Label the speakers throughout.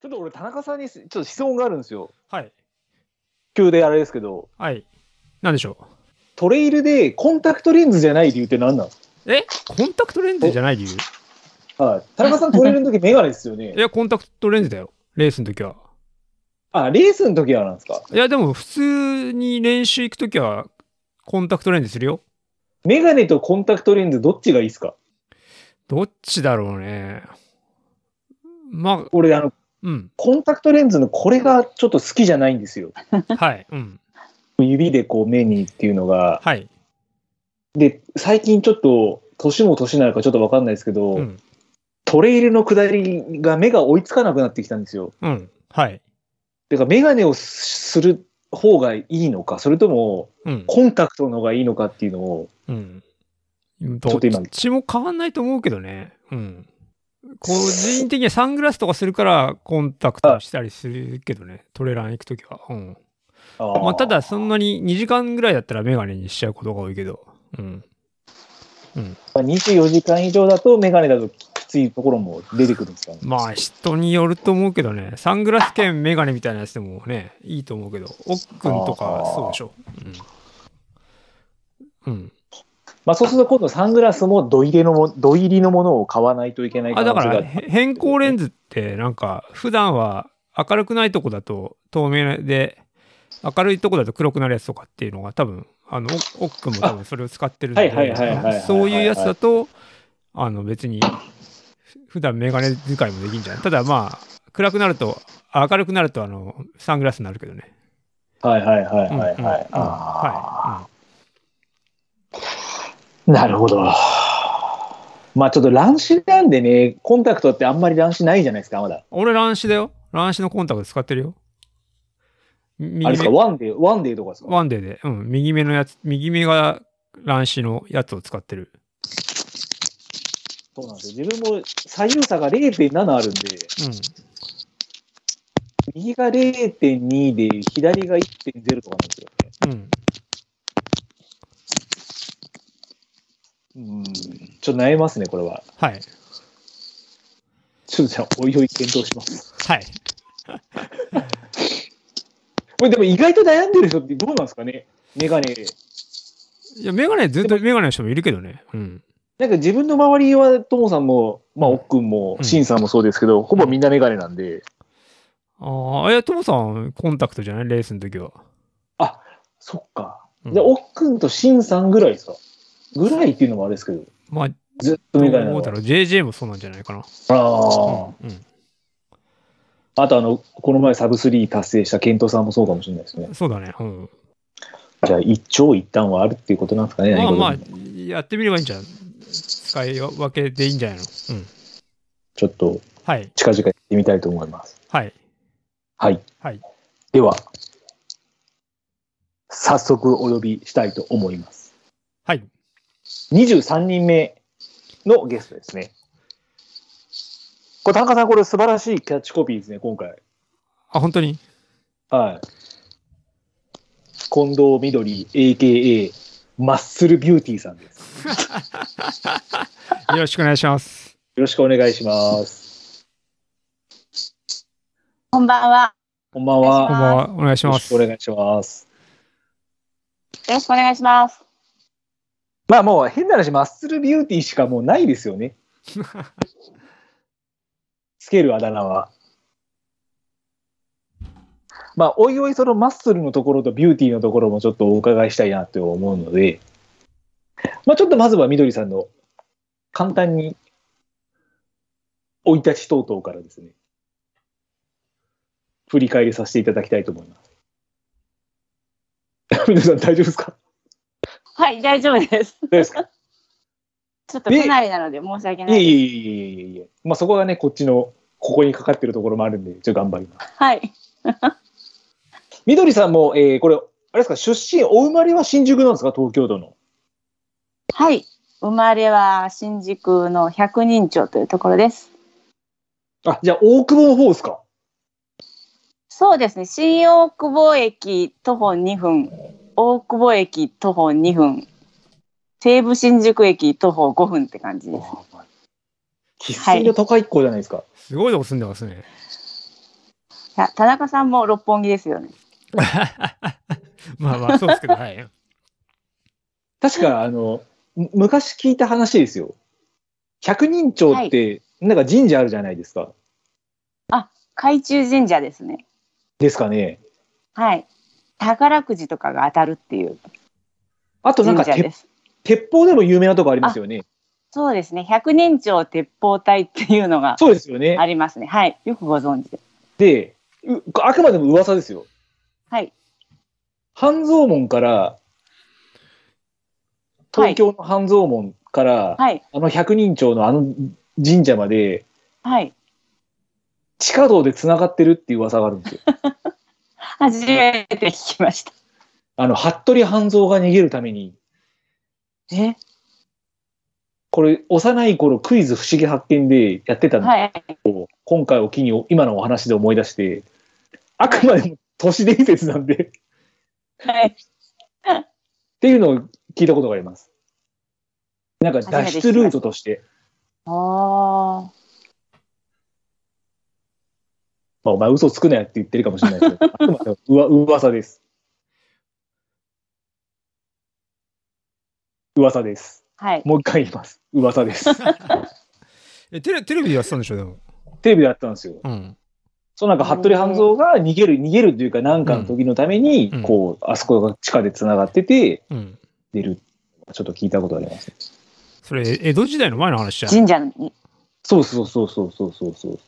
Speaker 1: 田中さんにすちょっと質問があるんですよ。
Speaker 2: はい。
Speaker 1: 急であれですけど、
Speaker 2: はい。なんでしょ
Speaker 1: トレイルでコンタクトレンズじゃない理由って何なんです
Speaker 2: う。えコンタクトレンズじゃない理由
Speaker 1: かはい。田中さんトレイルの時メガネですよね
Speaker 2: い。や、コンタクトレンズだよ。レースの時は。
Speaker 1: あ、レースの時はなんですか
Speaker 2: いや、でも普通に練習行く時は、コンタクトレンズするよ。
Speaker 1: メガネとコンタクトレンズどっちがいいですか
Speaker 2: どっちだろうね。まあ、
Speaker 1: 俺、あの、
Speaker 2: うん。
Speaker 1: コンタクトレンズのこれがちょっと好きじゃないんですよ。
Speaker 2: はい。うん。
Speaker 1: 指でこう目にっていうのが。
Speaker 2: はい。
Speaker 1: で、最近ちょっと、年も年なのかちょっとわかんないですけど、
Speaker 2: うん。
Speaker 1: トレイルの下りが目が追いつかなくなってきたんですよ。
Speaker 2: うん。はい。
Speaker 1: てか、メガネをする方がいいのか、それとも
Speaker 2: うん。
Speaker 1: コンタクトの方がいいのかっていうのを、
Speaker 2: うん。ど
Speaker 1: ょ
Speaker 2: っ
Speaker 1: っと今
Speaker 2: ちも変わんないと思うけどね。うん。個人的にはサングラスとかするからコンタクトしたりするけどね。トレラン行くときは。うん。
Speaker 1: あー
Speaker 2: まあ、ただそんなに2時間ぐらいだったらメガネにしちゃうことが多いけど。うん。
Speaker 1: まあ24時間以上だと、メガネだときついところも出てくるんですかね。
Speaker 2: まあ人によると思うけどね。サングラス兼メガネみたいなやつでもね、いいと思うけど。奥くんとか
Speaker 1: あー
Speaker 2: そうでしょ。うん。うん。
Speaker 1: まあ、そうすると今度サングラスも土入れのも、土入りのものを買わないといけない
Speaker 2: あ
Speaker 1: 可能
Speaker 2: だか
Speaker 1: 性があ
Speaker 2: ら
Speaker 1: る
Speaker 2: へ変光レンズってなんか普段は明るくないとこだと透明で明るいとこだと黒くなるやつとかっていうのが多分あのお奥君も多分それを使ってるん
Speaker 1: はいはいはいはいはいは
Speaker 2: で
Speaker 1: い
Speaker 2: そういうやつだとあの別に普段メガネ使いもできんじゃないただまあ暗くなると明るくなるとあのサングラスになるけどね。
Speaker 1: はいはいはい
Speaker 2: うんうん
Speaker 1: は
Speaker 2: うん
Speaker 1: いはい。あ
Speaker 2: は
Speaker 1: ーなるほど。まあちょっと乱視なんでね、コンタクトってあんまり乱視ないじゃないですか、まだ
Speaker 2: い。うん俺乱視だよ。乱視のコンタクト使ってるよ。
Speaker 1: あれ
Speaker 2: 右
Speaker 1: ですか、ワンデー、ワンデーとかですか
Speaker 2: ワンデーで、うん、右目のやつ、右目が乱視のやつを使ってる。
Speaker 1: そうなんですよ。自分も左右差が0.7あるんで、
Speaker 2: う
Speaker 1: 右が0.2で、左が1.0とかなんですよね。
Speaker 2: ん、うん。
Speaker 1: うん。ちょっと悩みますね、これは。
Speaker 2: はい、
Speaker 1: ちょっとじゃあ、おいおい検討します。
Speaker 2: はい。
Speaker 1: これでも意外と悩んでる人ってどうなんですかねメガネ。
Speaker 2: いや、メガネ、ずっとメガネの人もいるけどね。うん。
Speaker 1: なんか自分の周りは、ともさんも、まあ、おっくんも、
Speaker 2: うん
Speaker 1: しんさんもそうですけど、ほぼみんなメガネなんで、
Speaker 2: ああ、いや、トモさん、コンタクトじゃないレースの時は。
Speaker 1: そっか。
Speaker 2: うん
Speaker 1: じゃあ、おっくんとしんさんぐらいですかぐらいっていうのもあれですけど、
Speaker 2: まあ、ど
Speaker 1: ずっと
Speaker 2: う
Speaker 1: メガネな
Speaker 2: 思
Speaker 1: の
Speaker 2: うだろう。JJ もそうなんじゃないかな。
Speaker 1: あ
Speaker 2: うんう
Speaker 1: あ。あと、あの、この前サブ3達成したケントさんもそうかもしれないですね。
Speaker 2: ん。そうだね。うん。
Speaker 1: じゃあ、一長一短はあるっていうことなんですかね
Speaker 2: まあま
Speaker 1: 何事も
Speaker 2: あ、やってみればいいんじゃん。使い分けでいいんじゃないの。うん。
Speaker 1: ちょっと、
Speaker 2: はい、
Speaker 1: 近々やってみたいと思います。
Speaker 2: はい、
Speaker 1: はい。
Speaker 2: はい。
Speaker 1: では、早速お呼びしたいと思います。
Speaker 2: はい。
Speaker 1: 23人目のゲストですね。これ、田中さん、これ素晴らしいキャッチコピーですね、今回。
Speaker 2: あ、本当に
Speaker 1: はい。近藤みどり、AKA、マッスルビューティーさんです。よ
Speaker 2: よろしくお願いします。
Speaker 1: ろしくお願いします。
Speaker 3: こんばんは。
Speaker 1: こんばん
Speaker 3: お
Speaker 2: こん
Speaker 1: は。
Speaker 3: 願いし
Speaker 2: ばん
Speaker 1: よろ
Speaker 2: は。お願いしま
Speaker 1: し
Speaker 2: す。
Speaker 1: くお願いします。
Speaker 3: よろしくお願いします。
Speaker 1: まあもう変な話、マッスルビューティーしかもうないですよね。つけるあだ名は。まあ、おいおいそのマッスルのところとビューティーのところもちょっとお伺いしたいなと思うので、まあ、ちょっとまずはみどりさんの簡単に生い立ち等々からですね、振り返りさせていただきたいと思います。みどりさん大丈夫ですか
Speaker 3: はい、大丈夫です。
Speaker 1: 大丈夫ですか
Speaker 3: ちょっと不慣れなので申し訳ない
Speaker 1: え
Speaker 3: い。
Speaker 1: いえいえいえいえいえ。まあ、そこがね、こっちの、ここにかかってるところもあるんで、ちょっと頑張ります。
Speaker 3: はい。
Speaker 1: みどりさんも、えーこれ、あれですか、出身、お生まれは新宿なんですか、東京都の。
Speaker 3: はい。生まれは新宿の百人町というところです。
Speaker 1: あ、じゃあ、大久保の方ですか。
Speaker 3: そうですね。新大久保駅徒歩2分、大久保駅徒歩2分、西武新宿駅徒歩5分って感じです。
Speaker 1: 生粋の都会っ子じゃないですか。
Speaker 2: すごいとこ住んでますね。
Speaker 3: や田中さんも六本木ですよね。
Speaker 2: まあまあ、そうですけど、はい。
Speaker 1: 確か、あの、む昔聞いた話ですよ。百人町って、なんか神社あるじゃないですか。
Speaker 3: 海中神社ですね。
Speaker 1: ですかね。
Speaker 3: はい。宝くじとかが当たるっていう
Speaker 1: あとなん
Speaker 3: 神
Speaker 1: か、
Speaker 3: 社で
Speaker 1: 鉄
Speaker 3: す。
Speaker 1: 鉄砲でも有名なとこありますよね。
Speaker 3: そうですね。百人町鉄砲隊っていうのが
Speaker 1: そうですよね
Speaker 3: あ。りますね。はい。よくご存知で。
Speaker 1: で、うあくまでも噂ですよ。
Speaker 3: はい。
Speaker 1: 半蔵門から、東京の半蔵門から、
Speaker 3: はい。
Speaker 1: あの百人町のあの神社まで、
Speaker 3: はい。
Speaker 1: 地下道で繋がってるっていう噂があるんですよ。
Speaker 3: 初めて聞きました。
Speaker 1: あの、服部半蔵が逃げるために、
Speaker 3: え
Speaker 1: これ、幼い頃クイズ不思議発見でやってたのを、
Speaker 3: はい。
Speaker 1: 今回を機に今のお話で思い出して、あくまでも都市伝説なんで、っ
Speaker 3: はい。
Speaker 1: ていうのを聞いたことがあります。なんか脱出ルートとして、
Speaker 3: おー。
Speaker 1: まあ、お前嘘つくなよって言ってるかもしれないけど、あくまでもうわ噂です。噂です。
Speaker 3: はい。
Speaker 1: もう一回言います。噂です。
Speaker 2: えテレテレビでやってたんでしょ、でも。
Speaker 1: テレビでやってたんですよ。
Speaker 2: うん。
Speaker 1: そうなんか服部半蔵が逃げる逃げるっていうかなんかの時のために、
Speaker 2: うん
Speaker 1: こうあそこが地下でつながってて
Speaker 2: うん。
Speaker 1: 出るちょっと聞いたことあります、
Speaker 2: それ、江戸時代の前の話じゃん。
Speaker 3: 神社に。
Speaker 1: そうそうそうそうそうそうそう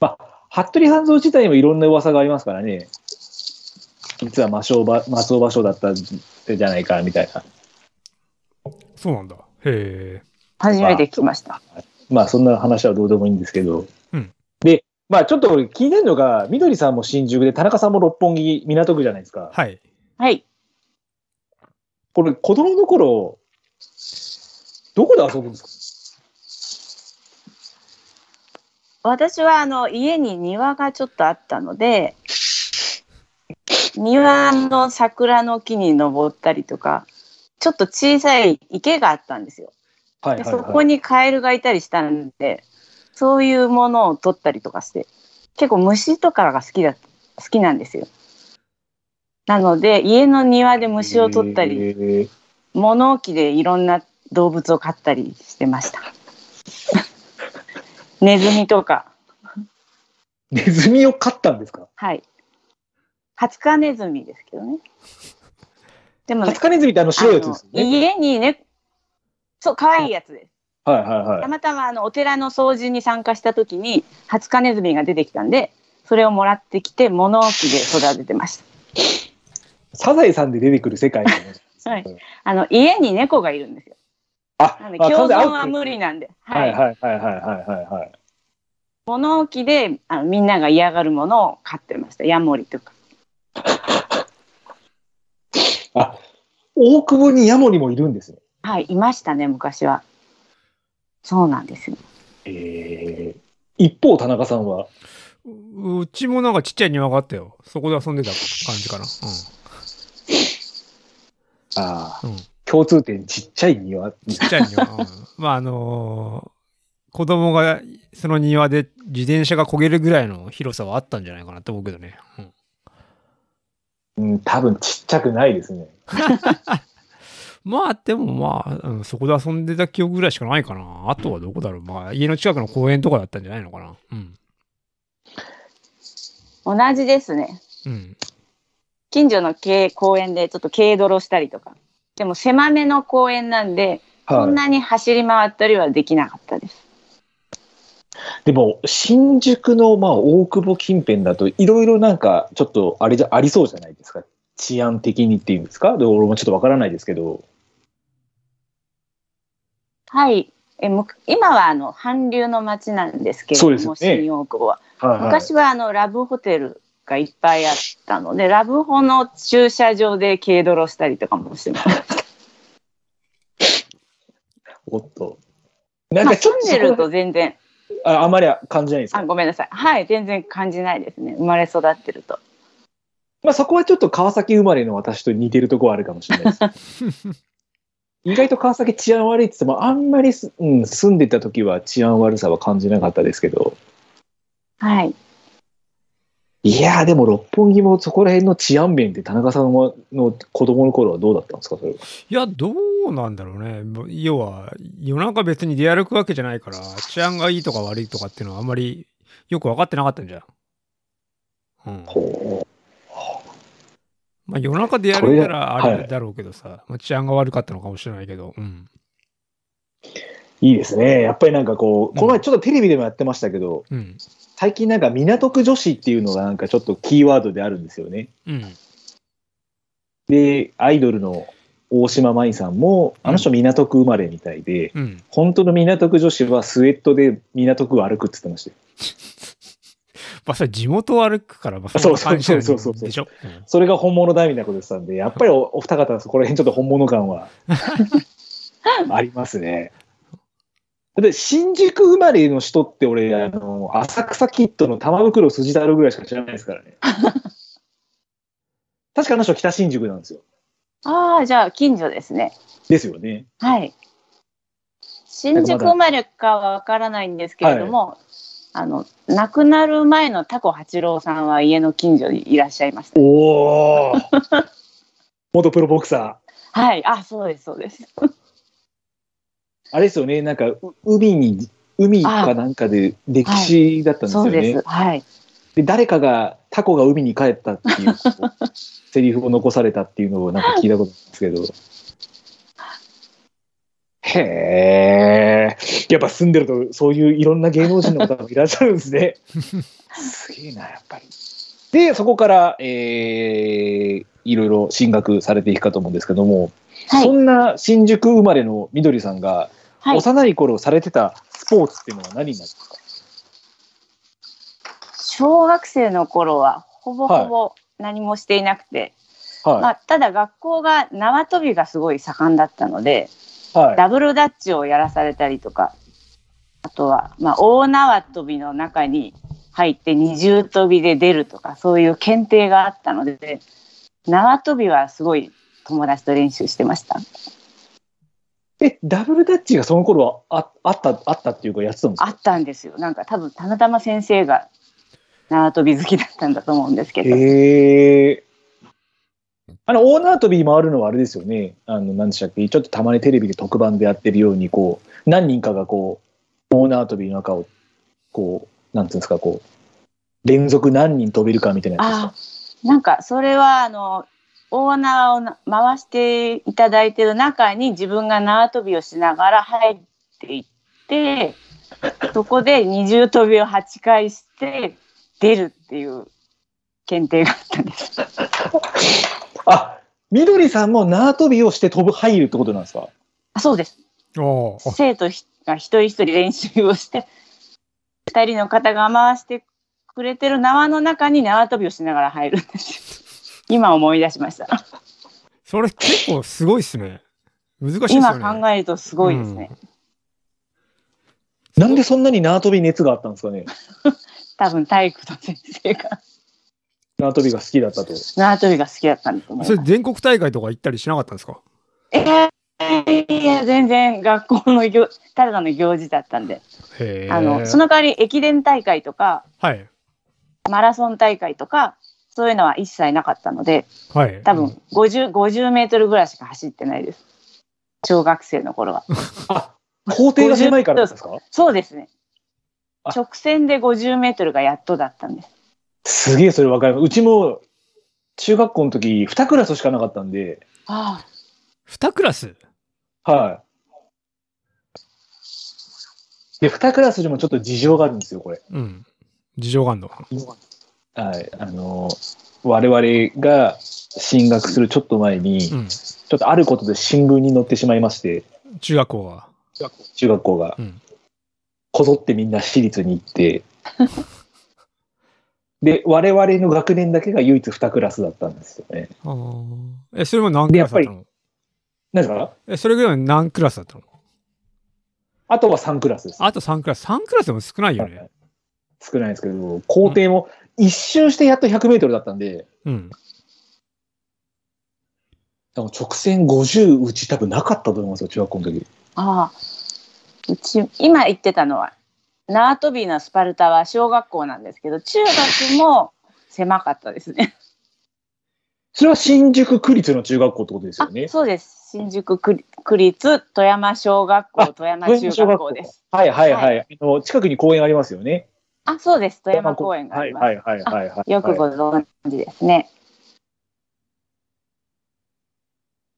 Speaker 1: まあ服部半蔵自体にもいろんな噂がありますからね実は魔性ば松尾芭蕉だったんじゃないかみたいな
Speaker 2: そうなんだ。へえ。
Speaker 3: 初めて聞きました。
Speaker 1: まあそんな話はどうでもいいんですけど、
Speaker 2: うん
Speaker 1: でまあちょっと俺気になるのがみどりさんも新宿で田中さんも六本木港区じゃないですか
Speaker 2: はい。
Speaker 3: はい。
Speaker 1: これ子供の頃どこで遊ぶんですか
Speaker 3: 私はあの家に庭がちょっとあったので、庭の桜の木に登ったりとか、ちょっと小さい池があったんですよ。
Speaker 1: はい
Speaker 3: で
Speaker 1: はいは
Speaker 3: そ
Speaker 1: い、
Speaker 3: こにカエルがいたりしたんで、そういうものを取ったりとかして、結構虫とかが好きだ好きなんですよ。なので家の庭で虫を取ったり、
Speaker 1: えー
Speaker 3: 物置でいろんな動物を飼ったりしてました。 ネズミとか。
Speaker 1: ネズミを飼ったんですか
Speaker 3: はい。ハツカネズミですけどね。でも、
Speaker 1: ハツカネズミってあの白いやつですよ
Speaker 3: あの
Speaker 1: ね。
Speaker 3: 家にね、そう、可愛いやつです。
Speaker 1: はいはい
Speaker 3: た
Speaker 1: はい。
Speaker 3: またまあのお寺の掃除に参加した時に、ハツカネズミが出てきたんで、それをもらってきて、物置で育ててました。
Speaker 1: サザエさんで出てくる世界の
Speaker 3: はいあの、家に猫がいるんですよ。
Speaker 1: あ
Speaker 3: なので、
Speaker 1: あ
Speaker 3: 共
Speaker 1: 完全アウ
Speaker 3: 存
Speaker 1: ト
Speaker 3: は無理なんで。は。
Speaker 1: はいいはいはいはいはいはいはい。
Speaker 3: 物置であのみんなが嫌がるものを飼ってました。ヤモリとか。
Speaker 1: あ、大久保にヤモリもいるんですね。
Speaker 3: はい、いましたね、昔は。そうなんですよ。
Speaker 1: えー、一方、田中さんは、
Speaker 2: ううちもなんかちっちゃい庭があったよ。そこで遊んでた感じかな。
Speaker 1: あー
Speaker 2: うん。うん。
Speaker 1: 共通点、ちっちゃい庭。
Speaker 2: ちっちゃ い庭。うん、まあ、あのー子供がその庭で自転車が焦げるぐらいの広さはあったんじゃないかなと思うけどね。うん、
Speaker 1: うん、多分ちっちゃくないですね。
Speaker 2: まあ、でもまあ、うんそこで遊んでた記憶ぐらいしかないかな。あとはどこだろう。まあ、家の近くの公園とかだったんじゃないのかな。うん。
Speaker 3: 同じですね。
Speaker 2: うん。
Speaker 3: 近所の軽公園でちょっと軽泥したりとかでも狭めの公園なんで、そん
Speaker 1: は
Speaker 3: なに走り回ったりはできなかったです
Speaker 1: い。でも、新宿の、まあ、大久保近辺だといろいろなんか、ちょっと、あれじゃ、ありそうじゃないですか。治安的にっていうんですかで俺もちょっとわからないですけど。
Speaker 3: はいえむ今はあの韓流の街なんですけれど
Speaker 1: そ
Speaker 3: も、
Speaker 1: うですよね
Speaker 3: 新大久保は
Speaker 1: はいはい
Speaker 3: 昔はあのラブホテルがいっぱいあったのでラブホの駐車場で軽泥したりとかもしてます
Speaker 1: おっと。なん
Speaker 3: ま
Speaker 1: か
Speaker 3: あ
Speaker 1: ちょっ
Speaker 3: 住ん
Speaker 1: と
Speaker 3: で
Speaker 1: そ
Speaker 3: る
Speaker 1: こと
Speaker 3: 全然
Speaker 1: ああまり感じないですか
Speaker 3: あごめんなさいはい全然感じないですね生まれ育ってると
Speaker 1: まあそこはちょっと川崎生まれの私と似てるとこはあるかもしれないです。 意外と川崎治安悪いって言っても、あんまりす、うん、住んでた時は治安悪さは感じなかったですけど、
Speaker 3: はい
Speaker 1: いやー、でも六本木もそこら辺の治安面って田中さんはの子供の頃はどうだったんですか、それは。
Speaker 2: いや、どうなんだろうね。もう要は、夜中別に出歩くわけじゃないから、治安がいいとか悪いとかっていうのはあんまりよく分かってなかったんじゃん。うん。
Speaker 1: ほ
Speaker 2: まあ夜中出歩いたらあれだろうけどさ、まあ治安が悪かったのかもしれないけど、うん。
Speaker 1: ういいですね。やっぱりなんかこ
Speaker 2: ん
Speaker 1: う、この前ちょっとテレビでもやってましたけど、
Speaker 2: うん。
Speaker 1: 最近なんか港区女子っていうのがなんかちょっとキーワードであるんですよね。
Speaker 2: うん。
Speaker 1: で、アイドルの大島麻衣さんも、あの人港区生まれみたいで、
Speaker 2: うん。
Speaker 1: 本当の港区女子はスウェットで港区を歩くって言ってましたよ
Speaker 2: まあ、それ地元を歩くから、まあ、
Speaker 1: そう
Speaker 2: そんな感じなん
Speaker 1: そうそうそうそう
Speaker 2: でしょ。うん
Speaker 1: それが本物だみたいなこと言ってたんで、やっぱり おお二方はそこら辺ちょっと本物感はありますね。で新宿生まれの人って俺、あの、浅草キッドの玉袋筋太郎ぐらいしか知らないですから ね。確かあの人北新宿なんですよ。
Speaker 3: ああ、じゃあ近所ですね。
Speaker 1: ですよね。
Speaker 3: はい。新宿生まれかはわからないんですけれども、あの亡くなる前のタコ八郎さんは家の近所にいらっしゃいました。
Speaker 1: おお元プロボクサー。
Speaker 3: はい、あ、そうですそうです。
Speaker 1: あれですよね、なんか、う海に、海かなんかで歴史だったんですよ
Speaker 3: そう
Speaker 1: ね。
Speaker 3: です。はい。
Speaker 1: で誰かがタコが海に帰ったって いうこうセリフを残されたっていうのをなんか聞いたことあるんですけどへえやっぱ住んでるとそういういろんな芸能人の方もいらっしゃるんです ねすげえなやっぱりでそこからえーいろいろ進学されていくかと思うんですけども、
Speaker 3: は
Speaker 1: そ
Speaker 3: い。
Speaker 1: んな新宿生まれのみどりさんが
Speaker 3: はい、
Speaker 1: 幼い頃されてたスポーツっていうのは何になるんですか、
Speaker 3: 小学生の頃はほぼほぼ何もしていなくて、
Speaker 1: はい
Speaker 3: まあ、ただ学校が縄跳びがすごい盛んだったので、
Speaker 1: はい
Speaker 3: ダブルダッチをやらされたりとか、あとは、まあ、大縄跳びの中に入って二重跳びで出るとか、そういう検定があったので、縄跳びはすごい友達と練習してました。
Speaker 1: え、ダブルダッチがその頃はああった、あったっていうかやってたんです
Speaker 3: あ
Speaker 1: か
Speaker 3: ったんですよ。なんか多分、たまたま先生が縄跳び好きだったんだと思うんですけど。
Speaker 1: へえ。あの、大縄跳び回るのはあれですよね。あの、何でしたっけちょっとたまにテレビで特番でやってるように、こう、何人かがこう、大縄跳びの中を、こう、なんていうんですか、こう、連続何人飛べるかみたいなやつです
Speaker 3: あ
Speaker 1: か。
Speaker 3: あ、なんかそれはあの、大縄をな回していただいてる中に自分が縄跳びをしながら入っていって、そこで二重跳びを8回して出るっていう検定があったんです。
Speaker 1: あ、みどりさんも縄跳びをして飛ぶ入るってことなんですか
Speaker 3: あそうです。
Speaker 2: おー
Speaker 3: 生徒ひが一人一人練習をして、二人の方が回してくれてる縄の中に縄跳びをしながら入るんですよ。今思い出しました。
Speaker 2: それ結構すごいっすね。難しいっすよ
Speaker 3: 今
Speaker 2: ね。
Speaker 3: 考えるとすごいですね。
Speaker 1: なんでそんなに縄跳び熱があったんですかね
Speaker 3: 多分体育の先生が
Speaker 1: 縄跳びが好きだったと。
Speaker 3: 縄跳びが好きだったんだと思い
Speaker 2: それ
Speaker 3: ます。
Speaker 2: 全国大会とか行ったりしなかったんですか
Speaker 3: えーいや全然学校の行ただの行事だったんで、
Speaker 2: へえ。
Speaker 3: あのその代わり駅伝大会とか
Speaker 2: はい。
Speaker 3: マラソン大会とかそういうのは一切なかったので
Speaker 2: はい。
Speaker 3: 多分50 50メートルぐらいしか走ってないです小学生の頃は
Speaker 1: あ、校庭が狭いからですか
Speaker 3: そうですね
Speaker 1: あ
Speaker 3: 直線で50メートルがやっとだったんです
Speaker 1: すげえそれわかります。うちも中学校の時2クラスしかなかったんで、
Speaker 3: あ
Speaker 2: 2クラス
Speaker 1: はい。で、2クラスでもちょっと事情があるんですよ、これ。
Speaker 2: うん。事情があんの。
Speaker 1: はい。あの、我々が進学するちょっと前に、
Speaker 2: うん。
Speaker 1: ちょっとあることで新聞に載ってしまいまして、
Speaker 2: 中学校は。
Speaker 1: 中学校が、
Speaker 2: うん
Speaker 1: こぞってみんな私立に行って、で、我々の学年だけが唯一2クラスだったんですよね。
Speaker 2: あーえ、それも何クラスだったの
Speaker 1: なんか
Speaker 2: え、それぐらいは何クラスだったの
Speaker 1: あとは3クラスです。
Speaker 2: あと3クラス。3クラスでも少ないよね。
Speaker 1: 少ないですけど、校庭も一周してやっと100メートルだったんで、
Speaker 2: うん。
Speaker 1: 多分直線50うち多分なかったと思いますよ、中学校の時。
Speaker 3: ああうち今言ってたのは縄跳びのスパルタは小学校なんですけど中学も狭かったですね。
Speaker 1: それは新宿区立の中学校ってことですよね。
Speaker 3: そうです。新宿区区立富山小学校
Speaker 1: あ
Speaker 3: 富山中学校です。
Speaker 1: はいはいは。
Speaker 3: はい
Speaker 1: あの近くに公園ありますよね。
Speaker 3: あ、そうです。富山公園があ
Speaker 1: はい
Speaker 3: ります。
Speaker 1: はいはいはいはい。
Speaker 3: よくご存知ですね。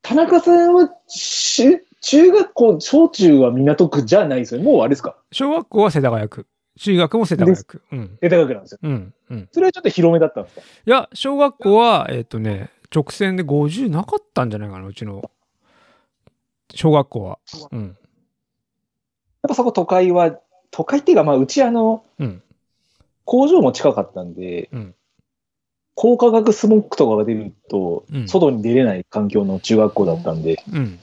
Speaker 1: 田中さんは中中学校、小中は港区じゃないですよね。もうあれですか。
Speaker 2: 小学校は世田谷区。中学も世田谷区。うん。
Speaker 1: 出高くなんですよ。
Speaker 2: うん。うん。
Speaker 1: それはちょっと広めだったんですか。
Speaker 2: いや、小学校は、えっ、とね、直線で50なかったんじゃないかな、うちの。小学校は。うん。
Speaker 1: やっぱそこ都会は、都会っていうか、まあ、うちあの、
Speaker 2: うん。
Speaker 1: 工場も近かったんで、
Speaker 2: うん
Speaker 1: 高化学スモックとかが出ると
Speaker 2: う、ん
Speaker 1: 外に出れない環境の中学校だったんで、
Speaker 2: うん。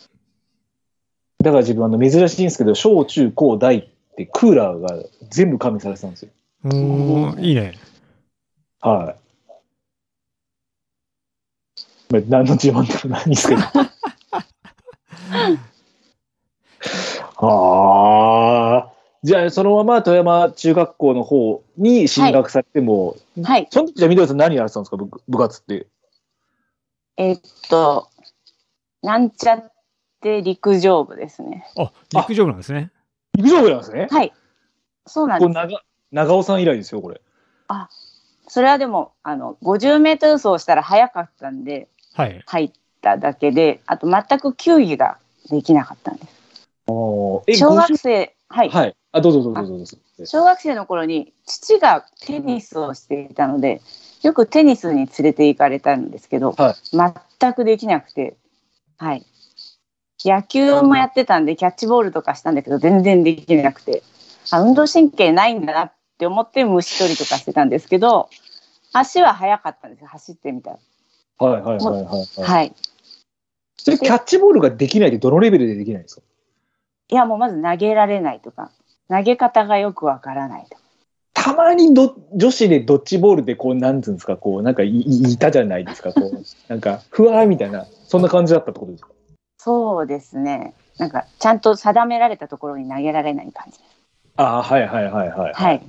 Speaker 1: だから自分あの珍しいんですけど、小中高大ってクーラーが全部加味されてたんですよ。
Speaker 2: おーいいね。
Speaker 1: はい。まあ何の自慢でもないんですけど。ああ。じゃあ、そのまま富山中学校の方に進学されても、
Speaker 3: はい。
Speaker 1: その時じゃあ、緑さん何やられてたんですか、部部活って。
Speaker 3: えーっと、なんちゃって陸上部ですね。
Speaker 2: あ、陸上部なんですね。
Speaker 1: 陸上部なんですね。
Speaker 3: はい。そうなん
Speaker 1: これ
Speaker 3: です。
Speaker 1: 長長尾さん以来ですよ、これ。
Speaker 3: それはでも、あの、50メートル走したら早かったんで、
Speaker 2: はい。
Speaker 3: 入っただけで、あと全く球技ができなかったんです。
Speaker 1: え
Speaker 3: 小学
Speaker 1: 50
Speaker 3: 生、はい。
Speaker 1: はい。あ、どうぞどうぞどうぞどうぞ。
Speaker 3: 小学生の頃に父がテニスをしていたのでよくテニスに連れて行かれたんですけど、
Speaker 1: は
Speaker 3: 全くできなくて、はい、野球もやってたんでキャッチボールとかしたんだけど全然できなくてあ運動神経ないんだなって思って虫取りとかしてたんですけど足は速かったんですよ走ってみたら。
Speaker 1: はいはいはいはい。はい、
Speaker 3: はい
Speaker 1: それキャッチボールができないってどのレベルでできないんですか
Speaker 3: いやもうまず投げられないとか投げ方がよくわからないとか
Speaker 1: たまにど女子でドッジボールでこうなんつうんですかこうなんかいいいたじゃないですかこ うなんかふわーみたいなそんな感じだったってことですか
Speaker 3: そうですねなんかちゃんと定められたところに投げられない感じ
Speaker 1: ああはいはいはいはい、
Speaker 3: はい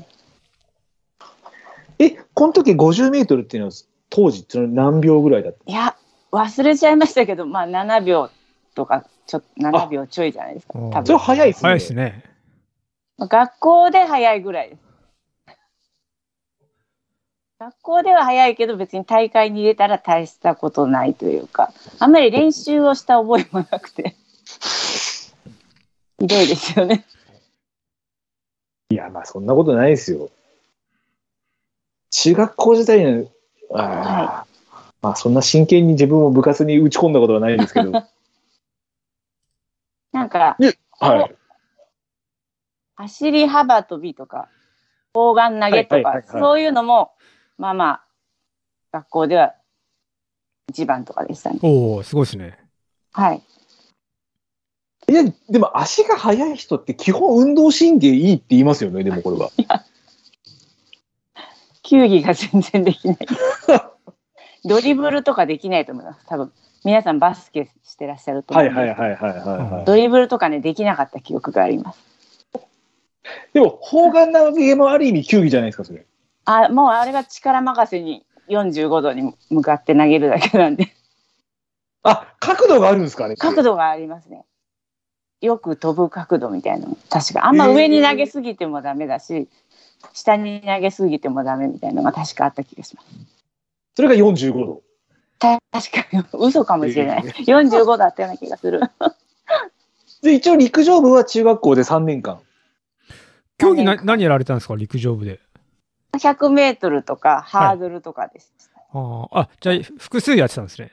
Speaker 1: えこの時50メートルっていうのは当時その何秒ぐらいだった
Speaker 3: いや忘れちゃいましたけどまあ7秒とかちょ7秒ちょいじゃないですか
Speaker 2: あ
Speaker 3: 多
Speaker 1: それ
Speaker 3: 分
Speaker 1: 早いですね
Speaker 2: 早いですね。
Speaker 3: まあ学校で早いぐらいです学校では早いけど別に大会に入れたら大したことないというかあんまり練習をした覚えもなくてひどいですよね
Speaker 1: いやまあそんなことないですよ中学校時代のああ、まあそんな真剣に自分を部活に打ち込んだことはないです けどは
Speaker 3: なんか
Speaker 1: い
Speaker 3: 走り幅跳びとか砲丸投げと
Speaker 1: はいはいは
Speaker 3: か
Speaker 1: いはい
Speaker 3: そういうのもまあまあ学校では一番とかでしたね
Speaker 2: おおすごいですね。
Speaker 3: はい
Speaker 1: いやでも足が速い人って基本運動神経いいって言いますよねでもこれは
Speaker 3: 球技が全然で きない。ドリブルとかできないと思います。多分皆さんバスケしてらっしゃると思
Speaker 1: は
Speaker 3: う
Speaker 1: い
Speaker 3: んです。
Speaker 1: はいはいはいはいはい、
Speaker 3: ドリブルとかねできなかった記憶があります。
Speaker 1: でも、砲丸投げもある意味球技じゃないですか、それ。
Speaker 3: あもうあれが力任せに45度に向かって投げるだけなんで
Speaker 1: あ、角度があるんですかね。
Speaker 3: 角
Speaker 1: 度。
Speaker 3: 度がありますね。よく飛ぶ角度みたいなの確かあんま上に投げすぎてもダメだし、下に投げすぎてもダメみたいなのが確かあった気がします。
Speaker 1: それが45度。
Speaker 3: た確かに嘘かもしれない。45度あったような気がする。
Speaker 1: で、一応陸上部は中学校で3年間。
Speaker 2: 競技な何やられたんですか陸上部で。
Speaker 3: 100メートルとかハードルとかでした。
Speaker 2: あーあ、じゃあ複数やってたんですね。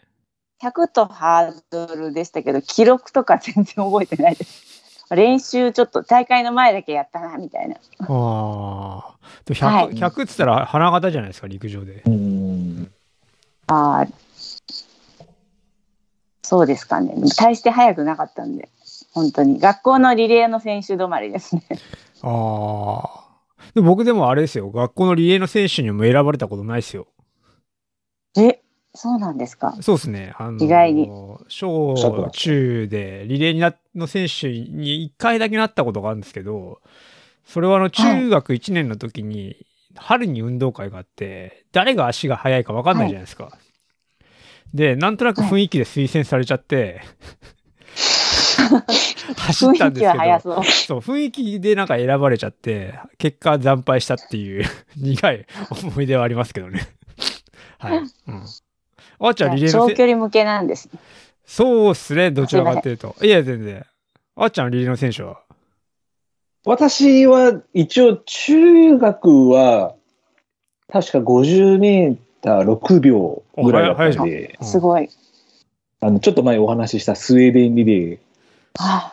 Speaker 3: 100とハードルでしたけど、記録とか全然覚えてないです。練習ちょっと大会の前だけやったなみたいな。
Speaker 2: ああ。で100、
Speaker 3: はい
Speaker 2: 100っつったら花形じゃないですか陸上で。
Speaker 1: うん。
Speaker 3: あーそうですかね。でも大して速くなかったんで、本当に学校のリレーの選手止まりですね。
Speaker 2: ああ。でも僕でもあれですよ。学校のリレーの選手にも選ばれたことないですよ。
Speaker 3: え、そうなんですか。
Speaker 2: そうですね。あの
Speaker 3: 意外に
Speaker 2: 小中でリレーになの選手に1回だけなったことがあるんですけど、それはあの中学1年の時に春に運動会があって、誰が足が速いか分かんないじゃないですか。で、なんとなく雰囲気で推薦されちゃ って、走ったん
Speaker 3: 雰囲
Speaker 2: で
Speaker 3: 気
Speaker 2: す
Speaker 3: は
Speaker 2: け
Speaker 3: 早
Speaker 2: ど、
Speaker 3: そう。
Speaker 2: そう、雰囲気でなんか選ばれちゃって、結果惨敗したっていう 苦い思い出はありますけどね。 はい。うん。あーちゃんリレーの
Speaker 3: 長
Speaker 2: せ
Speaker 3: 距離向けなんですね。
Speaker 2: そうっすね、どちらかっていうと。いや、全然。あーちゃんリレーの選手は。
Speaker 1: 私は一応中学は確か50メーター6秒ぐらいだったんで、
Speaker 2: うん
Speaker 3: すごい。
Speaker 1: あのちょっと前お話ししたスウェーデンリレー
Speaker 3: あ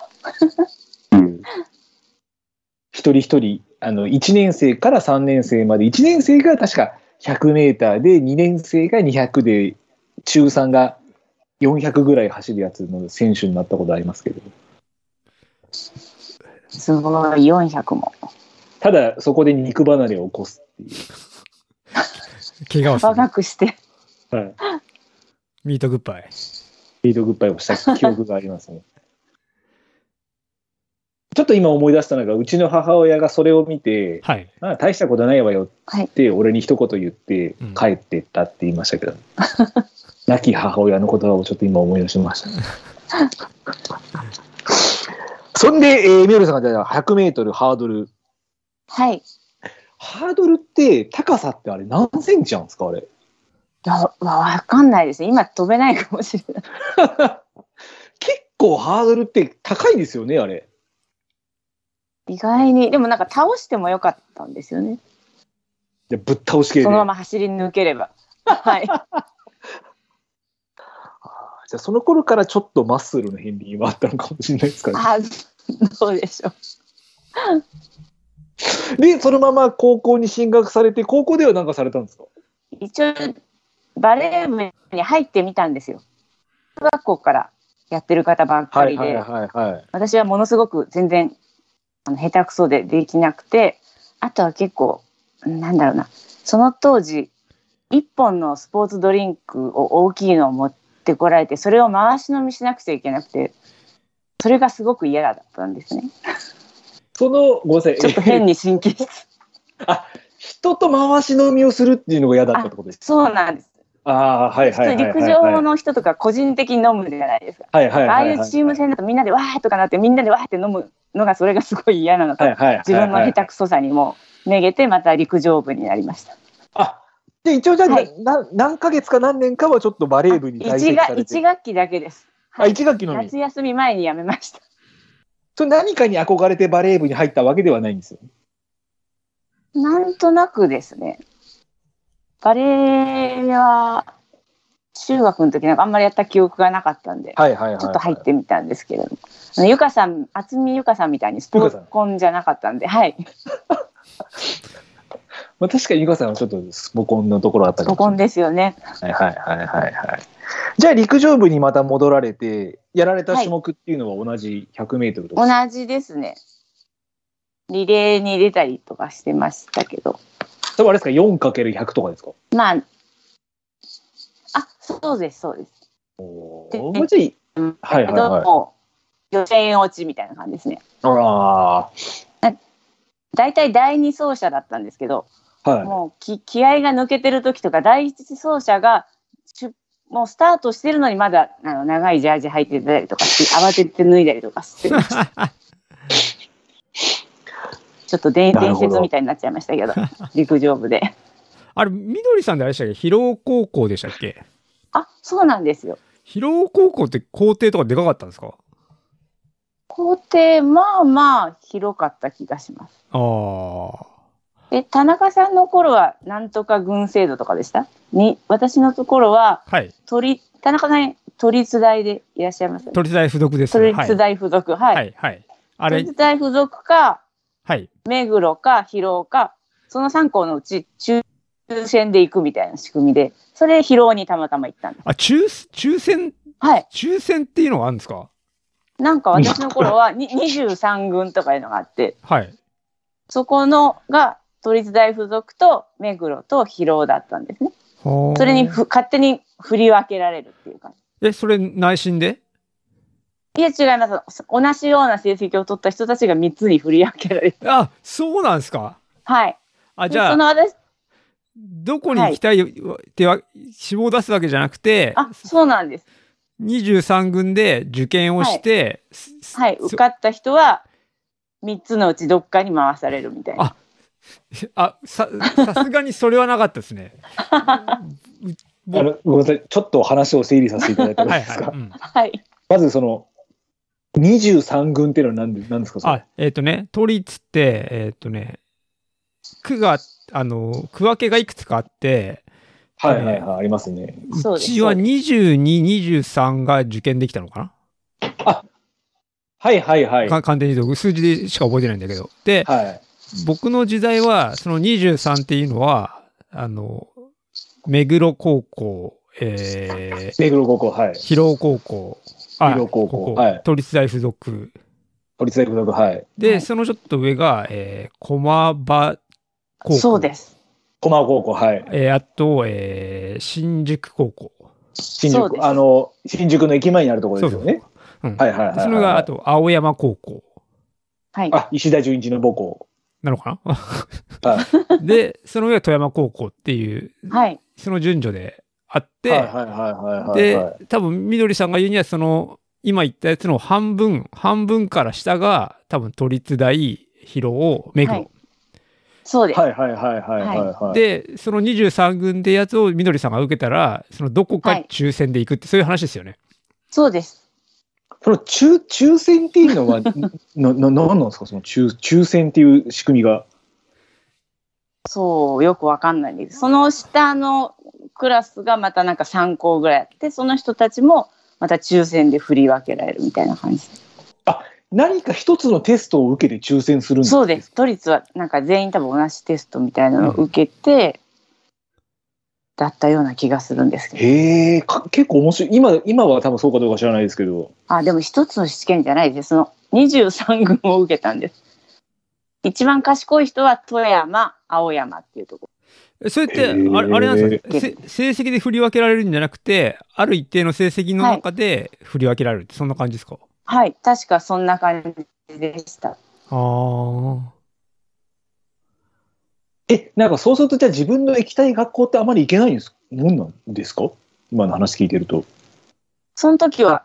Speaker 1: 一人一人あの1年生から3年生まで1年生が確か100メーターで2年生が200で中3が400ぐらい走るやつの選手になったことありますけど
Speaker 3: すごい。400も。
Speaker 1: ただそこで肉離れを起こすってい
Speaker 2: 怪我をする。
Speaker 3: 若くして。
Speaker 1: う、はい、
Speaker 2: ミートグッバイ。
Speaker 1: リードグッバイをした記憶がありますね。ちょっと今思い出したのが、うちの母親がそれを見て、
Speaker 2: はい。
Speaker 1: まあ、大したことないわよって、俺に一言言って
Speaker 2: うん、
Speaker 1: 帰ってったって言いましたけど、 亡き母親の言葉をちょっと今思い出しました。 そんで、えー、ミオルさんが出た100メートルハードル。
Speaker 3: はい。い
Speaker 1: ハードルって高さってあれ何センチなんですかあれ。
Speaker 3: やわわかんないですね。今飛べないかもしれない。
Speaker 1: 結構ハードルって高いですよね、あれ。
Speaker 3: 意外に。でもなんか倒してもよかったんですよね。
Speaker 1: でぶっ倒し系で。
Speaker 3: そのまま走り抜ければ。はい。
Speaker 1: じゃあその頃からちょっとマッスルの片鱗はあったのかもしれないですから、
Speaker 3: あどうでしょう。
Speaker 1: で、そのまま高校に進学されて、高校では何かされたんですか
Speaker 3: 一応、バレー部に入ってみたんですよ。中学校からやってる方ばっかりで。
Speaker 1: はいはい。
Speaker 3: 私はものすごく全然あの下手くそでできなくてあとは結構なんだろうなその当時1本のスポーツドリンクを大きいのを持ってこられてそれを回し飲みしなくちゃいけなくてそれがすごく嫌だったんですね
Speaker 1: その、ごめんなさい、
Speaker 3: ちょっと変に神経質
Speaker 1: 人と回し飲みをするっていうのが嫌だったってことです
Speaker 3: そうなんです
Speaker 1: ああー、はいはいはいはい、はい。
Speaker 3: 陸上の人とか個人的に飲むじゃないですか
Speaker 1: はいはい
Speaker 3: あ
Speaker 1: は
Speaker 3: あ
Speaker 1: い
Speaker 3: い
Speaker 1: はい、
Speaker 3: うチーム戦だとみんなでわーとかなってみんなでわーって飲むのがそれがすごい嫌なのと
Speaker 1: はいはいはいはい、
Speaker 3: 自分の下手くそさにもめげてまた陸上部になりました。
Speaker 1: あで一応じゃあ、
Speaker 3: はい
Speaker 1: な何ヶ月か何年かはちょっとバレー部に在籍
Speaker 3: 一
Speaker 1: さ
Speaker 3: が
Speaker 1: れ
Speaker 3: 一
Speaker 1: て。
Speaker 3: 学期だけです。
Speaker 1: あ、一学期のみ
Speaker 3: 夏。休み前に辞めました。
Speaker 1: それ何かに憧れてバレー部に入ったわけではないんですよ。
Speaker 3: なんとなくですね。バレエは中学の時なんかあんまりやった記憶がなかったんで、
Speaker 1: はいはいはい、
Speaker 3: ちょっと入ってみたんですけれども、あのゆかさん、渥美ゆかさんみたいにスポーツコンじゃなかったんで、はい、
Speaker 1: まあ、確かにゆかさんはちょっとスポコンのところあった
Speaker 3: ス
Speaker 1: か
Speaker 3: ポ
Speaker 1: もしれ
Speaker 3: コ
Speaker 1: ない
Speaker 3: ンですよね。
Speaker 1: はいはいはいはいはい。じゃあ陸上部にまた戻られて、やられた種目っていうのは同じ100メートルとか。
Speaker 3: 同じですね。リレーに出たりとかしてましたけど、
Speaker 1: 多分あれですか、4×100 とかですか。
Speaker 3: まあ、あ、そうです、そうです。
Speaker 1: お
Speaker 3: で
Speaker 1: ーもうちょい。
Speaker 3: うん
Speaker 1: はいはいはい
Speaker 3: もう予選落ちみたいな感じですね。
Speaker 1: あら
Speaker 3: 大体第2走者だったんですけど、
Speaker 1: ーはい。
Speaker 3: もう気気合が抜けてる時とか第1走者が出もうスタートしてるのにまだあの長いジャージ履いてたりとかし慌てて脱いだりと かしてちょっとで
Speaker 1: なる
Speaker 3: 伝
Speaker 1: ほど
Speaker 3: 説みたいになっちゃいまし たけど陸上部で
Speaker 2: あれ、みどりさんであれでしたっけ広尾高校でしたっけ
Speaker 3: あそうなんですよ
Speaker 2: 広尾高校って校庭とかでかかったんですか
Speaker 3: 校庭まあまあ広かった気がします
Speaker 2: ああ。
Speaker 3: で田中さんの頃はなんとか軍制度とかでしたに私のところは
Speaker 2: はい。
Speaker 3: 鳥田中さん都立大でいらっしゃいますよね
Speaker 2: 都立大附属です
Speaker 3: 都
Speaker 2: ね。
Speaker 3: 立大附属はい、
Speaker 2: はい。はい。はい。あ
Speaker 3: 都
Speaker 2: れ
Speaker 3: 立、大附属か
Speaker 2: はい。
Speaker 3: 目黒か広尾かその3校のうち抽選で行くみたいな仕組みでそれで広尾にたまたま行ったんです
Speaker 2: あ、抽、抽選、
Speaker 3: はい
Speaker 2: 抽選っていうのがあるんですか
Speaker 3: なんか私の頃はに23軍とかいうのがあって
Speaker 2: はい。
Speaker 3: そこのが都立大附属と目黒と広尾だったんですね
Speaker 2: そ
Speaker 3: それにふ勝手に振り分けられるっていう感
Speaker 2: え、それ内心で
Speaker 3: じいや違います同じような成績を取った人たちが3つに振り分けられる
Speaker 2: あ、そうなんですか
Speaker 3: はい
Speaker 2: あ、
Speaker 3: で
Speaker 2: じゃ
Speaker 3: そ
Speaker 2: あ、
Speaker 3: の私
Speaker 2: どこに行きたいっては、志望を出すわけじゃなくて、
Speaker 3: あそうなんです。
Speaker 2: 23軍で受験をして、すす
Speaker 3: はい、
Speaker 2: そ
Speaker 3: 受かった人は3つのうちどっかに回されるみたい
Speaker 2: あ
Speaker 3: な。
Speaker 2: あささすがにそれはなかったです ね。う
Speaker 1: あのごめんなさい、ちょっと話を整理させていただいてもい
Speaker 2: はいい
Speaker 1: です
Speaker 2: は
Speaker 1: か。
Speaker 2: い。うん
Speaker 3: はい、
Speaker 1: まずその、23軍っていうのは何で何ですかそれ
Speaker 2: あ、えっ、とね、都立って、えっ、とね、区が、あの、区分けがいくつかあって、
Speaker 1: はいはいはい、ありますね。
Speaker 3: そう
Speaker 2: う
Speaker 3: です
Speaker 2: ちは22、23が受験できたのかな、
Speaker 1: はいはいはい。は
Speaker 2: か完全に言うと数字でしか覚えてないんだけど。で、
Speaker 1: い。
Speaker 2: 僕の時代は、その23っていうのは、あの、目黒高校、えー、
Speaker 1: 目黒高校、はい。
Speaker 2: 広尾高校、あ
Speaker 1: 広尾高校はい
Speaker 2: 都立大附属。
Speaker 1: 都立大附属、はい。
Speaker 2: で、
Speaker 3: はい
Speaker 2: そのちょっと上が、えー、駒場高校。
Speaker 3: そうです。
Speaker 1: 駒尾高校、はい。
Speaker 2: えーあと、えー新宿高校。
Speaker 1: 新
Speaker 3: そうで
Speaker 1: 宿、
Speaker 3: す
Speaker 1: あの、新宿の駅前にあるところですよね。
Speaker 2: うん
Speaker 1: はいはいはいはい。
Speaker 2: それが、あと、青山高校
Speaker 3: はい。
Speaker 1: あ、石田純一の母校。
Speaker 2: なの か
Speaker 1: は
Speaker 2: なで、その上が富山高校っていう、
Speaker 3: はい。
Speaker 2: その順序であっ
Speaker 1: い。
Speaker 2: て、
Speaker 1: はいはいはいはいはい。
Speaker 2: で、多分、みどりさんが言うには、その、今言ったやつの半分、半分から下が、多分、都立大、広尾、目
Speaker 3: は
Speaker 2: 黒
Speaker 3: い。そうです。
Speaker 1: はいはいはいはいはいはい。
Speaker 2: で、その23軍でやつをみどりさんが受けたら、そのどこか抽選で行くって、そういう話ですよね。
Speaker 3: そうです。
Speaker 1: その抽抽選っていうの は、な、な、なんなんですかその抽抽選っていう仕組みが。
Speaker 3: そう、よくわかんないです。その下のクラスがまたなんか3校ぐらいあって、その人たちもまた抽選で振り分けられるみたいな感じ。
Speaker 1: 何か一つのテストを受けて抽選するんですか
Speaker 3: そうです。都立はなんか全員多分同じテストみたいなのを受けて、だったような気がするんですけど。
Speaker 1: へえ、か結構面白い。今、今は多分そうかどうか知らないですけど。
Speaker 3: あ、でも一つの試験じゃないです。その23群を受けたんです。一番賢い人は富山、青山っていうところ。
Speaker 2: えそれって、あ
Speaker 1: へー
Speaker 2: れあれなんですかせ成績で振り分けられるんじゃなくて、ある一定の成績の中で振り分けられるって、そんな感じですか
Speaker 3: はい。確かそんな感じでした。
Speaker 2: ああ。
Speaker 1: え、なんかそうするとじゃあ自分の行きたい学校ってあまり行けないんですもんなんですか今の話聞いてると。
Speaker 3: その時は、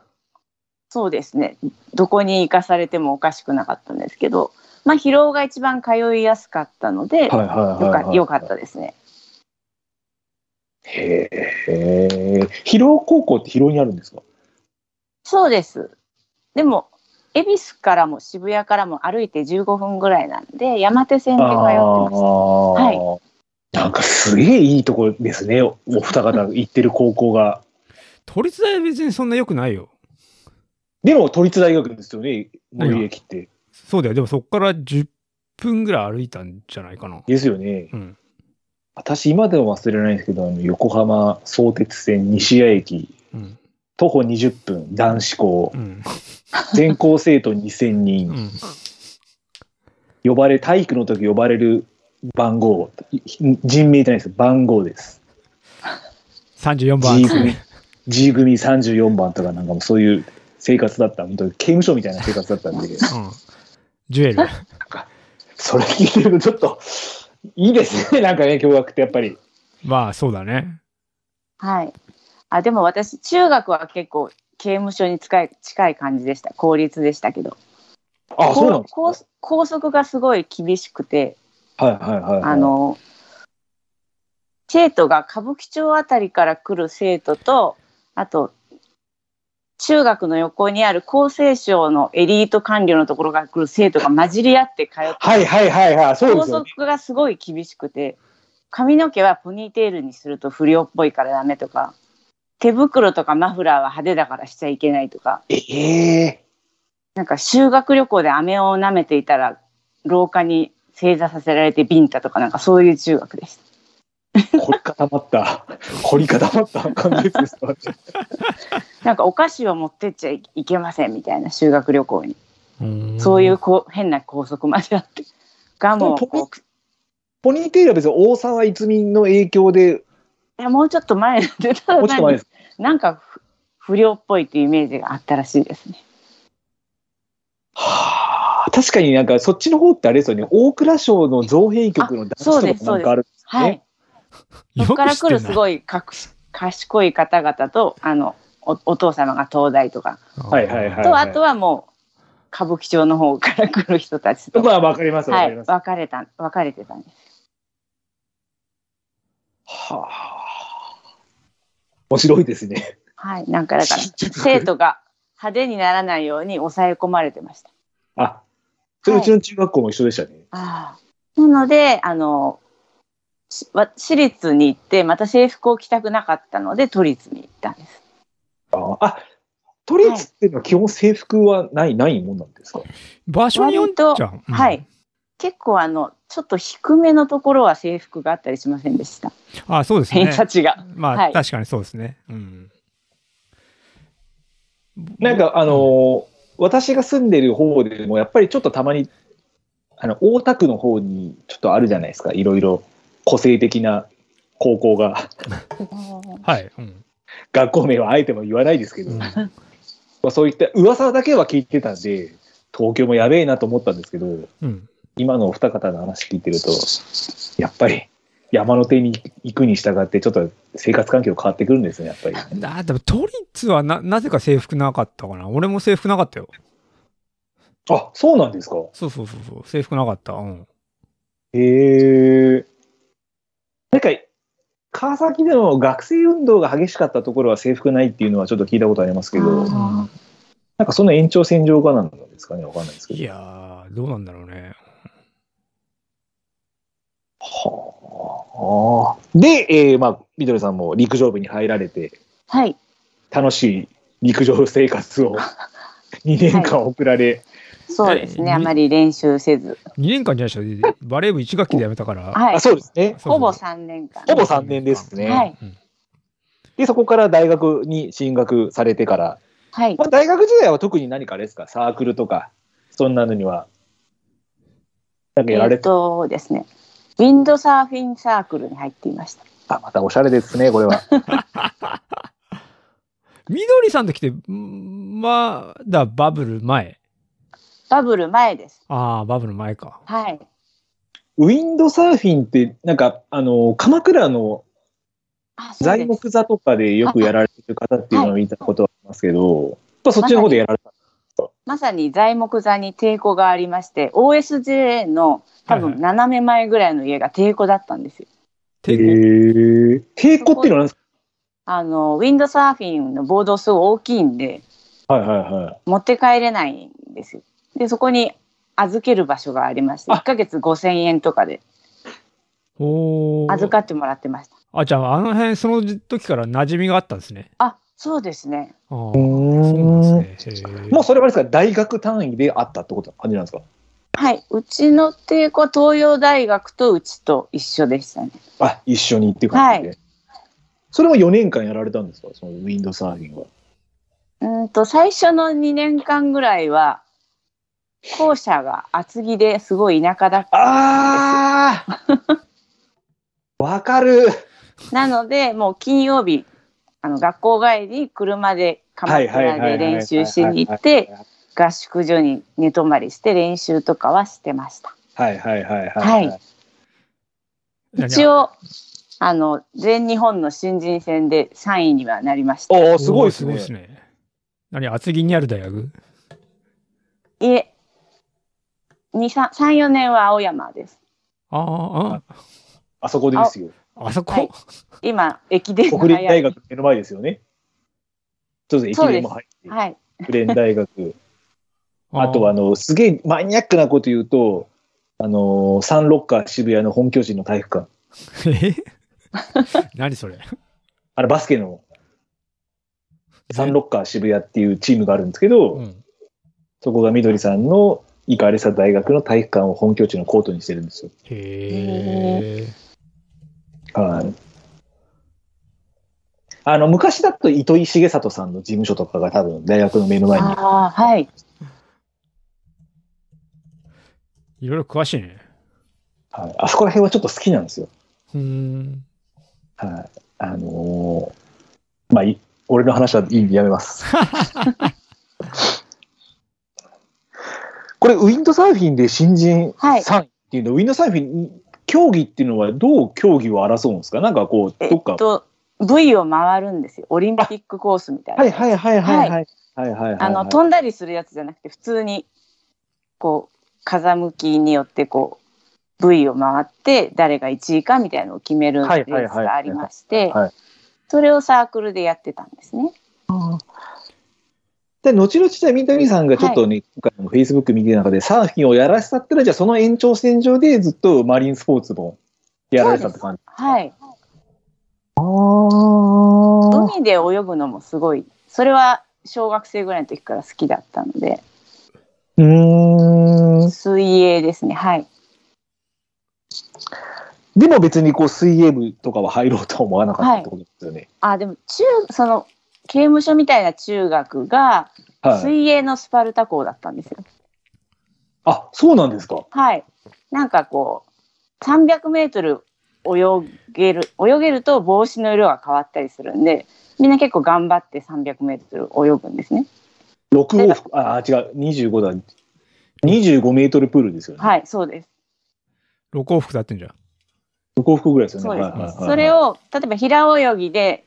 Speaker 3: そうですね、どこに行かされてもおかしくなかったんですけど、まあ、疲労が一番通いやすかったの
Speaker 1: は
Speaker 3: で、
Speaker 1: いはい
Speaker 3: よ
Speaker 1: はい、
Speaker 3: か
Speaker 1: はい。
Speaker 3: よかったですね。
Speaker 1: へえ。広尾高校って広尾にあるんですか
Speaker 3: そうです。でも、恵比寿からも渋谷からも歩いて15分ぐらいなんで、山手線で通ってまし
Speaker 1: あ
Speaker 3: た。
Speaker 1: ーなんかすげえいいとこですね。おお二方行ってる高校が。
Speaker 2: 都立大は別にそんな良くないよ。
Speaker 1: でも都立大学ですよね。最寄り駅って。
Speaker 2: そうだよ。でもそこから10分ぐらい歩いたんじゃないかな。
Speaker 1: ですよね。
Speaker 2: うん。
Speaker 1: 私今でも忘れられないんですけど、あの横浜相鉄線西谷駅
Speaker 2: うん。
Speaker 1: 徒歩20分、男子校
Speaker 2: う、ん。
Speaker 1: 全校生徒2000人、
Speaker 2: うん。
Speaker 1: 呼ばれ、体育の時呼ばれる番号、い人名じゃないです、番号です。
Speaker 2: 34番
Speaker 1: G 組、G 組34番とかなんかもうそういう生活だった、本当に刑務所みたいな生活だったん で、
Speaker 2: うん。ジュエル。
Speaker 1: それ聞いてるとちょっと、いいですね、なんかね、驚愕ってやっぱり。
Speaker 2: まあ、そうだね。
Speaker 3: はい。あ、でも私、中学は結構刑務所に近い近い感じでした。公立でしたけど。
Speaker 1: あ、そうなんです
Speaker 3: 校校則がすごい厳しくて、
Speaker 1: か。はいはいはいはい。
Speaker 3: あの、生徒が歌舞伎町あたりから来る生徒と、あと、中学の横にある厚生省のエリート官僚のところから来る生徒が混じり合って通って、
Speaker 1: はいはいはいはい、そうで
Speaker 3: 校
Speaker 1: すよね。
Speaker 3: 則がすごい厳しくて、髪の毛はポニーテールにすると不良っぽいからダメとか、手袋とかマフラーは派手だからしちゃいけないとか、
Speaker 1: ええ
Speaker 3: なんか修学旅行で飴を舐めていたら廊下に正座させられてビンタとかなんかそういう中学でした。
Speaker 1: 凝り固まった、 凝り固まった感じですね。
Speaker 3: なんかお菓子は持ってっちゃいけませんみたいな修学旅行に、
Speaker 2: うん
Speaker 3: そういうこう変な校則まで あってガムを
Speaker 1: ポニ
Speaker 3: こう
Speaker 1: ポニーテールは別に大沢逸美の影響で、
Speaker 3: いやもうちょっと前なんでた
Speaker 1: も
Speaker 3: だ
Speaker 1: うちょっと前で
Speaker 3: 単
Speaker 1: す。
Speaker 3: になんか不不良っぽいっていうイメージがあったらしいですね。
Speaker 1: はあ、確かになんかそっちの方ってあれですよね、大蔵省の造幣局の男
Speaker 3: あそう
Speaker 1: 子
Speaker 3: で
Speaker 1: と
Speaker 3: す
Speaker 1: かなんかある。
Speaker 3: はい。そこから来るすごいかくし賢い方々とあのおお父様が東大とか
Speaker 1: はいはいはい
Speaker 3: と、あとはもう歌舞伎町の方から来る人たちと、
Speaker 1: まあ、わかります、わ
Speaker 3: は
Speaker 1: かり
Speaker 3: い、
Speaker 1: ます。
Speaker 3: 分かれた分かれてたんです。
Speaker 1: はあ。面白いですね。
Speaker 3: はい、なんか だから生徒が派手にならないように抑え込まれてました。
Speaker 1: あ、それうちの中学校も一緒でしたね。
Speaker 3: ああなのであのしわ私立に行ってまた制服を着たくなかったので都立に行ったんです。
Speaker 1: ああ、都立っていうのは基本制服はない、ないもんなんですか
Speaker 2: 場所によっちゃう。うん
Speaker 3: はい。結構あのちょっと低めのところは制服があったりしませんでした
Speaker 2: あ、そうですね
Speaker 3: 偏。差値が。
Speaker 2: ま
Speaker 3: は
Speaker 2: あ、
Speaker 3: い
Speaker 2: 確かにそうですね。うん。
Speaker 1: なんか、あのー私が住んでる方でも、やっぱりちょっとたまに、あの、大田区の方にちょっとあるじゃないですか、いろいろ個性的な高校が、
Speaker 2: はい。うん
Speaker 1: 学校名はあえても言わないですけど、
Speaker 2: うん
Speaker 1: まあ、そういった噂だけは聞いてたんで、東京もやべえなと思ったんですけど、
Speaker 2: うん。
Speaker 1: 今のお二方の話聞いてると、やっぱり山の手に行くに従って、ちょっと生活環境変わってくるんですね、やっぱり。
Speaker 2: あでも都立はななぜか制服なかったかな俺も制服なかったよ
Speaker 1: あ、そうなんですか。
Speaker 2: そうそうそうそう制服なかったうん
Speaker 1: へえ。なんか、川崎での学生運動が激しかったところは制服ないっていうのはちょっと聞いたことありますけど、
Speaker 3: あー
Speaker 1: なんかその延長線上がなんですかね、わかんないですけ
Speaker 2: い
Speaker 1: ど。
Speaker 2: やーどうなんだろうね
Speaker 1: はあ。で、えーまあ、みどりさんも陸上部に入られて、
Speaker 3: はい
Speaker 1: 楽しい陸上生活 を2年間送られ、
Speaker 3: そうですね
Speaker 2: え
Speaker 3: あまり練習せず
Speaker 2: 2年間じゃないでしょバレー部1学期で辞めたから、
Speaker 3: はい
Speaker 1: あそうですね。
Speaker 2: そうそう
Speaker 3: ほぼ3年間
Speaker 1: ほぼ3年ですね
Speaker 3: はい
Speaker 2: うん
Speaker 1: で、そこから大学に進学されてから、
Speaker 3: はい
Speaker 1: まあ、大学時代は特に何かあれですか、サークルとか、そんなのには、なんか
Speaker 3: え
Speaker 1: やられ、
Speaker 3: ーってとですねウィンドサーフィンサークルに入っていました
Speaker 1: あ、またおしゃれですね、これは。
Speaker 2: みどりさんと来てんまだバブル前
Speaker 3: バブル前です
Speaker 2: ああバブル前か
Speaker 3: はい
Speaker 1: ウィンドサーフィンって、なんか、あの、鎌倉の
Speaker 3: あそう
Speaker 1: 材
Speaker 3: です
Speaker 1: 木座とかでよくやられてる方っていうのを見たことはありますけど、やっぱそっちの方でやられた。
Speaker 3: まさに材木座に抵抗がありまして OSJ の多
Speaker 2: はいは
Speaker 3: 分
Speaker 2: い
Speaker 3: 斜め前ぐらいの家が抵抗だったんですよ
Speaker 1: へ
Speaker 2: 抵抗、
Speaker 1: ー抵抗っていうのは何です
Speaker 3: あのウィンドサーフィンのボードすごい大きいんで
Speaker 1: かはいはいはい。
Speaker 3: 持って帰れないんですよでそこに預ける場所がありまして
Speaker 1: あ
Speaker 3: 1ヶ月5,000円とかで
Speaker 2: おー
Speaker 3: 預かってもらってました
Speaker 2: あじゃああの辺その時から馴染みがあったんですね
Speaker 3: あそうですね
Speaker 2: ああ
Speaker 1: う
Speaker 2: そうなんですねへー
Speaker 1: もうそれはあれですか、大学単位であったってこと感じなんですか
Speaker 3: はいうちの抵抗は東洋大学とうちと一緒でしたね
Speaker 1: あ、一緒にっていう感じで。
Speaker 3: は
Speaker 1: それは4年間やられたんですかそのウィンドサーフィンは。
Speaker 3: うーんと最初の2年間ぐらいは校舎が厚木ですごい田舎だった
Speaker 1: ああ わかる
Speaker 3: なのでもう金曜日あの学校帰り車で鎌倉で練習しに行って合宿所に寝泊まりして練習とかはしてました。
Speaker 1: はいはいはいはい。
Speaker 3: はい
Speaker 2: 何
Speaker 3: 一応あの全日本の新人戦で3位にはなりました。
Speaker 1: おお、すごいです
Speaker 2: おー
Speaker 1: ね。
Speaker 2: ね何厚木にある大学
Speaker 3: いえ34年は青山です。
Speaker 2: あーあ
Speaker 1: あそこでですよ。
Speaker 2: あそこ、
Speaker 3: はい今駅伝が
Speaker 1: 国立
Speaker 3: 早
Speaker 1: 大
Speaker 3: い
Speaker 1: 学の目の前ですよね。そうですね、駅伝も入って、
Speaker 3: はい
Speaker 1: 国連大 学。
Speaker 2: あー
Speaker 1: あとは、あの、すげえマニアックなこと言うと、あのーサンロッカー渋谷の本拠地の体育館。
Speaker 2: え 何それ
Speaker 1: あれ、バスケのサンロッカー渋谷っていうチームがあるんですけど、
Speaker 2: うん
Speaker 1: そこがみどりさんのイカレサ大学の体育館を本拠地のコートにしてるんですよ。
Speaker 2: へえ。
Speaker 1: はい。あの、昔だと糸井重里さんの事務所とかが多分大学の目の前に。
Speaker 3: あーはい
Speaker 2: いろいろ詳しいね。
Speaker 1: はい、あそこら辺はちょっと好きなんですよ。
Speaker 2: うーん。
Speaker 1: はい。あのーまあいい、俺の 話はいいんでやめます。これ、ウィンドサーフィンで新人
Speaker 3: はい
Speaker 1: 3位っていうの、ウィンドサーフィン、競技っていうのはどう競技を争うんですかなんかこう、
Speaker 3: え
Speaker 1: どっ
Speaker 3: っ
Speaker 1: か。
Speaker 3: と、V を回るんですよ。オリンピックコースみたいな。
Speaker 1: はいはいはいはいはい。はいはいはい。
Speaker 3: あの、飛んだりするやつじゃなくて、普通に、こう、風向きによって、こう、V を回って、誰が1位かみたいなのを決めるレ
Speaker 1: はいはいはい
Speaker 3: ースがありまして、
Speaker 1: はい。
Speaker 3: それをサークルでやってたんですね。
Speaker 1: で、後々じゃあ、三谷さんがちょっとね、今回の Facebook 見てる中で、サーフィンをやらせたったら、じゃあその延長線上でずっとマリンスポーツもやられたって感じ。
Speaker 3: はい。
Speaker 1: ああ。
Speaker 3: 海で泳ぐのもすごい。それは小学生ぐらいの時から好きだったので、
Speaker 1: うーん。
Speaker 3: 水泳ですね。はい。
Speaker 1: でも別にこう、水泳部とかは入ろうとは思わなかったってことですよね。
Speaker 3: あ、でも、中、その、刑務所みたいな中学が、
Speaker 1: はい。
Speaker 3: 水泳のスパルタ校だったんですよ。
Speaker 1: あ、そうなんですか。
Speaker 3: はい。なんかこう、300メートル泳げる、泳げると帽子の色が変わったりするんで、みんな結構頑張って300メートル泳ぐんですね。
Speaker 1: 6往復、あ、違う、25だ。25メートルプールですよね。
Speaker 3: はい、そうです。
Speaker 2: 6往復だってんじゃん。
Speaker 1: 6往復ぐらいですよね。
Speaker 3: そうです
Speaker 1: はいはいはいはい
Speaker 3: それを、例えば平泳ぎで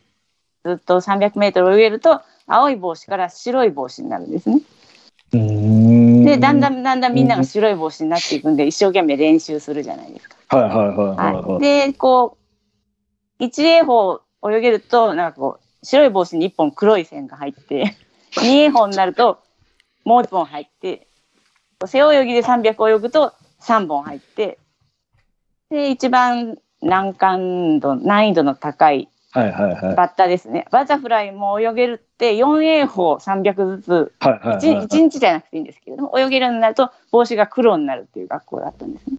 Speaker 3: ずっと300メートル泳げると、青い帽子から白い帽子になるんですね。
Speaker 1: うーん
Speaker 3: で、だんだんだんだんみんなが白い帽子になっていくんで、一生懸命練習するじゃないですか。
Speaker 1: はいはいはいはい
Speaker 3: は
Speaker 1: はい
Speaker 3: い、でこう一泳法泳げるとなんかこう白い帽子に1本黒い線が入って 二泳法になるともう1本入って背泳ぎで300泳ぐと3本入ってで一番難関度難易度の高い
Speaker 1: はいはいはい
Speaker 3: バッタですねバタフライも泳げるって4泳法300ずつ
Speaker 1: はいはいはいはい
Speaker 3: 1, 日じゃなくていいんですけれども泳げるようになると帽子が黒になるっていう学校だったんですね。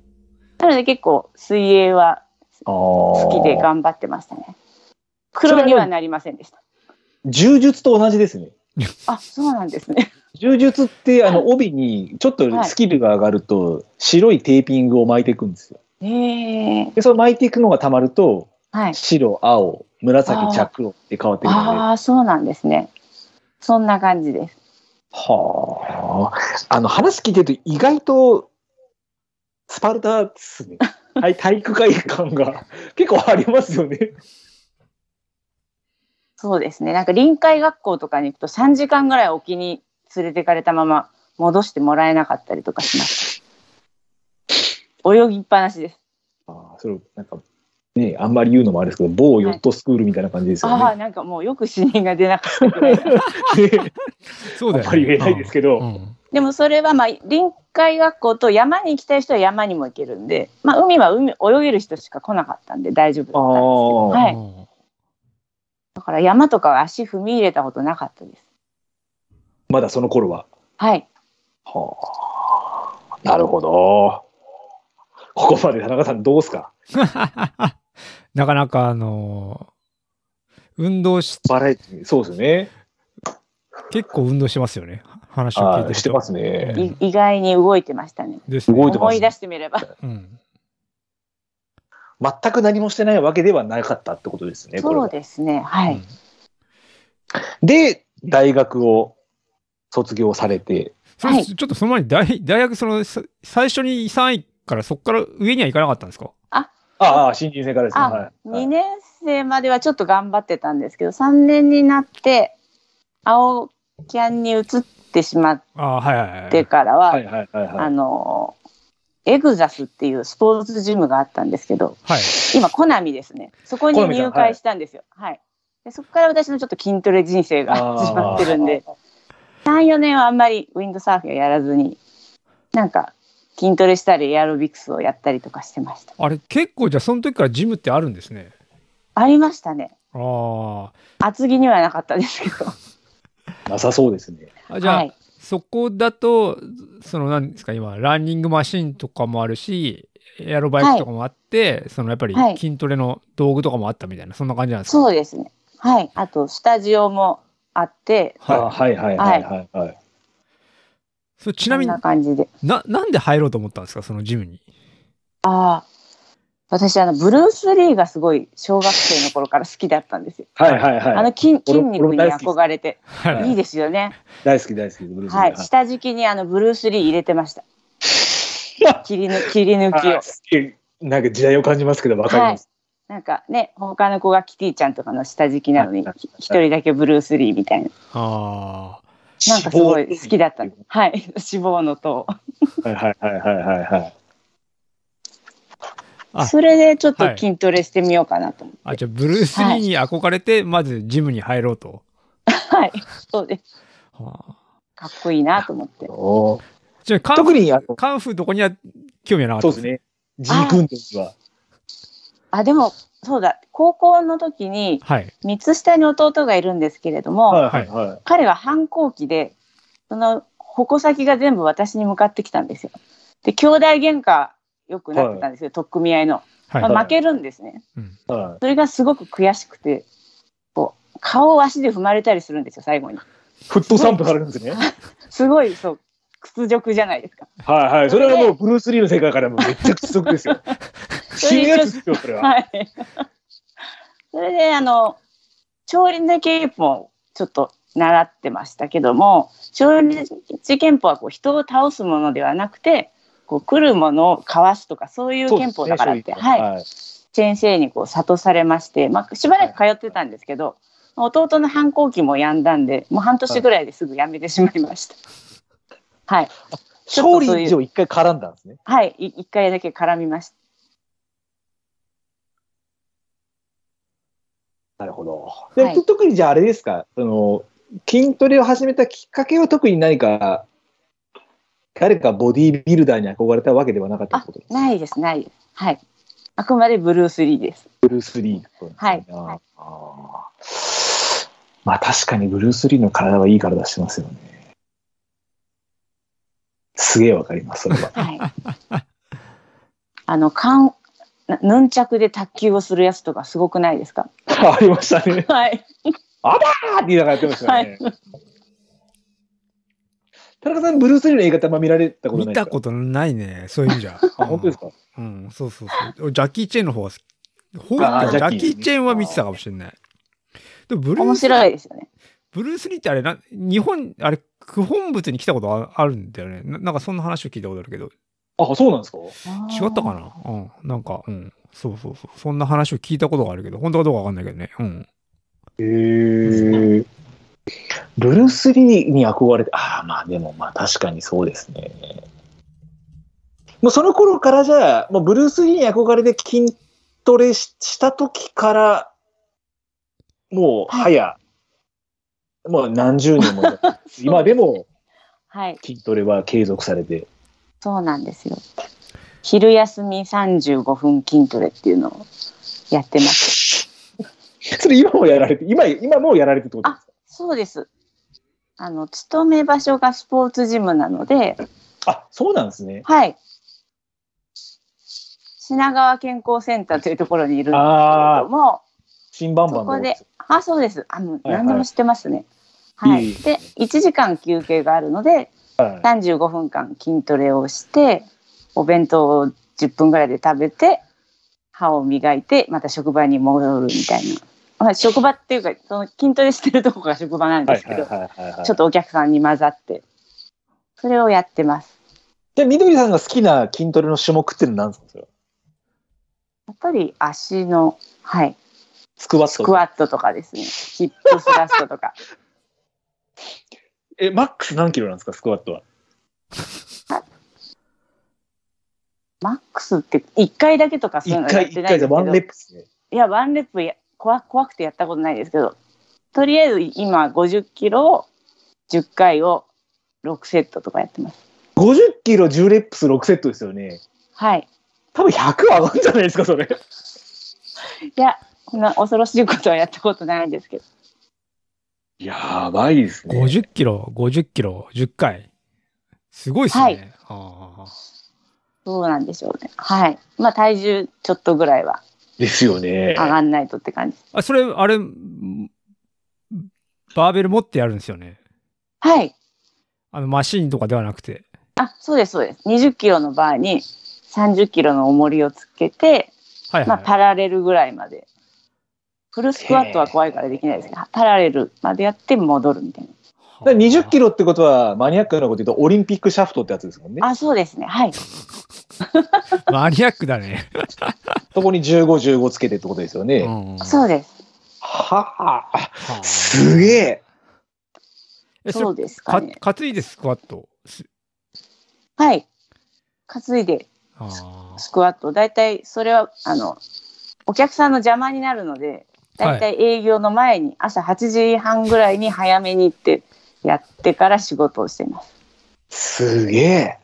Speaker 3: なので結構水泳は
Speaker 1: あ
Speaker 3: 好
Speaker 1: 好
Speaker 3: きで頑張ってましたね。黒にはなりませんでした。
Speaker 1: 柔術と同じですね。
Speaker 3: あ、そうなんですね。
Speaker 1: 柔術ってあの帯にちょっとスキルが上がると白いテーピングを巻いていくんですよ。
Speaker 3: へえ。
Speaker 1: でその巻いていくのがたまると
Speaker 3: はい。
Speaker 1: 白青紫着黒って変わってくるので。
Speaker 3: ああ、そうなんですね。そんな感じです。
Speaker 1: はあ。あの話聞いてると意外とスパルタですね。はい、体育会感が結構ありますよね。
Speaker 3: そうですね。なんか臨海学校とかに行くと3時間ぐらい沖に連れてかれたまま戻してもらえなかったりとかします。泳ぎっぱなしです。
Speaker 1: あーそれなんかねあんまり言うのもあれですけど某ヨットスクールみたいな感じですよね。
Speaker 3: ああ、なんかもうよく死人が出なかったぐらいな。
Speaker 1: ね
Speaker 2: そう
Speaker 1: あ
Speaker 2: だ
Speaker 1: ん
Speaker 2: よ、ね。
Speaker 1: まり言えないですけど、
Speaker 2: うんうん
Speaker 3: でもそれはまあ臨海学校と山に行きたい人は山にも行けるんで、まあ、海は海泳げる人しか来なかったんで大丈夫だったんですけど、
Speaker 1: あー
Speaker 3: はい、だから山とかは足踏み入れたことなかったです。
Speaker 1: まだその頃は。
Speaker 3: はい、
Speaker 1: はあ、なるほど。ここまで田中さんどうですか
Speaker 2: なかなかあのー運動し、
Speaker 1: バラエティそうですよね。
Speaker 2: 結構運動してますよね。話を聞い
Speaker 1: あ
Speaker 2: て
Speaker 1: ー
Speaker 2: る
Speaker 1: してますね。
Speaker 3: い意外に動いてましたね
Speaker 2: ですね
Speaker 1: 動いてます
Speaker 3: 思い出してみれば
Speaker 2: うん。
Speaker 1: 全く何もしてないわけではなかったってことですね。これ
Speaker 3: そう
Speaker 1: は
Speaker 3: ですねは
Speaker 2: う
Speaker 3: い、
Speaker 2: ん
Speaker 1: で、大学を卒業されて、
Speaker 2: それ
Speaker 3: はい
Speaker 2: ちょっとその前に大大学そのさ最初に3位からそこから上には行かなかったんですか
Speaker 1: ああ、新人生からですね。
Speaker 3: あ
Speaker 1: はいはい
Speaker 3: 2年生まではちょっと頑張ってたんですけど3年になって青キャンに移ってしまっ
Speaker 2: ああはいはいはい。
Speaker 3: てからは、
Speaker 1: はいはいはいは
Speaker 3: あ
Speaker 1: い。
Speaker 3: のエグザスっていうスポーツジムがあったんですけど
Speaker 2: はい。
Speaker 3: 今コナミですねそこに
Speaker 1: コナミさん
Speaker 3: 入会したんですよはい、でそこから私のちょっと筋トレ人生が
Speaker 1: あー
Speaker 3: 始まってるんで34年はあんまりウィンドサーフィンをやらずになんか筋トレしたりエアロビクスをやったりとかしてました
Speaker 2: あれ結構じゃあその時からジムってあるんですね。
Speaker 3: ありましたね
Speaker 2: あ
Speaker 3: 厚着にはなかったで すけど
Speaker 1: なさそうですね。
Speaker 2: あ。あじゃあ、
Speaker 3: はい、
Speaker 2: そこだとその何ですか今ランニングマシンとかもあるしエアロバイクとかもあって、そのやっぱり
Speaker 3: はい
Speaker 2: 筋トレの道具とかもあったみたいなそんな感じなんですか
Speaker 3: そうですねはいあとスタジオもあって
Speaker 1: ああ
Speaker 2: は
Speaker 1: はいはいはいはいはい。
Speaker 2: い、それちなみに
Speaker 3: こんな感じで
Speaker 2: ななんで入ろうと思ったんですかそのジムに。
Speaker 3: ああ私あのブルース・リーがすごい小学生の頃から好きだったんですよ。
Speaker 1: はいはいはい。
Speaker 3: あの筋筋肉
Speaker 1: 俺
Speaker 3: に
Speaker 1: 大好きです
Speaker 3: 憧れて
Speaker 2: はい
Speaker 3: いいですよね。
Speaker 1: 大好き大好き。ブルース・
Speaker 3: はい、下敷きにあのブルース・リー入れてました。切 りぬ切り抜きを。
Speaker 1: リーはい。なんか時代を感じますけど、わかります。
Speaker 3: なんかね他の子がキティちゃんとかの下敷きなのに
Speaker 1: はい
Speaker 3: ひ一人だけブルース・リーみたいな
Speaker 2: あ
Speaker 3: なんかすごい好きだった。はい脂肪の塔。
Speaker 1: はいはいはいはいはいはい。
Speaker 2: あ
Speaker 3: それでちょっと
Speaker 2: はい
Speaker 3: 筋トレしてみようかなと思って。
Speaker 2: あ。あ、じゃあ、ブルース・リーに憧れて、まずジムに入ろうと。
Speaker 3: はい、そうです。
Speaker 2: はあ
Speaker 3: かっこいいなと思って。
Speaker 1: おー
Speaker 2: ちなみにカン
Speaker 1: 特
Speaker 2: フ
Speaker 1: にあの
Speaker 2: カンフーどこには興味はなか
Speaker 1: そ
Speaker 2: っ
Speaker 1: う
Speaker 2: た
Speaker 1: です
Speaker 2: ね。
Speaker 1: ね。ジーク運動には。
Speaker 3: あ、でも、そうだ、高校の時に、
Speaker 2: はい。
Speaker 3: 三つ下に弟がいるんですけれども、
Speaker 1: はいはいはい。
Speaker 3: 彼は反抗期で、その矛先が全部私に向かってきたんですよ。で、兄弟喧嘩よくなってたんですよ、取っ組み合いの。
Speaker 2: はい。
Speaker 3: ま
Speaker 1: は
Speaker 3: あ、
Speaker 1: い
Speaker 3: 負けるんですね。
Speaker 2: うん
Speaker 1: は
Speaker 3: それがすごく悔しくて、こう、顔を足で踏まれたりするんですよ、最後に。
Speaker 1: い。フットサンプされるんですね。
Speaker 3: すごい、そう、屈辱じゃないですか。
Speaker 1: はいはい。それはもうブルース・リーの世界からもうめっちゃ屈辱です よ。死ぬやつですよ、それは。
Speaker 3: はい。それで、あの、調理の憲法をちょっと習ってましたけども、調理憲法はこう人を倒すものではなくて、こう来るものをかわすとか、そういう憲法だからっ
Speaker 1: そ
Speaker 3: て、
Speaker 1: うですね
Speaker 3: はい、
Speaker 1: はい。
Speaker 3: 先生にこう諭されまして、まあ、しばらく通ってたんですけど、弟の反抗期もやんだんで、もう半年ぐらいですぐやめてしまいました。はい、ちょっ
Speaker 1: 勝
Speaker 3: とそういう
Speaker 1: 利以上一回絡んだんですね。
Speaker 3: はい、い一回だけ絡みました。
Speaker 1: なるほど。で、
Speaker 3: はい
Speaker 1: 特にじゃああれですか、その筋トレを始めたきっかけは特に何か、誰かボディービルダーに憧れたわけではなかったっ
Speaker 3: あ
Speaker 1: てこと、
Speaker 3: ないです、ないです。はい。あくまでブルース・リーです。
Speaker 1: ブルース・リーのことなんですね。
Speaker 3: はい。
Speaker 1: あーまあ確かにブルース・リーの体はいい体してますよね。すげえわかります、それは
Speaker 3: はい。あの、かん、なヌンチャクで卓球をするやつとかすごくないですか。
Speaker 1: ありましたね。
Speaker 3: はい。
Speaker 1: あーって言いながらやってましたね。田中さん、ブルース・リーの映画ってあんま見られたことな
Speaker 2: 見
Speaker 1: いです
Speaker 2: た
Speaker 1: か
Speaker 2: ことないね。そういう意味じゃ。
Speaker 1: あ、本当ですか
Speaker 2: うん、そうそうそう。ジャッキー・チェンの方は、ほん
Speaker 1: あー
Speaker 2: ジ
Speaker 1: ジ
Speaker 2: ャ
Speaker 1: ャ
Speaker 2: ッ
Speaker 1: ッ
Speaker 2: キ
Speaker 1: キー
Speaker 2: ー・チェンは見てたかもしれない。でもブルー
Speaker 3: 面
Speaker 2: ス・
Speaker 3: 白いですよね。
Speaker 2: ブルース・リーってあれな、日本、あれ、九本物に来たことああるんだよねな。なんかそんな話を聞いたことあるけど、
Speaker 1: あ、そうなんですか
Speaker 2: 違ったかなうん、なんか、うん、そうそうそう。そんな話を聞いたことがあるけど、本当かどうかわかんないけどね。うん。
Speaker 1: へーブルース・リーに憧れて、ああ、まあでも、まあ確かにそうですね。もうその頃からじゃあ、もうブルース・リーに憧れて筋トレしした時から、もう早、もう何十年も、 今でも
Speaker 3: はい。
Speaker 1: 筋トレは継続されて、
Speaker 3: そうなんですよ。昼休み三十五分筋トレっていうのをやってます。
Speaker 1: それ今もやられて、今、今もうやられてるってことですか
Speaker 3: そうです。あの勤め場所がスポーツジムなので、
Speaker 1: あそうなんですね。
Speaker 3: はい。品川健康センターというところにいるんですけれ
Speaker 1: ああ、
Speaker 3: ども、
Speaker 1: 新バンバ
Speaker 3: そ
Speaker 1: ンの
Speaker 3: こで、あ、そうです。あの、
Speaker 1: はい
Speaker 3: 何でも知ってますね。はい
Speaker 1: いい
Speaker 3: で、1時間休憩があるので、
Speaker 1: はい
Speaker 3: 35分間筋トレをして、お弁当を10分ぐらいで食べて、歯を磨いて、また職場に戻るみたいな。まあ、職場っていうか、その筋トレしてるとこが職場なん
Speaker 1: は
Speaker 3: で
Speaker 1: い
Speaker 3: すけ
Speaker 1: は
Speaker 3: ど、
Speaker 1: いはいはいはい。
Speaker 3: ちょっとお客さんに混ざって、それをやってます。
Speaker 1: で、みどりさんが好きな筋トレの種目っていうのは何ですかそれは
Speaker 3: やっぱり足の、はい、
Speaker 1: スクワット。
Speaker 3: スクワットとかですね。ヒップスラストとか。
Speaker 1: え、マックス何キロなんですか、スクワットは。
Speaker 3: マックスって1回だけとかそういう
Speaker 1: 一
Speaker 3: のや
Speaker 1: 回、
Speaker 3: って
Speaker 1: 一
Speaker 3: ないん
Speaker 1: 回
Speaker 3: で
Speaker 1: です
Speaker 3: けど
Speaker 1: ワンレップですね。
Speaker 3: いや、ワンレップや怖怖くてやったことないですけど、とりあえず今50キロを10回を6セットとかやってます。
Speaker 1: 50キロ10レップス6セットですよね。
Speaker 3: はい。
Speaker 1: 多分100上がるんじゃないですか、それ。
Speaker 3: いや、こんな恐ろしいことはやったことないんですけど。
Speaker 1: やばいですね。
Speaker 2: 50キロ、50キロ、10回。すごいっすね。
Speaker 3: はい
Speaker 2: あ
Speaker 3: どうなんでしょうね。はい。まあ体重ちょっとぐらいは
Speaker 1: ですよね
Speaker 3: 上。がんないとって感じ。
Speaker 2: ーあ、それ、あれ、んバーベル持ってやるんですよね。
Speaker 3: はい。
Speaker 2: あの、マシンとかではなくて。
Speaker 3: あ、そうです、そうです。20キロのバーに30キロの重りをつけて、
Speaker 2: はい
Speaker 3: まあ、
Speaker 2: はい。
Speaker 3: パラレルぐらいまで。フルスクワットは怖いからできないですけど、パラレルまでやって戻るみたい
Speaker 1: だから20キ
Speaker 2: ロ。
Speaker 1: ロってことは、マニアックなこと言うと、オリンピックシャフトってやつですもんね
Speaker 3: な。。あ、そうですね。はい。
Speaker 2: マニアックだ ね。
Speaker 1: そこに15、15つけてってことですよね。
Speaker 2: うん
Speaker 3: そうです。
Speaker 1: はあ、
Speaker 2: はあ
Speaker 1: すげえ。
Speaker 2: えそ
Speaker 3: そ
Speaker 2: れ
Speaker 3: うですか
Speaker 2: か
Speaker 3: ね。
Speaker 2: 担いでスクワットす
Speaker 3: はい。担いで
Speaker 2: あ
Speaker 3: スクワット。大体それは、あの、お客さんの邪魔になるので、大体営業の前に朝8時半ぐらいに早めに行って、やってから仕事をしています。
Speaker 1: すげえ。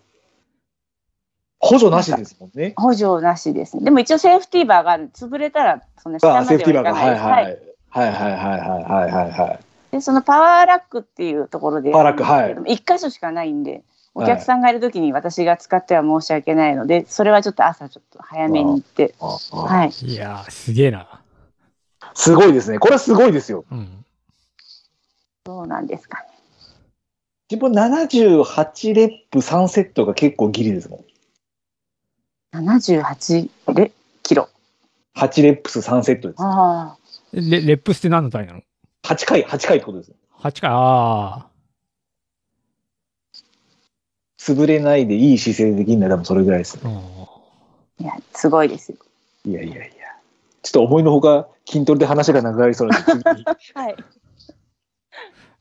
Speaker 1: 補助なしですもんね。
Speaker 3: 補助なしですね。でも一応セーフティーバーがある。潰れたら、そんな下
Speaker 1: あ
Speaker 3: ま
Speaker 1: セー
Speaker 3: で
Speaker 1: フティー
Speaker 3: は
Speaker 1: バ
Speaker 3: い
Speaker 1: ーが。
Speaker 3: か
Speaker 1: は
Speaker 3: ないい
Speaker 1: は
Speaker 3: で
Speaker 1: い
Speaker 3: す。
Speaker 1: は
Speaker 3: はい
Speaker 1: い。はいはいはいはいはいはい。
Speaker 3: でそのパワーラックっていうところで
Speaker 1: パワーラックはい
Speaker 3: 1箇所しかないんで
Speaker 1: はい
Speaker 3: お客さんがいる時に私が使っては申し訳ないので、それはちょっと朝ちょっと早めに行って、
Speaker 1: ああ
Speaker 3: はい、
Speaker 2: ーいやーすげえな。
Speaker 1: すごいですね。これはすごいですよ。
Speaker 2: うん。
Speaker 3: そうなんですかね
Speaker 1: 自分78レップ3セットが結構ギリですもん。
Speaker 3: 78レキロ
Speaker 1: 8レップス3セットです。
Speaker 3: あ
Speaker 2: レレップスって何の単位なの
Speaker 1: 8回、8回ってことです。
Speaker 2: ?8 回。ああ。
Speaker 1: 潰れないでいい姿勢でできるなら多分それぐらいですね。
Speaker 2: うん
Speaker 3: あいやすごいですよ
Speaker 1: いやいやいや。ちょっと思いのほか筋トレで話がなくなりそうなんで次に
Speaker 3: はい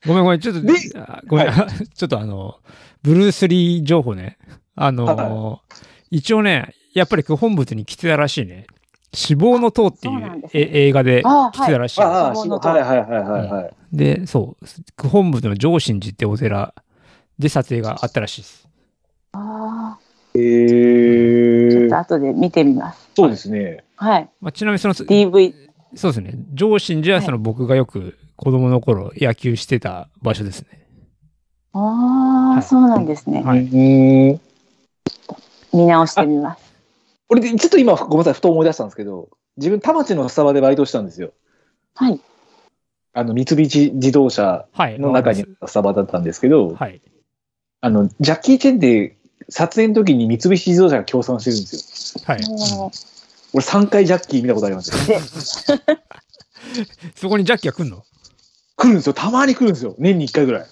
Speaker 2: ごめんごめん、ちょっと
Speaker 1: で、
Speaker 2: あごめん、 ちょっとあの、ブルース・リー情報ね。あのー、一応ね、やっぱり本物に来てたらしいね。死亡の塔ってい
Speaker 3: あそうなん
Speaker 2: う
Speaker 3: ですね
Speaker 2: え映画で
Speaker 3: あ
Speaker 2: 来てたらしい
Speaker 1: あ
Speaker 2: の。
Speaker 1: あ、あ
Speaker 3: そう思うと
Speaker 1: あはいはいはいはいはい。
Speaker 2: で、そう、九本部の上神寺ってお寺で撮影があったらしいです。
Speaker 3: あーちょ
Speaker 1: え
Speaker 3: っと
Speaker 1: ー、
Speaker 3: 後で見てみます
Speaker 1: そうですね。
Speaker 3: はい
Speaker 2: まあ、ちなみにその、そう
Speaker 3: DV
Speaker 2: ですね、上神寺は
Speaker 3: はい
Speaker 2: その僕がよく子供の頃野球してた場所ですね。
Speaker 3: ああ、
Speaker 2: はい
Speaker 3: そうなんですね、
Speaker 2: はいう
Speaker 1: ーん。
Speaker 3: 見直してみます
Speaker 1: 俺で、ちょっと今、ごめんなさい、ふと思い出したんですけど、自分、田町のスタバでバイトしたんですよ。
Speaker 3: はい
Speaker 1: あの、三菱自動車
Speaker 2: はい。
Speaker 1: の中にあったスタバだったんですけど、
Speaker 2: はい。
Speaker 1: あの、ジャッキー・チェンで撮影の時に三菱自動車が協賛してるんですよ。
Speaker 2: はい。
Speaker 3: もう
Speaker 1: 俺3回ジャッキー見たことありますよ。
Speaker 3: で
Speaker 2: そこにジャッキーが来んの
Speaker 1: 来るんですよ。たまに来るんですよ。年に1回ぐらい。
Speaker 2: へ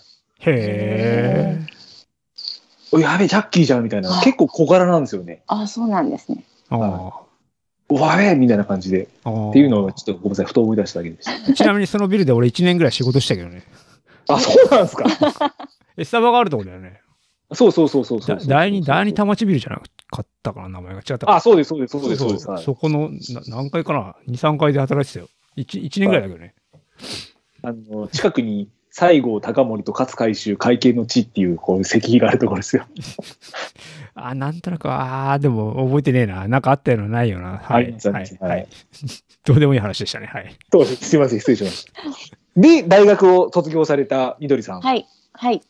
Speaker 2: え。
Speaker 1: おやべえ、ジャッキーじゃんみたいな。
Speaker 3: はい
Speaker 1: 結構小柄なんですよね。
Speaker 3: あそうなんですね
Speaker 2: あ
Speaker 1: は
Speaker 2: ー
Speaker 1: おやべえみたいな感じで。
Speaker 2: あー
Speaker 1: っていうのをちょっとごめんなさい、ふと思い出しただけ でし
Speaker 2: ちなみにそのビルで俺1年ぐらい仕事したけどね。
Speaker 1: た。あ、そうなんですか
Speaker 2: えスタバがあるとこだよね。
Speaker 1: そうそうそうそうそ
Speaker 2: だ
Speaker 1: うそう。
Speaker 2: 第二、第二田町ビルじゃなかったかな、名前が違ったかな。
Speaker 1: あ、そうです、そうです、そうです、そうです。はい
Speaker 2: そこのな何階かな ?2、3階で働いてたよ。1, 一年ぐらいだけどね。
Speaker 1: あの、近くに西郷隆盛と勝海舟会見の地っていう、こういう石碑があるところですよ。
Speaker 2: あ、なんとなく、ああ、でも覚えてねえな。なんかあったような、ないよな。は
Speaker 1: あり
Speaker 2: い。
Speaker 1: ま
Speaker 2: は
Speaker 1: すあり
Speaker 2: い。は
Speaker 1: ます
Speaker 2: い
Speaker 1: は
Speaker 2: はいい、どうでもいい話でしたね。はい。
Speaker 1: そうです。すいません、失礼しました。で、大学を卒業されたみどりさん。
Speaker 3: はいはい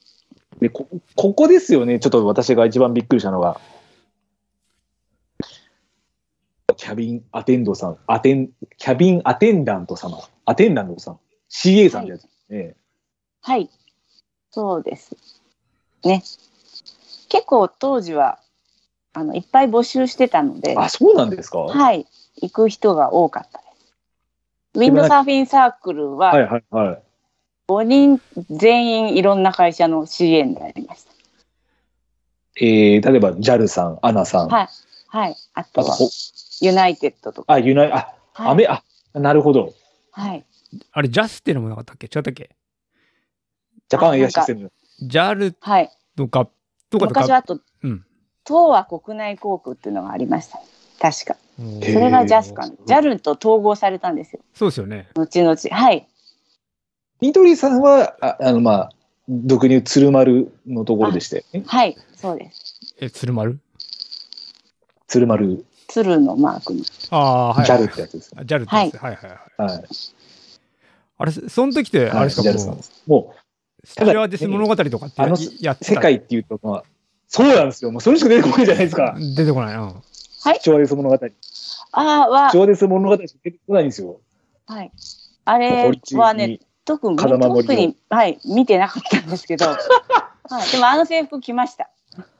Speaker 1: でこ、ここですよね、ちょっと私が一番びっくりしたのが。キャビンアテンドさん、アテン、キャビンアテンダント様、アテンダントさん、CA さんってやつですね。
Speaker 3: はい、そうです。ね。結構当時はあのいっぱい募集してたので、
Speaker 1: あ、そうなんですか、
Speaker 3: はい、行く人が多かったです。ウィンドサーフィンサークル
Speaker 1: はい
Speaker 3: は
Speaker 1: はいはい。
Speaker 3: 5人全員いろんな会社の CA になりまし
Speaker 1: えー、例えば、JAL さん、ANA さん、
Speaker 3: た。はい、はい、あと
Speaker 1: あと
Speaker 3: は
Speaker 1: ほ、
Speaker 3: ユナイテッドとか、
Speaker 1: あ、ユナイ、あ、ア
Speaker 3: はい、
Speaker 1: メ、あ、なるほど。
Speaker 3: はい、
Speaker 2: あれ、ジャスっていうのもなかったっけ違ったっけ
Speaker 1: ジャパンエアシステム。
Speaker 2: ジャル
Speaker 3: はい、
Speaker 2: とか、とかと
Speaker 3: 昔は
Speaker 2: か。
Speaker 3: あと、
Speaker 2: うん
Speaker 3: 東和国内航空っていうのがありました、確か。
Speaker 2: そ
Speaker 1: へー
Speaker 3: それが JASCA、JAL と統合されたんですよ、
Speaker 2: そうですよね。
Speaker 3: 後々。はい、
Speaker 1: ニトリさんは、ああの、まあ、俗に言う鶴丸のところでしたよね。
Speaker 3: はい、そうです。
Speaker 2: え、鶴丸
Speaker 1: 鶴丸、
Speaker 3: 鶴のマークに。
Speaker 2: ああ、はい。
Speaker 1: JAL ってやつですね。
Speaker 2: あジャルってやつはいはいはい。
Speaker 1: はい。
Speaker 2: あれ、その時って、あれですか、
Speaker 1: はい JAL さん
Speaker 2: もう
Speaker 1: で、すもう、
Speaker 2: スチュワーデス物語とかって
Speaker 1: あの
Speaker 2: やってた
Speaker 1: 世界っていうと、まあ、そうなんですよ。もうそれしか出てこないじゃないです か。
Speaker 2: 出てこない。うん。
Speaker 1: 調和です物語。
Speaker 3: ああは、
Speaker 1: 調和です物語しか出てこないんですよ。
Speaker 3: はい。あれ
Speaker 1: 堀ち
Speaker 3: は
Speaker 1: に
Speaker 3: ね、特に、
Speaker 1: 風間森を
Speaker 3: 特に、はい、見てなかったんですけど、 はい、でもあの制服着ました。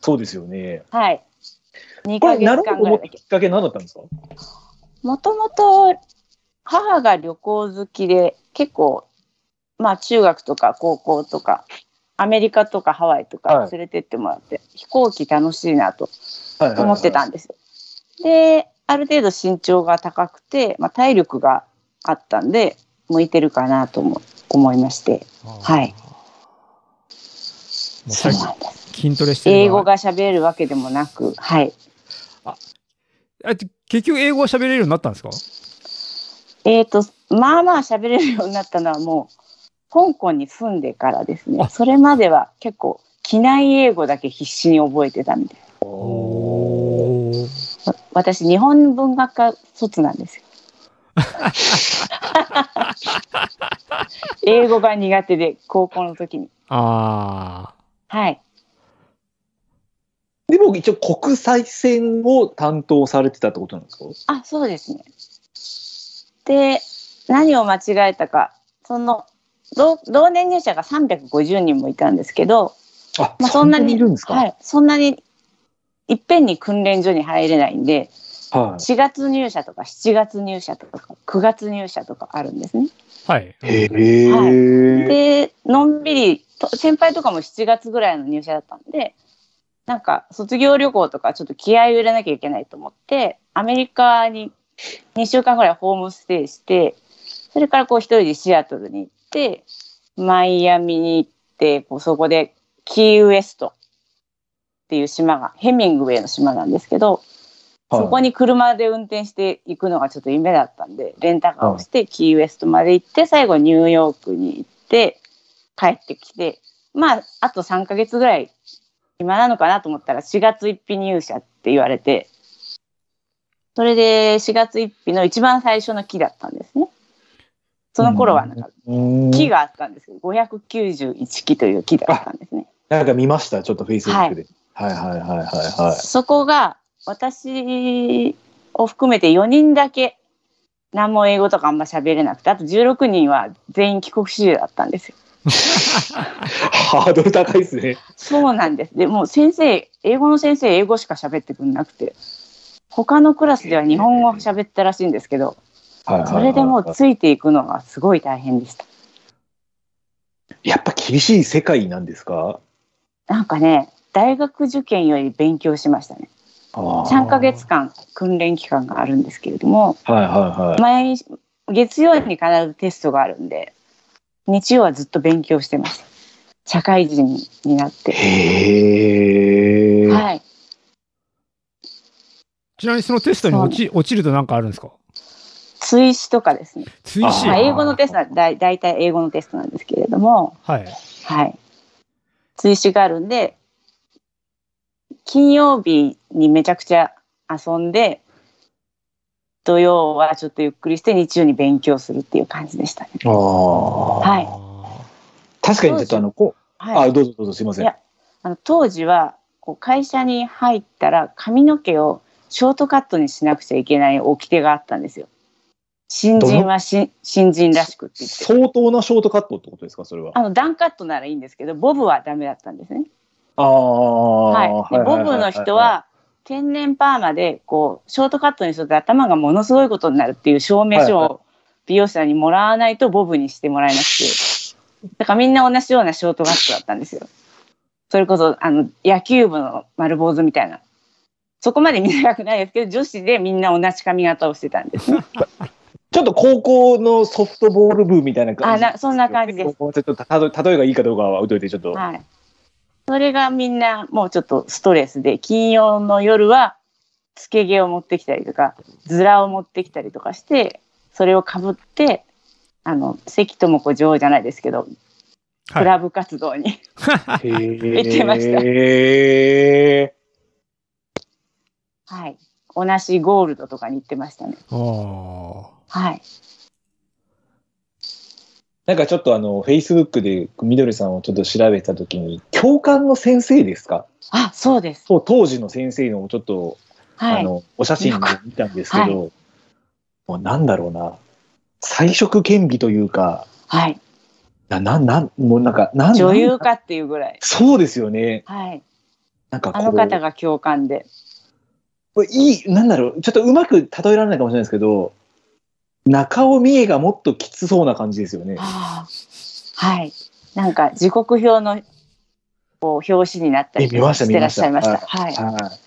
Speaker 1: そうですよね。
Speaker 3: はい。2
Speaker 1: こ
Speaker 3: ヶ
Speaker 1: れ、な
Speaker 3: 月
Speaker 1: るほど
Speaker 3: 間ぐら
Speaker 1: 思
Speaker 3: い
Speaker 1: っ
Speaker 3: だ
Speaker 1: た
Speaker 3: け
Speaker 1: き。っかけ何だったんですか
Speaker 3: もともと母が旅行好きで結構まあ中学とか高校とかアメリカとかハワイと
Speaker 1: は
Speaker 3: か
Speaker 1: い
Speaker 3: 連れてってもらって、飛行機楽しいなと
Speaker 1: はいはい
Speaker 3: 思ってたんですよ。である程度身長が高くて、まあ、体力があったんで向いてるかなとも思いましては
Speaker 2: も
Speaker 3: い。
Speaker 2: う
Speaker 3: そ
Speaker 2: 最
Speaker 3: う
Speaker 2: 近
Speaker 3: なんです
Speaker 2: 筋トレしてるわ
Speaker 3: 英語が喋るわけでもなくはい
Speaker 2: あて結局英語は喋れるようになったんですか
Speaker 3: えっ、とまあまあ喋れるようになったのはもう香港に住んでからですね
Speaker 2: あ
Speaker 3: それまでは結構機内英語だけ必死に覚えてたみたい
Speaker 1: おー
Speaker 2: ー
Speaker 3: な私日本文学科卒なん ですよ英語が苦手で高校の時に
Speaker 2: あ
Speaker 3: はい
Speaker 1: でも一応国際線を担当されてたってことなんですか
Speaker 3: あそうですね。で何を間違えたかその同同年入社が350人もいたんですけど、
Speaker 1: あ、
Speaker 3: まあ、そんなに
Speaker 1: いるんですか
Speaker 3: はい、そんなにいっぺんに訓練所に入れないんで
Speaker 1: はい
Speaker 3: 4月入社とか7月入社とか9月入社とかあるんですね。
Speaker 2: あはい
Speaker 1: へー
Speaker 3: でのんびりと先輩とかも7月ぐらいの入社だったんでなんか卒業旅行とかちょっと気合を入れなきゃいけないと思ってアメリカに2週間ぐらいホームステイしてそれからこう一人でシアトルに行ってマイアミに行ってこうそこでキーウエストっていう島がヘミングウェイの島なんですけどそこに車で運転して行くのがちょっと夢だったんでレンタカーをしてキーウエストまで行って最後ニューヨークに行って帰ってきてまああと3ヶ月ぐらい暇なのかなと思ったら4月1日入社って言われてそれで4月1日の一番最初の木だったんですね。その頃はなんか
Speaker 1: うん
Speaker 3: 木があったんですけど591期という木だったんですね。
Speaker 1: なんか見ました、ちょっとフェイスブックで。はいはいはいはいはい。
Speaker 3: そこが私を含めて4人だけ何も英語とかあんま喋れなくてあと16人は全員帰国子女だったんですよ。
Speaker 1: ハードル高いですね。
Speaker 3: そうなんですでもう先生英語の先生英語しか喋ってくれなくて他のクラスでは日本語を喋ったらしいんですけど
Speaker 1: はいはいはい
Speaker 3: それでもうついていくのがすごい大変でした。
Speaker 1: やっぱ厳しい世界なんですか
Speaker 3: なんかね大学受験より勉強しましたね
Speaker 1: あー
Speaker 3: 3ヶ月間訓練期間があるんですけれども
Speaker 1: はいはいはい。
Speaker 3: 毎日月曜に必ずテストがあるんで日曜はずっと勉強してます社会人になって、
Speaker 1: へえ。
Speaker 3: はい、
Speaker 2: ちなみにそのテストに落ち落ちるとなんかあるんですか
Speaker 3: 追試とかですね、
Speaker 2: 追
Speaker 1: あ
Speaker 2: 試
Speaker 3: まあ、
Speaker 1: ー
Speaker 3: 英語のテストはだい大体英語のテストなんですけれども、
Speaker 2: はい
Speaker 3: はい、追試があるんで金曜日にめちゃくちゃ遊んで土曜はちょっとゆっくりして日曜に勉強するっていう感じでしたね。
Speaker 1: ああ。
Speaker 3: はい
Speaker 1: 確かにちょっとあの、こう、
Speaker 3: はい
Speaker 1: あ、どうぞどうぞすいません。
Speaker 3: いやあの当時はこう会社に入ったら髪の毛をショートカットにしなくちゃいけない掟があったんですよ。新人はし新人らしくって言って
Speaker 1: 相当なショートカットってことですか、それは。
Speaker 3: あのダンカットならいいんですけどボブはダメだったんですね。
Speaker 1: ああ。
Speaker 3: はい、でボブの人は天然パーマでこうショートカットにすると頭がものすごいことになるっていう証明書
Speaker 1: はいは
Speaker 3: を美容師さんにもらわないとボブにしてもらえなくてだからみんな同じようなショートカットだったんですよ。それこそあの野球部の丸坊主みたいなそこまで見長くないですけど女子でみんな同じ髪型をしてたんですね。
Speaker 1: ちょっと高校のソフトボール部みたいな感じ。
Speaker 3: あなそんな感じです
Speaker 1: ちょっとたど例えがいいかどうかは置いといて、ちょっと。
Speaker 3: はい、それがみんなもうちょっとストレスで金曜の夜はつけ毛を持ってきたりとかズラを持ってきたりとかしてそれをかぶってあの関智子女王じゃないですけどクラ
Speaker 2: は
Speaker 3: ブ活動に、
Speaker 1: へえ。
Speaker 3: 言ってました
Speaker 1: へ
Speaker 3: はい、同じゴールドとかに行ってましたね。
Speaker 2: いお
Speaker 3: はい、
Speaker 1: なんかちょっとあの、フェイスブックでみどりさんをちょっと調べたときに、教官の先生ですか
Speaker 3: あそうです、
Speaker 1: そう、当時の先生のをちょっと、
Speaker 3: は
Speaker 1: あ
Speaker 3: い、
Speaker 1: の、お写真を見たんですけど、もうなんだろうな、彩色顕微というか、
Speaker 3: はい、
Speaker 1: な、な、なん、もうなんか、なん
Speaker 3: 女優
Speaker 1: なん
Speaker 3: かっていうぐらい、
Speaker 1: そうですよね。
Speaker 3: はい、
Speaker 1: なんかこ
Speaker 3: あ
Speaker 1: う
Speaker 3: の方が教官で
Speaker 1: これいい、なんだろう、ちょっとうまく例えられないかもしれないですけど、中尾美恵がもっときつそうな感じですよね。
Speaker 3: あーはい。なんか時刻表のこう表紙になったり
Speaker 1: え見ました
Speaker 3: してらっしゃいました。
Speaker 1: 見ま
Speaker 3: はい。
Speaker 1: はい。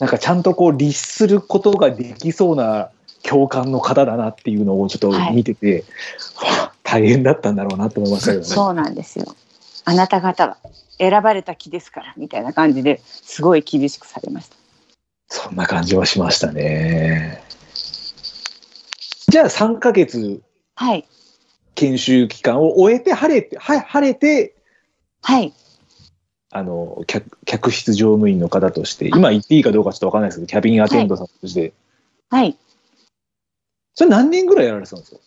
Speaker 1: なんかちゃんとこう律することができそうな共感の方だなっていうのをちょっと見てて、 わあ大変だったんだろうなって思いましたけどね。
Speaker 3: そうなんですよ。あなた方は選ばれた気ですからみたいな感じですごい厳しくされました。
Speaker 1: そんな感じはしましたね。じゃあ3ヶ月
Speaker 3: はい。
Speaker 1: 研修期間を終えて晴れて、は晴れて、
Speaker 3: はい。
Speaker 1: あの客客室乗務員の方として、今言っていいかどうかちょっとわかんないですけど、キャビンアテンドさんとして、
Speaker 3: はい。
Speaker 1: それ何年ぐらいやられてたんですか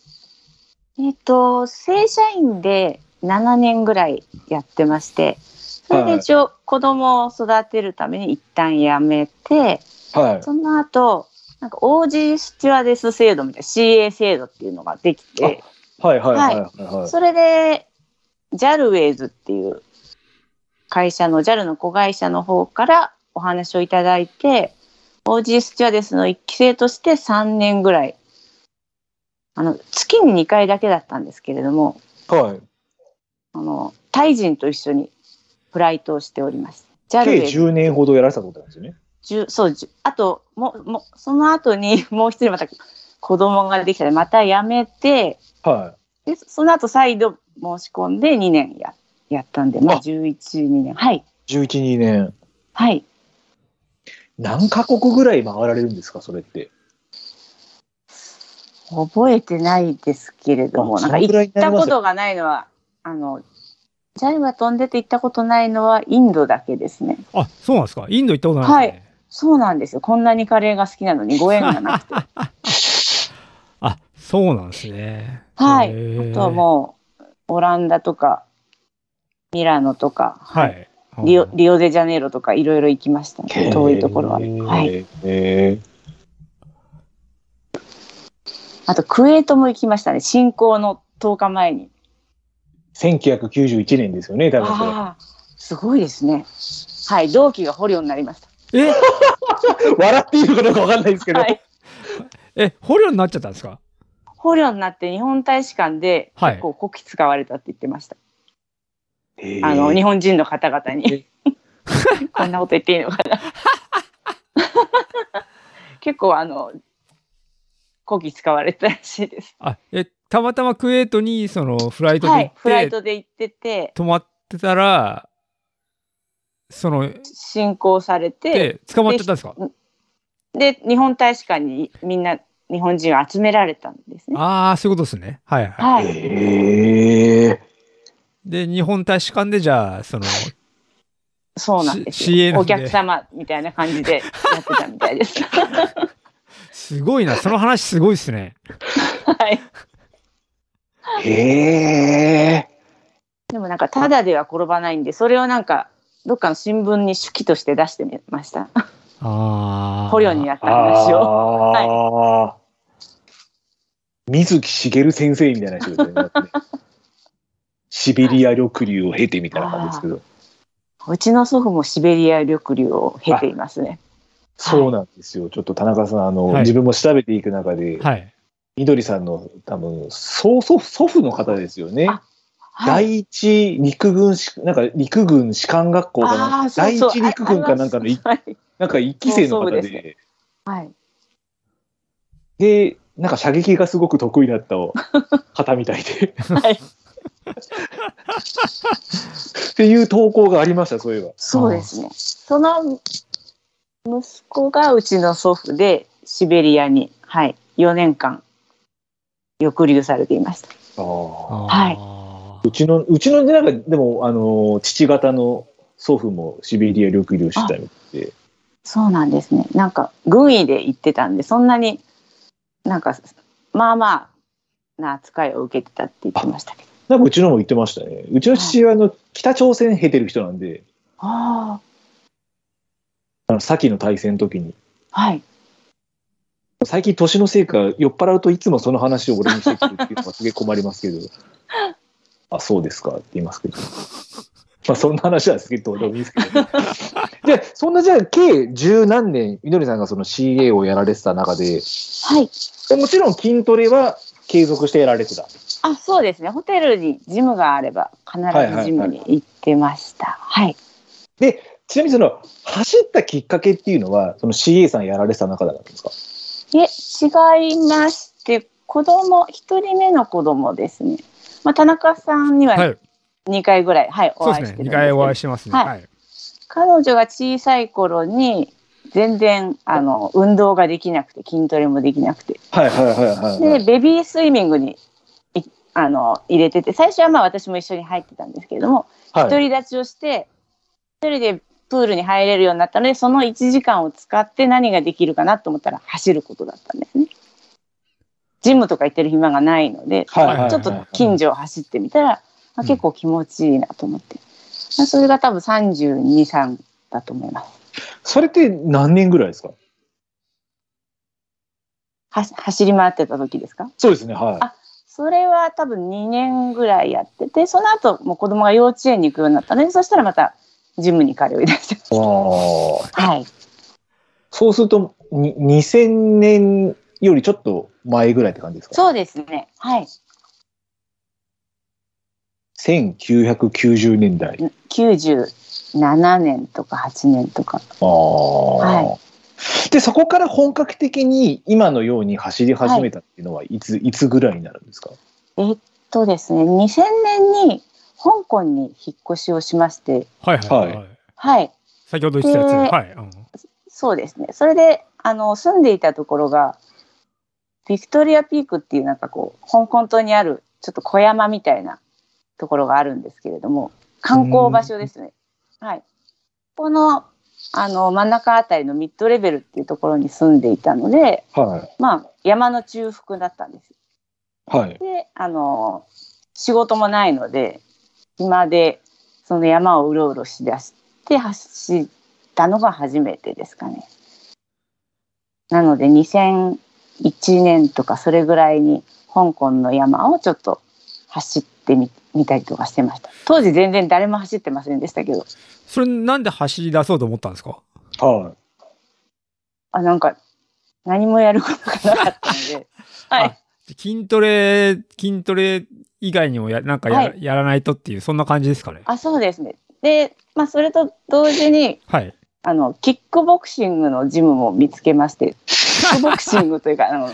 Speaker 3: えっ、と、正社員で7年ぐらいやってまして、それで一応子供を育てるために一旦辞めて、
Speaker 1: はい。
Speaker 3: その後、なんか OG スチュアデス制度みたいな CA 制度っていうのができて、
Speaker 1: はいはいはいはいはい。
Speaker 3: それで JAL ウェイズっていう会社の JAL の子会社の方からお話をいただいて OG スチュアデスの1期生として3年ぐらいあの月に2回だけだったんですけれども
Speaker 1: はい。
Speaker 3: あのタイ人と一緒にフライトをしておりました。JAL ウ
Speaker 1: 計
Speaker 3: ェイズ
Speaker 1: 10年ほどやられてたってことなんですよね。
Speaker 3: じゅそうじゅあとももその後にもう一人また子供ができたでまた辞めて
Speaker 1: は
Speaker 3: でその後再度申し込んで2年ややったんで、まあ、
Speaker 1: あ
Speaker 3: 112年はい
Speaker 1: い。11、2年。
Speaker 3: はい
Speaker 1: 何カ国ぐらい回られるんですか、それって。
Speaker 3: 覚えてないですけれども
Speaker 1: あ
Speaker 3: なん
Speaker 1: そ
Speaker 3: か
Speaker 1: の
Speaker 3: 行
Speaker 1: くらい
Speaker 3: っ
Speaker 1: になり
Speaker 3: た
Speaker 1: ますよ
Speaker 3: ことがないのはあの JAL が飛んでて行ったことないのはインドだけですね
Speaker 2: あ、そうなんですか。インド行ったことないですね。
Speaker 3: そうなんですよこんなにカレーが好きなのにご縁 がなくて
Speaker 2: あ、そうなんですね。
Speaker 3: はい
Speaker 2: へー
Speaker 3: あとはもうオランダとかミラノとか、
Speaker 2: はい。
Speaker 3: リオリオデジャネイロとかいろいろ行きましたね、遠いところは、
Speaker 1: へー
Speaker 3: はい、
Speaker 1: へ
Speaker 3: あとクウェートも行きましたね侵攻の10日前に
Speaker 1: ー1991年ですよね、多分それ。
Speaker 3: ああ、すごいですね。はい、同期が捕虜になりまし
Speaker 2: え、
Speaker 1: 笑っているかどうかわかんないですけ
Speaker 3: た。
Speaker 1: ど。
Speaker 3: はい、
Speaker 2: え、捕虜になっちゃったんですか。
Speaker 3: 捕虜になって日本大使館で
Speaker 2: はい。
Speaker 3: こう国旗使われたって言ってました。
Speaker 1: へー
Speaker 3: あの日本人の方々にこんなこと言っていいのか な。結構あの国旗使われてたらしいです。
Speaker 2: あ、え、たまたまクウェートにそのフライトで
Speaker 3: は
Speaker 2: 行
Speaker 3: い、フライ
Speaker 2: って
Speaker 3: トで行ってて
Speaker 2: 泊まってたら、その
Speaker 3: 侵攻されて、
Speaker 2: で捕まっちゃったんですか。
Speaker 3: で日本大使館にみんな日本人を集められたんですね。
Speaker 2: ああ、そういうことですね。はいはい。
Speaker 3: はい、
Speaker 1: へー
Speaker 2: で、日本大使館でじゃあ、その、
Speaker 3: そうなんですよ
Speaker 2: C- CA なんで
Speaker 3: お客様みたいな感じでやってたみた いです。
Speaker 2: すごいな、その話すごいですね。
Speaker 3: はい。
Speaker 1: へー
Speaker 3: でもなんかただでは転ばないんで、それをなんかどっかの新聞に手記として出してみました。
Speaker 2: ああ。
Speaker 3: 捕虜になった話を。
Speaker 1: ああ。水木しげる先生みたいな人ですよね。シベリア緑流を経てみたいな感じですけど。
Speaker 3: うちの祖父もシベリア緑流を経ていますね。
Speaker 1: そうなんですよ。ちょっと田中さん、あの、
Speaker 2: はい
Speaker 1: 自分も調べていく中で、
Speaker 2: はい。
Speaker 1: みどりさんの多分、曽祖祖父の方ですよね。
Speaker 3: あはい。
Speaker 1: 第一陸軍士、なんか陸軍士官学校か
Speaker 3: あ
Speaker 1: な
Speaker 3: ーそうそう
Speaker 1: 第一陸軍かなんかのい、
Speaker 3: ああり
Speaker 1: なんか一期生の方
Speaker 3: そうそ
Speaker 1: で、
Speaker 3: うです
Speaker 1: で
Speaker 3: ますはい。
Speaker 1: なんか射撃がすごく得意だった 方みたいで。
Speaker 3: はい。はい。
Speaker 1: っていう投稿がありました、そういえば。
Speaker 3: そうですね。その息子がうちの祖父でシベリアに、はい、4年間抑留されていました。
Speaker 2: は
Speaker 1: うちの、うちのね、なんか、でも、あの、父方の祖父もシベリア緑流してたみたいで。
Speaker 3: そうなんですね。なんか軍医で行ってたんで、そんなになんかまあまあな扱いを受けてたって言ってましたけど。
Speaker 1: なんかうちのも言ってましたね。うちの父はあの北朝鮮経てる人なんで、
Speaker 3: あ
Speaker 1: あの、先の大戦の時に。
Speaker 3: あ、はい。
Speaker 1: 最近年のせいか酔っ払うといつもその話を俺にしてくるっていうのがすげえ困りますけどあそうですかって言いますけどまあそんな話なんですけど、どうでもいいですけど、で、そんなじゃあ、計十何年、みどりさんがその CA をやられてた中で、
Speaker 3: はい。
Speaker 1: でもちろん筋トレは継続してやられてた。
Speaker 3: あ、そうですね。ホテルにジムがあれば、必ずジムに行ってました。はい。
Speaker 1: ちなみにその、走ったきっかけっていうのは、その CA さんやられてた中だったんですか
Speaker 3: え、違いまして、子供、一人目の子供ですね。まあ、田中さんに
Speaker 2: は。
Speaker 3: はい2回ぐらい、はい、
Speaker 2: そ
Speaker 3: お
Speaker 2: う
Speaker 3: 会い
Speaker 2: で
Speaker 3: し
Speaker 2: す
Speaker 3: てる
Speaker 2: ね。
Speaker 3: ん
Speaker 2: 2
Speaker 3: ですけ
Speaker 2: 回
Speaker 3: ど
Speaker 2: お会いしてますね。
Speaker 3: はい
Speaker 2: はい。
Speaker 3: 彼女が小さい頃に、全然、あの、運動ができなくて、筋トレもできなくて。
Speaker 1: はいはいはいはい、は
Speaker 3: で
Speaker 1: い。
Speaker 3: ベビースイミングにいあの入れてて最初はまあ私も一緒に入ってたんですけれども
Speaker 1: はい
Speaker 3: 独り立ちをして一人でプールに入れるようになったのでその1時間を使って何ができるかなと思ったら走ることだったんですね。ジムとか行ってる暇がないので
Speaker 1: はいはいはい
Speaker 3: ちょっと近所を走ってみたら、
Speaker 2: う
Speaker 3: あ、
Speaker 2: ん
Speaker 3: 結構気持ちいいなと思って、まあそれが多分323だと思います。
Speaker 1: それって何年ぐらいですか
Speaker 3: は走り回ってた時ですか
Speaker 1: そうですね、はい。
Speaker 3: あそれは多分2年ぐらいやってて、その後もう子供が幼稚園に行くようになったので、そしたらまたジムに通いだして。
Speaker 1: あー
Speaker 3: はい。
Speaker 1: そうすると、に2000年よりちょっと前ぐらいって感じですか
Speaker 3: そうですね。はい。
Speaker 1: 1990年代。
Speaker 3: 97年とか8年とか。
Speaker 1: ああ、
Speaker 3: は
Speaker 1: で、そこから本格的に今のように走り始めたっていうのはいつ、い、つぐらいになるんですか
Speaker 3: えーっとですね、2000年に香港に引っ越しをしまして、
Speaker 2: はいはい
Speaker 1: は
Speaker 2: はい。
Speaker 3: はい。
Speaker 2: 先ほど言ってたやつ。
Speaker 3: で
Speaker 2: はい。うん
Speaker 3: そうですね。それで、あの、住んでいたところが、ビクトリアピークっていうなんかこう、香港島にあるちょっと小山みたいなところがあるんですけれども、観光場所ですね。はい。この、あの、真ん中あたりのミッドレベルっていうところに住んでいたので、
Speaker 1: は
Speaker 3: まあ、山の中腹だったんです。
Speaker 1: い。はい。
Speaker 3: で、あの、仕事もないので、暇で、その山をうろうろしだして走ったのが初めてですかね。なので、2001年とかそれぐらいに、香港の山をちょっと走ってみ見たりとかしてました。当時全然誰も走ってませんでしたけど、
Speaker 2: それなんで走り出そうと思ったんですか
Speaker 1: は
Speaker 3: あ、なんか、何もやることがなかったので、はい。
Speaker 2: 筋トレ、筋トレ以外にもや、なんかや,、
Speaker 3: はい
Speaker 2: やらないとっていう、そんな感じですかね。
Speaker 3: あ、そうですね。で、まあ、それと同時に、
Speaker 2: はい。
Speaker 3: あの、キックボクシングのジムも見つけまして、キックボクシングというか、あの、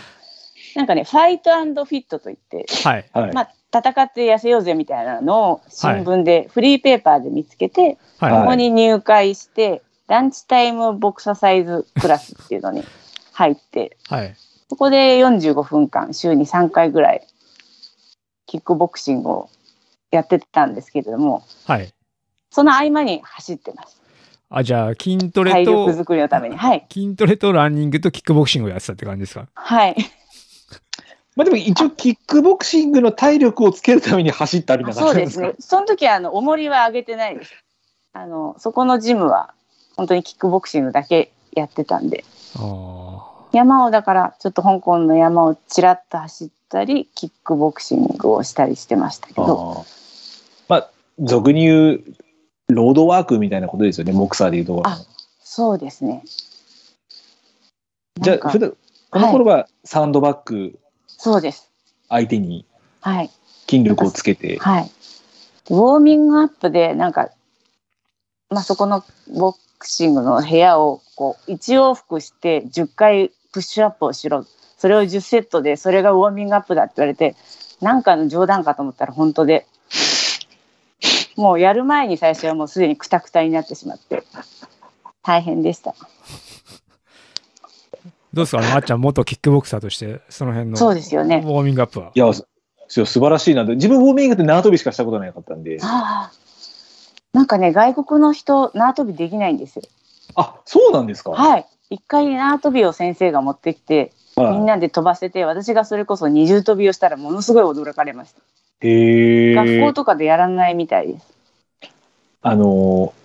Speaker 3: なんかね、ファイトフィットといって、
Speaker 2: はい。
Speaker 1: い。はい。
Speaker 3: まあ、戦って痩せようぜみたいなのを新聞で、フリーペーパーで見つけて、
Speaker 2: はい。
Speaker 1: は
Speaker 3: こ
Speaker 1: い
Speaker 3: こに入会して、ランチタイムボクササイズクラスっていうのに 入って、
Speaker 2: はい。
Speaker 3: そこで45分間、週に3回ぐらい、キックボクシングをやってたんですけれども、
Speaker 2: はい。
Speaker 3: その合間に走ってます。
Speaker 2: あ、じゃあ、筋トレ
Speaker 3: 体力づ
Speaker 2: と、
Speaker 3: くりのために。はい。
Speaker 2: 筋トレとランニングとキックボクシングをやってたって感じですか
Speaker 3: はい。
Speaker 1: まあでも一応、キックボクシングの体力をつけるために走ったみたいな
Speaker 3: そ
Speaker 1: 感
Speaker 3: う
Speaker 1: じ
Speaker 3: ですね。その時はあの重りは上げてないです。あのそこのジムは本当にキックボクシングだけやってたんで、
Speaker 2: あ
Speaker 3: 山をだからちょっと香港の山をちらっと走ったり、キックボクシングをしたりしてましたけ
Speaker 1: あ
Speaker 3: ど、
Speaker 1: ーまあ、俗に言う、ロードワークみたいなことですよね、ボクサーで言うところの
Speaker 3: あそうですね。
Speaker 1: じゃ
Speaker 3: なん
Speaker 1: あ、
Speaker 3: か
Speaker 1: 普段、この頃はサンドバッグ
Speaker 3: そうです。
Speaker 1: 相手に
Speaker 3: はい
Speaker 1: 筋力をつけて、
Speaker 3: はい。ウォーミングアップでなんか、まあそこのボクシングの部屋をこう一往復して10回プッシュアップをしろ。それを10セットで、それがウォーミングアップだって言われて、なんかの冗談かと思ったら本当で。もうやる前に最初はもうすでにクタクタになってしまって、大変でした。
Speaker 2: ーどうですかあのあっちゃん、元キックボクサーとして、その辺の、
Speaker 3: そうですよね
Speaker 2: ウォーミングアップは。
Speaker 1: いや、す素晴らしいなと。自分、ウォーミングって縄跳びしかしたことなかったんで。
Speaker 3: ああ。なんかね、外国の人、縄跳びできないんですよ。
Speaker 1: あ、そうなんですか
Speaker 3: はい。一回縄跳びを先生が持ってきて、みん
Speaker 1: は
Speaker 3: なで飛ばせて、私がそれこそ二重跳びをしたらものすごい驚かれました。
Speaker 1: い。へえ。
Speaker 3: 学校とかでやらないみたいです。
Speaker 1: あのー、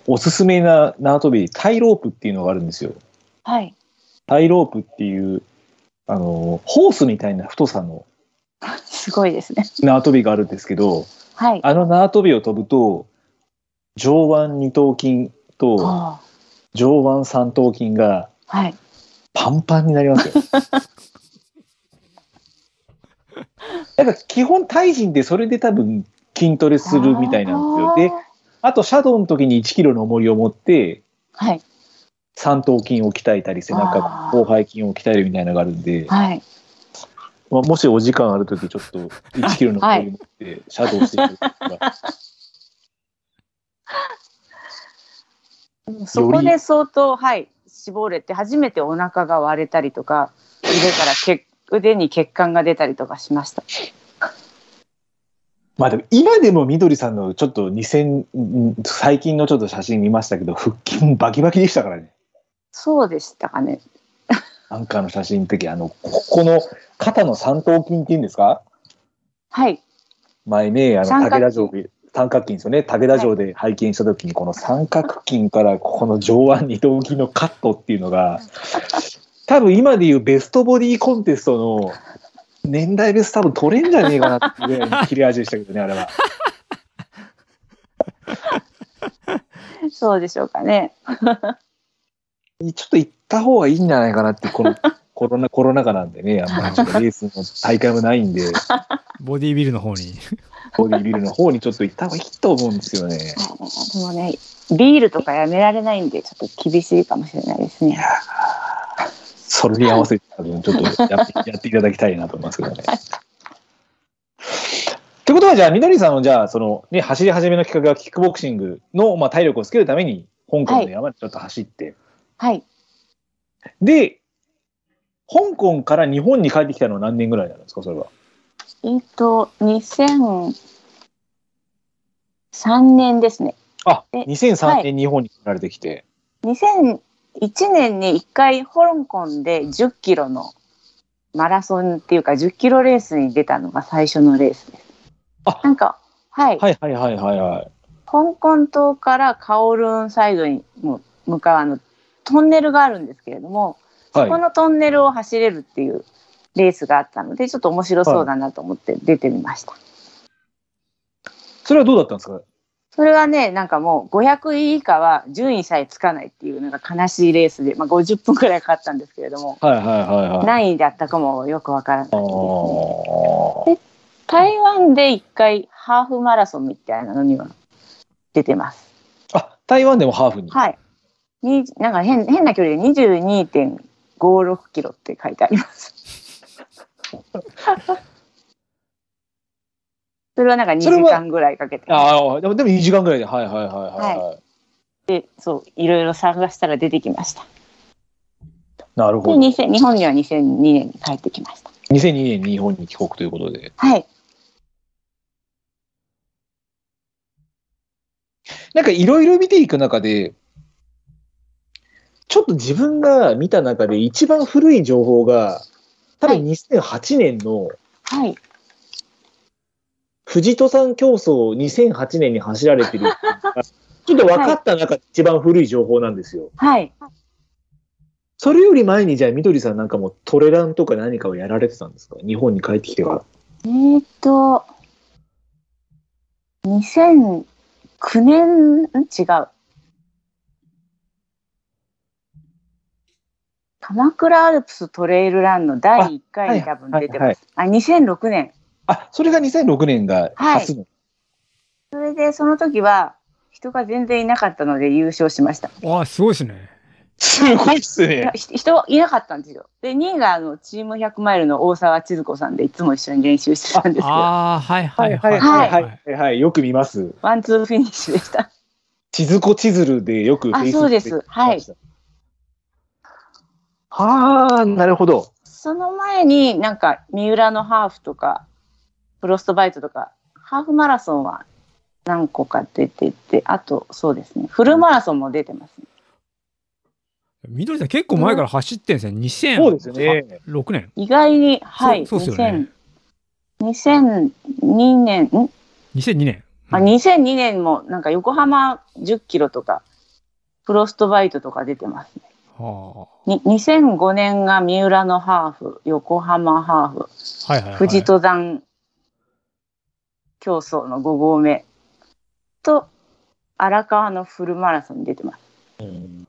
Speaker 1: おすすめな縄跳び、タイロープっていうのがあるんですよ。
Speaker 3: はい。
Speaker 1: タイロープっていう、あのー、ホースみたいな太さの
Speaker 3: すごいですね。
Speaker 1: 縄跳びがあるんですけど、
Speaker 3: はい。
Speaker 1: あの縄跳びを飛ぶと、上腕二頭筋と
Speaker 3: あ
Speaker 1: 上腕三頭筋が
Speaker 3: あはい。
Speaker 1: パンパンになりますよ。 なんか基本対人でそれで多分筋トレするみたいなんですよ。で、
Speaker 3: あ
Speaker 1: あとシャドウの時に1キロの重りを持って
Speaker 3: あはい。
Speaker 1: 三頭筋を鍛えたり背中
Speaker 3: あー
Speaker 1: 後背筋を鍛えるみたいなのがあるんで、
Speaker 3: はい。
Speaker 1: まあ、もしお時間ある時ちょっと1キロの重り持ってシャドウしてみるとか。
Speaker 3: そこで相当、はい、絞れて、初めてお腹が割れたりとか、腕から血腕に血管が出たりとかしました。
Speaker 1: まあでも今でもみどりさんのちょっと2000うん最近のちょっと写真見ましたけど腹筋バキバキでしたからね
Speaker 3: そうでしたかね。
Speaker 1: なんかの写真の時あのここの肩の三頭筋っていうんですか
Speaker 3: はい。
Speaker 1: 前ねあの
Speaker 3: 三角
Speaker 1: 武田
Speaker 3: 筋
Speaker 1: 城で三角筋ですよね武田城で拝見した時にこの三角筋からここの上腕二頭筋のカットっていうのが多分今でいうベストボディコンテストの年代別多分取れんじゃねえかなっていうぐらいの切れ味でしたけどねあれは。
Speaker 3: そうでしょうかね。
Speaker 1: ちょっと行った方がいいんじゃないかなって、このコロナ、コロナ禍なんでね、あんまりちょっとレースの大会もないんで、
Speaker 2: ボディービルの方に。
Speaker 1: ボディビルの方にちょっと行った方がいいと思うんですよね。
Speaker 3: でもね、ビールとかやめられないんで、ちょっと厳しいかもしれないですね。
Speaker 1: それに合わせて多分ちょっとやってやっていただきたいなと思いますけどね。ってことはじゃあ、みどりさんのじゃあ、そのね、走り始めの企画がキックボクシングの、まあ、体力をつけるために、香港の山でちょっと走って、
Speaker 3: はい。
Speaker 1: で、香港から日本に帰ってきたのは何年ぐらいなんですか、それは。
Speaker 3: えっと、2003年ですね。
Speaker 1: あ、
Speaker 3: え
Speaker 1: 2003年日本に来られてきて。
Speaker 3: 2001年に1回香港で10キロのマラソンっていうか10キロレースに出たのが最初のレースです。
Speaker 1: あ
Speaker 3: なんか、はい、
Speaker 1: はいはいはいはいはい。
Speaker 3: 香港島からカオルーンサイドにも向かうあのトンネルがあるんですけれども、
Speaker 1: はい、
Speaker 3: このトンネルを走れるっていうレースがあったのでちょっと面白そうだなと思って出てみました。
Speaker 1: それはどうだったんですか
Speaker 3: それはね、なんかもう500位以下は順位さえつかないっていうのが悲しいレースで、まあ、50分くらいかかったんですけれども、
Speaker 1: はいはいはいはい。
Speaker 3: 何位だったかもよくわからないです
Speaker 1: あ
Speaker 3: ね。
Speaker 1: ー
Speaker 3: 台湾で一回ハーフマラソンみたいなのには出てます。
Speaker 1: あ、台湾でもハーフに。
Speaker 3: はい。になんか変変な距離で22.56キロって書いてあります。 それはなんか2時
Speaker 1: それは
Speaker 3: 間ぐらいかけて
Speaker 1: ああ、でもでも2時間ぐらいで。はいはいはいはい。はい、
Speaker 3: そういろいろ探したら出てきました。
Speaker 1: なる
Speaker 3: で
Speaker 1: ほど。
Speaker 3: 2000日本には2002年に帰ってきました。
Speaker 1: 2002年に日本に帰国ということで。
Speaker 3: はい。
Speaker 1: なんかいろいろ見ていく中で、ちょっと自分が見た中で一番古い情報が、多分2008年の
Speaker 3: はい。
Speaker 1: 富士登山競争を2008年に走られてるっていう のが。ちょっと分かった中で一番古い情報なんですよ。
Speaker 3: はい。
Speaker 1: それより前に、じゃあ、みどりさんなんかもトレランとか何かをやられてたんですか日本に帰ってきてから。
Speaker 3: えーっと、2009年、ん違う。鎌倉アルプストレイルランの第1
Speaker 1: あは
Speaker 3: 回
Speaker 1: い
Speaker 3: に多分出て
Speaker 1: は
Speaker 3: ま
Speaker 1: い
Speaker 3: す。あ、2006年。
Speaker 1: あ、それが2006年が初の。
Speaker 3: それで、その時は、人が全然いなかったので優勝しました。
Speaker 2: わあ、すごいですね。
Speaker 1: すごいっす
Speaker 3: い
Speaker 1: ね
Speaker 3: や。ひ人がいなかったんですよ。で、2位があのチーム100マイルの大沢千鶴子さんで、いつも一緒に練習してたんですけど、
Speaker 2: あ
Speaker 3: ワ
Speaker 2: あ、はい
Speaker 1: は
Speaker 2: はいい
Speaker 1: はい
Speaker 2: は
Speaker 1: はいいは
Speaker 2: は。
Speaker 1: いいはい、はい、よく見ます。
Speaker 3: ンツーフィニッシュでした。
Speaker 1: 千鶴子千鶴でよく
Speaker 3: あ
Speaker 1: Facebook
Speaker 3: そうですは
Speaker 1: 見
Speaker 3: い
Speaker 1: ました。はあ、なるほど。
Speaker 3: その前になんか三浦のハーフとかフロストバイトとかハーフマラソンは何個か出ててあとそうですねフルマラソンも出てますね
Speaker 2: みどりさん結構前から走ってんですね。2006年。
Speaker 1: そうですよね。
Speaker 2: 6年。
Speaker 3: 意外にはい
Speaker 2: そうそうっすよね
Speaker 3: 2000 2002年ん
Speaker 2: 2002年。
Speaker 3: あ
Speaker 2: うん
Speaker 3: 2002年もなんか横浜10キロとかフロストバイトとか出てますね
Speaker 2: は
Speaker 3: に2005年が三浦のハーフ横浜ハーフ
Speaker 2: あはいはいはい。
Speaker 3: 富士登山競争の5合目と荒川のフルマラソンに出てます。
Speaker 1: うん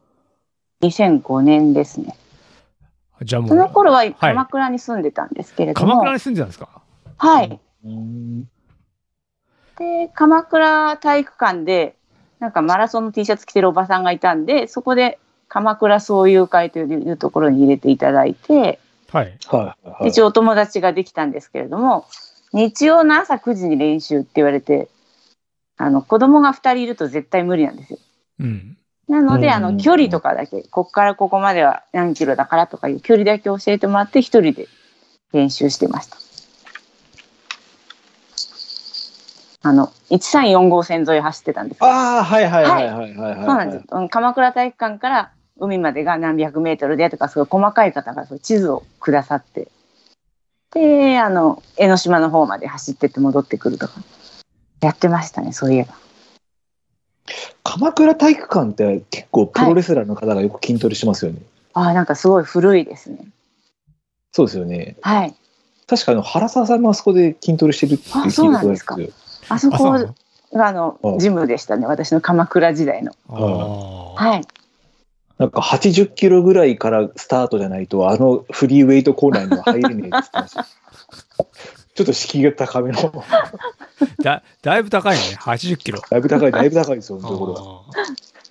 Speaker 3: 2005年ですね。
Speaker 2: じゃあも
Speaker 3: その
Speaker 2: う、
Speaker 3: 頃は鎌倉に住んでたんですけれども、
Speaker 2: 鎌倉に住んでたんですか
Speaker 3: はい。
Speaker 1: うん
Speaker 3: で、鎌倉体育館で、なんかマラソンの T シャツ着てるおばさんがいたんで、そこで鎌倉総友会というところに入れていただいて、
Speaker 2: は
Speaker 1: は
Speaker 2: い。
Speaker 1: いはいはい
Speaker 3: 一応お友達ができたんですけれども、日曜の朝9時に練習って言われて、あの、子供が2人いると絶対無理なんですよ。
Speaker 2: うん。
Speaker 3: なので、
Speaker 1: うん
Speaker 3: あの、距離とかだけ、こっからここまでは何キロだからとかいう距離だけ教えてもらって、一人で練習してました。あの、134号線沿い走ってたんですけど
Speaker 1: ああ、はいはいはいはいはいはい。
Speaker 3: そうなんです。うん鎌倉体育館から海までが何百メートルでとか、すごい細かい方がそう地図をくださって、で、あの、江ノ島の方まで走ってって戻ってくるとか、やってましたね、そういえば。
Speaker 1: 鎌倉体育館って結構プロレスラーの方がよく筋トレしてますよね。
Speaker 3: ああ、なんかすごい古いですね。
Speaker 1: そうですよね。
Speaker 3: はい。
Speaker 1: 確かあの原沢さんもあそこで筋トレしてるっていう
Speaker 3: あそうなん
Speaker 1: が
Speaker 3: ですかあそ
Speaker 2: あ、そう
Speaker 3: こ
Speaker 2: なの
Speaker 3: あの
Speaker 1: うん
Speaker 3: ジムでしたね私の鎌倉時代の
Speaker 2: あ
Speaker 3: はい
Speaker 1: なんか80キロぐらいからスタートじゃないと、あのフリーウェイトコーナーには入れねえって言ってました。 ちょっと敷居が高めの、
Speaker 2: ーだだいぶ高いね、80キロ。
Speaker 1: だいぶ高い、だいぶ高いですよ、そのところは。
Speaker 2: あ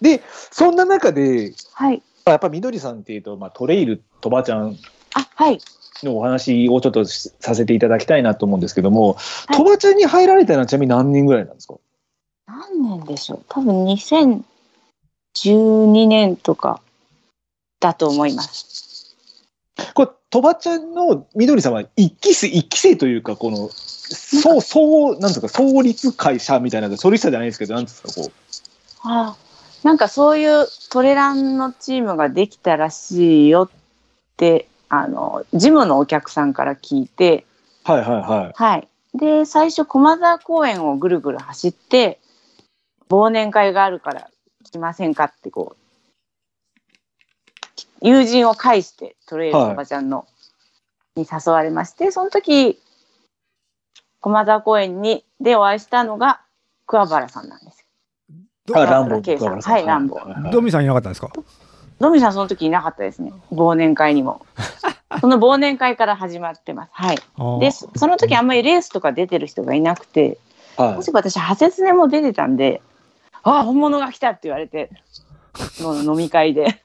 Speaker 1: で、そんな中で、
Speaker 3: はい
Speaker 1: やっぱみどりさんっていうと、まあ、トレイルとばあちゃん
Speaker 3: あはい
Speaker 1: のお話をちょっとしさせていただきたいなと思うんですけども、
Speaker 3: はい
Speaker 1: とばちゃんに入られたのはちなみに何年ぐらいなんですか
Speaker 3: 何年でしょう多分2012年とかだと思います
Speaker 1: これ、とばちゃんのみどりさんは一期生、一期生というか、この、そう、そう、なんですか、創立会社みたいな、創立者じゃないですけど、なんですか、こ
Speaker 3: あーなんかそういうトレランのチームができたらしいよってあのジムのお客さんから聞いて
Speaker 1: う。はいはいはい。
Speaker 3: はいで最初駒沢公園をぐるぐる走って忘年会があるから来ませんかってこう友人を介してトレイル
Speaker 1: はい
Speaker 3: おばちゃんの、に誘われましてその時駒沢公園にでお会いしたのが桑原さんなんですよ
Speaker 2: ー
Speaker 1: あ、
Speaker 3: あ
Speaker 1: ラン
Speaker 3: 乱
Speaker 1: ボ
Speaker 3: 暴
Speaker 1: ー
Speaker 3: 計
Speaker 1: と
Speaker 3: 算
Speaker 1: か
Speaker 3: はい乱暴
Speaker 2: ドミさんいなかったんですか
Speaker 3: 野見さんその時いなかったですね忘年会にもその忘年会から始まってますはい
Speaker 2: あー
Speaker 3: でその時あんまりレースとか出てる人がいなくて
Speaker 1: は
Speaker 3: もしくは私、ハセツネも出てたんで、ああ、本物が来たって言われて、もう飲み会で。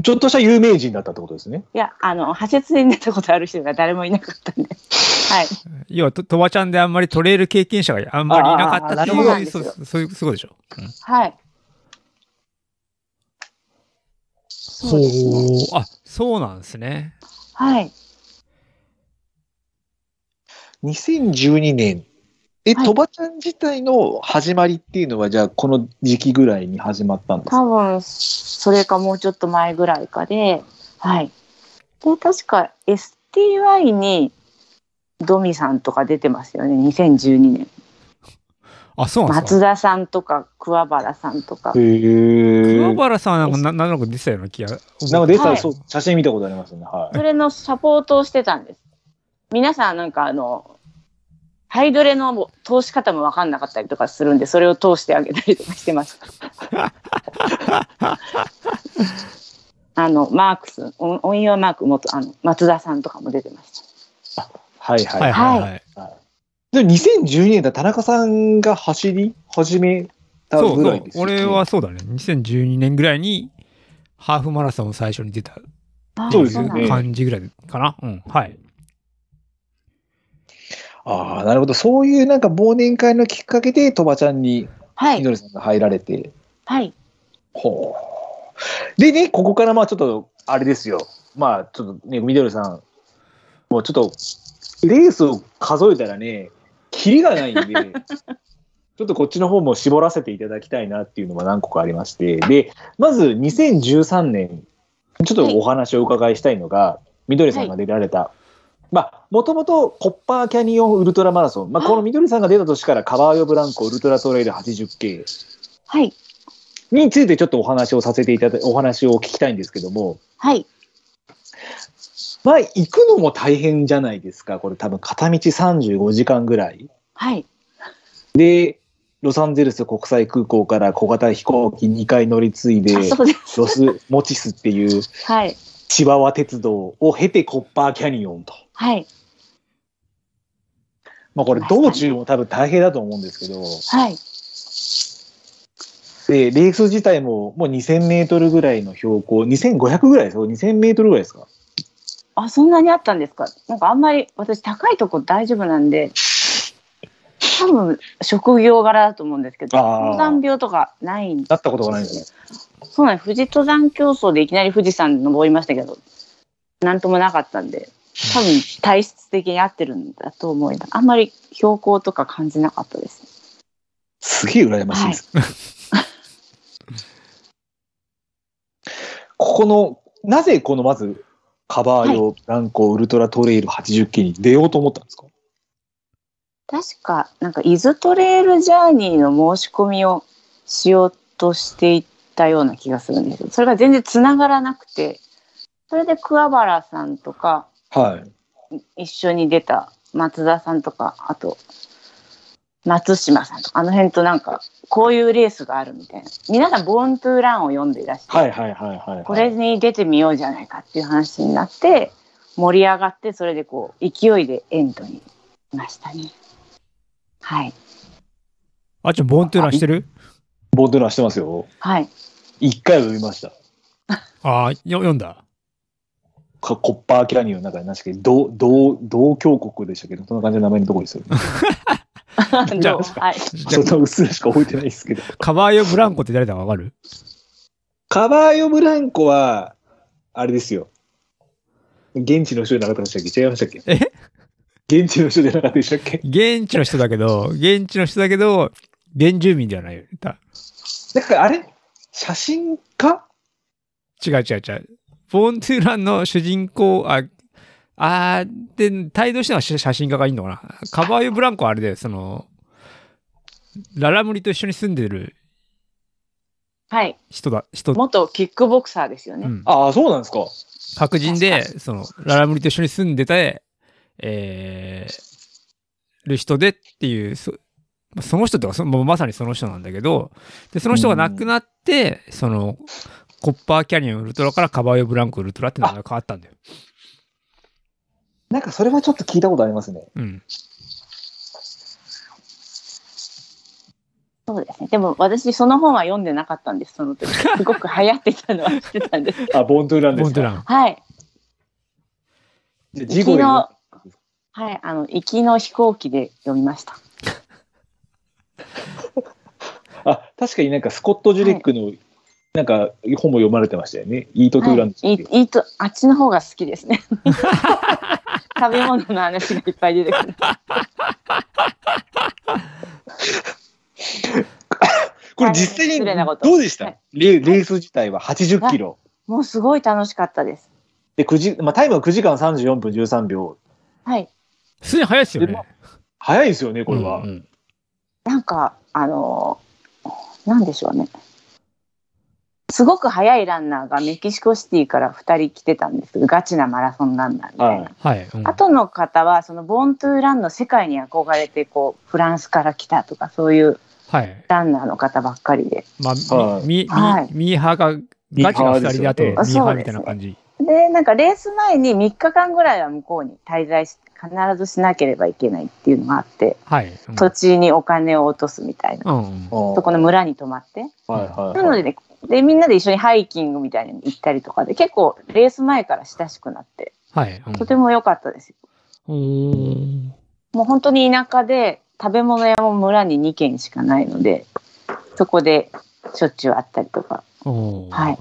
Speaker 1: い。ちょっとした有名人だったってことですね。
Speaker 3: いや、あの、ハセツネに出たことある人が誰もいなかったんで。はい。
Speaker 2: 要はと、とばちゃんであんまりトレイル経験者があんまりいなかったっ
Speaker 1: あ
Speaker 2: て
Speaker 1: ーな
Speaker 3: る
Speaker 2: いう、
Speaker 3: ほ
Speaker 2: そ
Speaker 3: ど
Speaker 2: うそういう、そういうことでしょ。うん
Speaker 3: はい。そうですね。
Speaker 2: ほうあ、そうなんですね。
Speaker 3: はい。
Speaker 1: 2012年。え、
Speaker 3: はい
Speaker 1: とばちゃん自体の始まりっていうのは、じゃあ、この時期ぐらいに始まったんですか
Speaker 3: 多分、それかもうちょっと前ぐらいかで、はい。で、確か STY にドミさんとか出てますよね、2012年。
Speaker 2: あ、そうなんです
Speaker 3: 松
Speaker 2: か。
Speaker 3: 田さんとか、桑原さんとか
Speaker 1: へ。え。
Speaker 2: 桑原さんなんかななんとなく出てたような気が。
Speaker 1: なんか出てた、
Speaker 3: はい
Speaker 1: そう写真見たことありますね。はい。
Speaker 3: それのサポートをしてたんです。皆さんなんかあの、ハイドレの通し方も分かんなかったりとかするんで、それを通してあげたりとかし てました。あの、マークス、音音用マーク元、あの、松田さんとかも出てました。
Speaker 1: はいはい。
Speaker 2: はいはいはい。
Speaker 1: でも2012年だ、田中さんが走り始めた
Speaker 2: そう
Speaker 1: ぐ
Speaker 2: そ
Speaker 1: らいうで。すよね
Speaker 2: 俺はそうだね。2012年ぐらいに、ハーフマラソンを最初に出たっ
Speaker 3: あ
Speaker 2: て
Speaker 1: そう
Speaker 2: い
Speaker 1: ですよね
Speaker 3: なんだ
Speaker 2: う感じぐらいかな。うん。はい。
Speaker 1: ああ、なるほど。そういうなんか忘年会のきっかけで、とばちゃんに、
Speaker 3: は
Speaker 1: み
Speaker 3: い。
Speaker 1: どりさんが入られて。
Speaker 3: はい。
Speaker 1: ほう。でね、ここからまあちょっと、あれですよ。まあちょっとね、みどりさん、もうちょっと、レースを数えたらね、キリがないんで、ちょっとこっちの方も絞らせていただきたいなっていうのが何個かありまして、で、まず2013年、ちょっとお話をお伺いしたいのが、みどりさんが出られた、まあ、もともとコッパーキャニオンウルトラマラソン、まあ、このみどりさんが出た年からカバーヨブランコウルトラトレイル 80K
Speaker 3: はい。
Speaker 1: についてちょっとお話をさせていただお話を聞きたいんですけども、
Speaker 3: はい。
Speaker 1: まあ、行くのも大変じゃないですか、これ多分片道35時間ぐらい。
Speaker 3: はい。
Speaker 1: ロサンゼルス国際空港から小型飛行機2回乗り継いで、
Speaker 3: あそうです。
Speaker 1: ロス、モチスっていう
Speaker 3: はい。
Speaker 1: チワワ鉄道を経てコッパーキャニオンと。
Speaker 3: はい。
Speaker 1: まあこれ道中も多分大変だと思うんですけど、
Speaker 3: はい。
Speaker 1: で、レース自体ももう2000メートルぐらいの標高、2500ぐらいですか ?2000 メートルぐらいですか
Speaker 3: あ、そんなにあったんですかなんかあんまり私高いとこ大丈夫なんで、多分職業柄だと思うんですけど、
Speaker 1: あー
Speaker 3: 登山病とかないんで
Speaker 1: なったことがないんですね。
Speaker 3: そうなんです。富士登山競争でいきなり富士山登りましたけど、なんともなかったんで、多分体質的に合ってるんだと思います。あんまり標高とか感じなかったです。
Speaker 1: すげえ羨ましいです。 ここの、なぜこのまず、カバー用ブランコウルトラトレイル80系に出ようと思ったんですか、
Speaker 3: 確か、なんか伊豆トレイルジャーニーの申し込みをしようとしていたような気がするんですけど、それが全然つながらなくて、それで桑原さんとか、
Speaker 1: はい、
Speaker 3: 一緒に出た松田さんとかあと松島さんとかあの辺となんかこういうレースがあるみたいな皆さん「ボーン・トゥ・ラン」を読んでいらして、
Speaker 1: はいはいはいはいはい。
Speaker 3: これに出てみようじゃないかっていう話になって盛り上がってそれでこう勢いでエントにいましたね。はい、
Speaker 2: あっちゃん、ボーントゥーランしてる
Speaker 1: ボードランしてますよ。
Speaker 3: はい、
Speaker 1: 一回は読みました。
Speaker 2: ああ、よ読んだ。
Speaker 1: かコッパーキャニオンの中に、確かに、同、同、同教国でしたけど、そんな感じの名前のところですよ ね。
Speaker 2: じゃあ
Speaker 3: どうはい、
Speaker 2: じゃ
Speaker 1: そんなうっすらしか覚えてないですけど。
Speaker 2: あカバー用ブランコって誰だかわかる
Speaker 1: カバーヨブランコは、あれですよ。現地の人じゃなかったでしたっけ違いましたっけ
Speaker 2: え
Speaker 1: 現地の人じゃなかったでしたっけ
Speaker 2: 現地の人だけど、現地の人だけど、原住民ではないよね。た
Speaker 1: なんかあれ写真家
Speaker 2: 違う違う違う。ボーントゥーランの主人公、あ、あーで、帯同したのは写写真家がいいのかな。カバーユブランコはあれだよ、その、ララムリと一緒に住んでる
Speaker 3: はい、
Speaker 2: 人だ、人、
Speaker 3: 元キックボクサーですよね。
Speaker 2: うん、
Speaker 1: ああ、そうなんですか。
Speaker 2: 白人で、その、ララムリと一緒に住んでて、えー、る人でっていう、そまあその人とかその、もうまさにその人なんだけど、で、その人が亡くなって、その、コッパーキャニオンウルトラからカバーユブランコウルトラって名前が変わったんだよ。
Speaker 1: なんかそれはちょっと聞いたことありますね。
Speaker 2: うん。
Speaker 3: そうですね。でも私その本は読んでなかったんです。その 時すごく流行ってたのは知ってたんですけど。
Speaker 1: あ、ボンドゥーランで
Speaker 2: ボン
Speaker 1: す
Speaker 2: ト
Speaker 1: か。
Speaker 2: ゥーラン。
Speaker 3: はい。
Speaker 1: じゃあ事故
Speaker 3: 行き
Speaker 1: で
Speaker 3: の、はい、あの、行きの飛行機で読みました。
Speaker 1: あ、確かになんかスコット・ジュレックの、なんか本も読まれてましたよね。イート・トゥーランドって
Speaker 3: はいい、
Speaker 1: う、
Speaker 3: いいと、あっちの方が好きで すね。食べ物の話がいっぱい出てくる。
Speaker 1: これ実際に
Speaker 3: 失礼なこと
Speaker 1: どうでした、
Speaker 3: はい
Speaker 1: レレース自体は80キロ。
Speaker 3: もうすごい楽しかったです。
Speaker 1: で、9時、まあ、タイムは9時間34分13秒。
Speaker 3: はい、
Speaker 2: 普通に早いっすよね。
Speaker 1: 早いですよね、これは。
Speaker 2: うんうん
Speaker 3: なんか、あのーなんでしょうね。すごく速いランナーがメキシコシティから2人来てたんですけど、ガチなマラソンランナーみたいな。
Speaker 1: はい
Speaker 2: はい。うん
Speaker 3: 後の方は、そのボーントゥーランの世界に憧れて、こう、フランスから来たとか、そういう
Speaker 2: はい。
Speaker 3: ランナーの方ばっかりで。
Speaker 2: まあ、
Speaker 1: はい
Speaker 2: み、み、
Speaker 3: はい
Speaker 2: ミーハーが、ガチが二人であって、ミ
Speaker 1: ミー
Speaker 2: ー
Speaker 1: ハ
Speaker 3: ーですよ
Speaker 2: ハーみたいな感じ。
Speaker 3: で、なんかレース前に3日間ぐらいは向こうに滞在し、必ずしなければいけないっていうのがあって、
Speaker 2: はい。うん
Speaker 3: 土地にお金を落とすみたいな。
Speaker 2: うんうん。
Speaker 1: そ
Speaker 3: そこの村に泊まって。
Speaker 1: はいはい、
Speaker 3: なのでね、で、みんなで一緒にハイキングみたいに行ったりとかで、結構レース前から親しくなって、
Speaker 2: はい。
Speaker 3: とても良かったですよ。
Speaker 2: も。うん
Speaker 3: もう本当に田舎で、食べ物屋も村に2軒しかないので、そこでしょっちゅう会ったりとか。
Speaker 2: おー
Speaker 3: はい。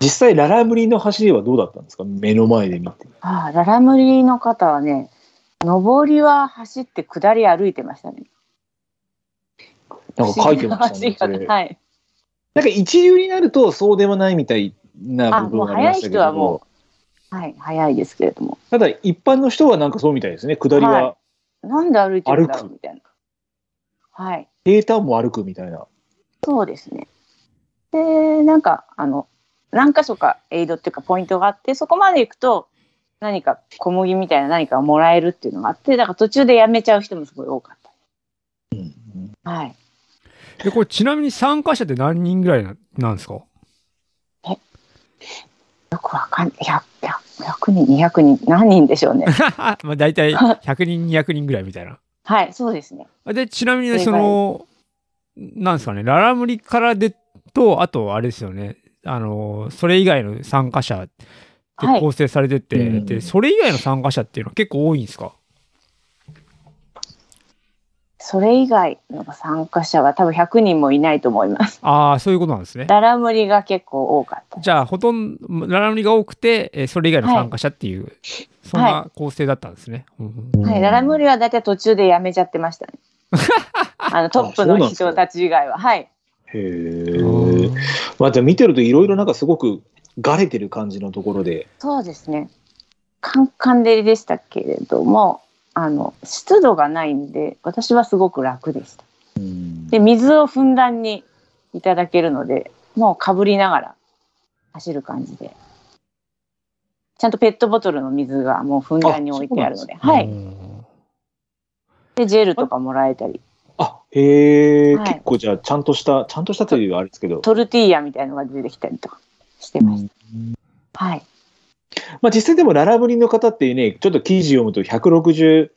Speaker 1: 実際、ララムリの走りはどうだったんですか目の前で見て。
Speaker 3: ああ、ララムリの方はね、上りは走って下り歩いてましたね。
Speaker 1: なんか書いてましたね。
Speaker 3: 不
Speaker 1: そ
Speaker 3: 思議な話
Speaker 1: れ
Speaker 3: がはい。
Speaker 1: なんか一流になるとそうでもないみたいな
Speaker 3: あ、
Speaker 1: 部
Speaker 3: も
Speaker 1: 分が
Speaker 3: う
Speaker 1: あり
Speaker 3: 早
Speaker 1: ま
Speaker 3: い
Speaker 1: したけ
Speaker 3: 人はも
Speaker 1: ど、
Speaker 3: う、はい、早いですけれども。
Speaker 1: ただ一般の人はなんかそうみたいですね。下りは
Speaker 3: はなんで歩いてるんだろ
Speaker 1: 歩
Speaker 3: う
Speaker 1: く
Speaker 3: みたいな。はい、
Speaker 1: 平坦も歩くみたいな。
Speaker 3: そうですね。で、なんか、あの、何箇所かエイドっていうかポイントがあって、そこまで行くと、何か小麦みたいな何かをもらえるっていうのがあって、だから途中でやめちゃう人もすごい多かった。はい。
Speaker 2: で、これちなみに参加者って何人ぐらいななんですか
Speaker 3: よくわかんない。100、100人、200人、何人でしょうね。
Speaker 2: まあ大 体100人、200人ぐらいみたいな。
Speaker 3: はい、そうですね。
Speaker 2: で、ちなみにその、なんですかね、ララムリからでと、あとあれですよね、あの、それ以外の参加者で
Speaker 3: はい
Speaker 2: 構成されてて、
Speaker 1: うん
Speaker 2: で、それ以外の参加者っていうのは結構多いんですか
Speaker 3: それ以外の参加者は多分100人もいないと思います。
Speaker 2: ああ、そういうことなんですね。
Speaker 3: ララムリが結構多かった。
Speaker 2: じゃあ、ほとんど、ララムリが多くて、えーそれ以外の参加者っていう、そんな構成だったんですね。うん
Speaker 3: はい、ララムリはだいたい途中でやめちゃってましたね。あのトップの人たち以外は。はい。
Speaker 1: へえ。まあじゃあ見てるといろいろなんかすごくがれてる感じのところで。
Speaker 3: そうですね。カンカン照りでしたけれども、あの湿度がないんで、私はすごく楽でした。
Speaker 1: うん
Speaker 3: で、水をふんだんにいただけるので、もうかぶりながら走る感じで。ちゃんとペットボトルの水がもうふんだんに置いてあるので、
Speaker 2: うん
Speaker 3: はい。で、ジェルとかもらえたり、
Speaker 1: あへえ、
Speaker 3: はい
Speaker 1: 結構じゃあちゃんとした、ちゃんとしたというよりはあれですけど。
Speaker 3: トルティーヤみたいのが出てきたりとかしてました。はい。
Speaker 1: まあ実際でもララブリの方っていうね、ちょっと記事読むと165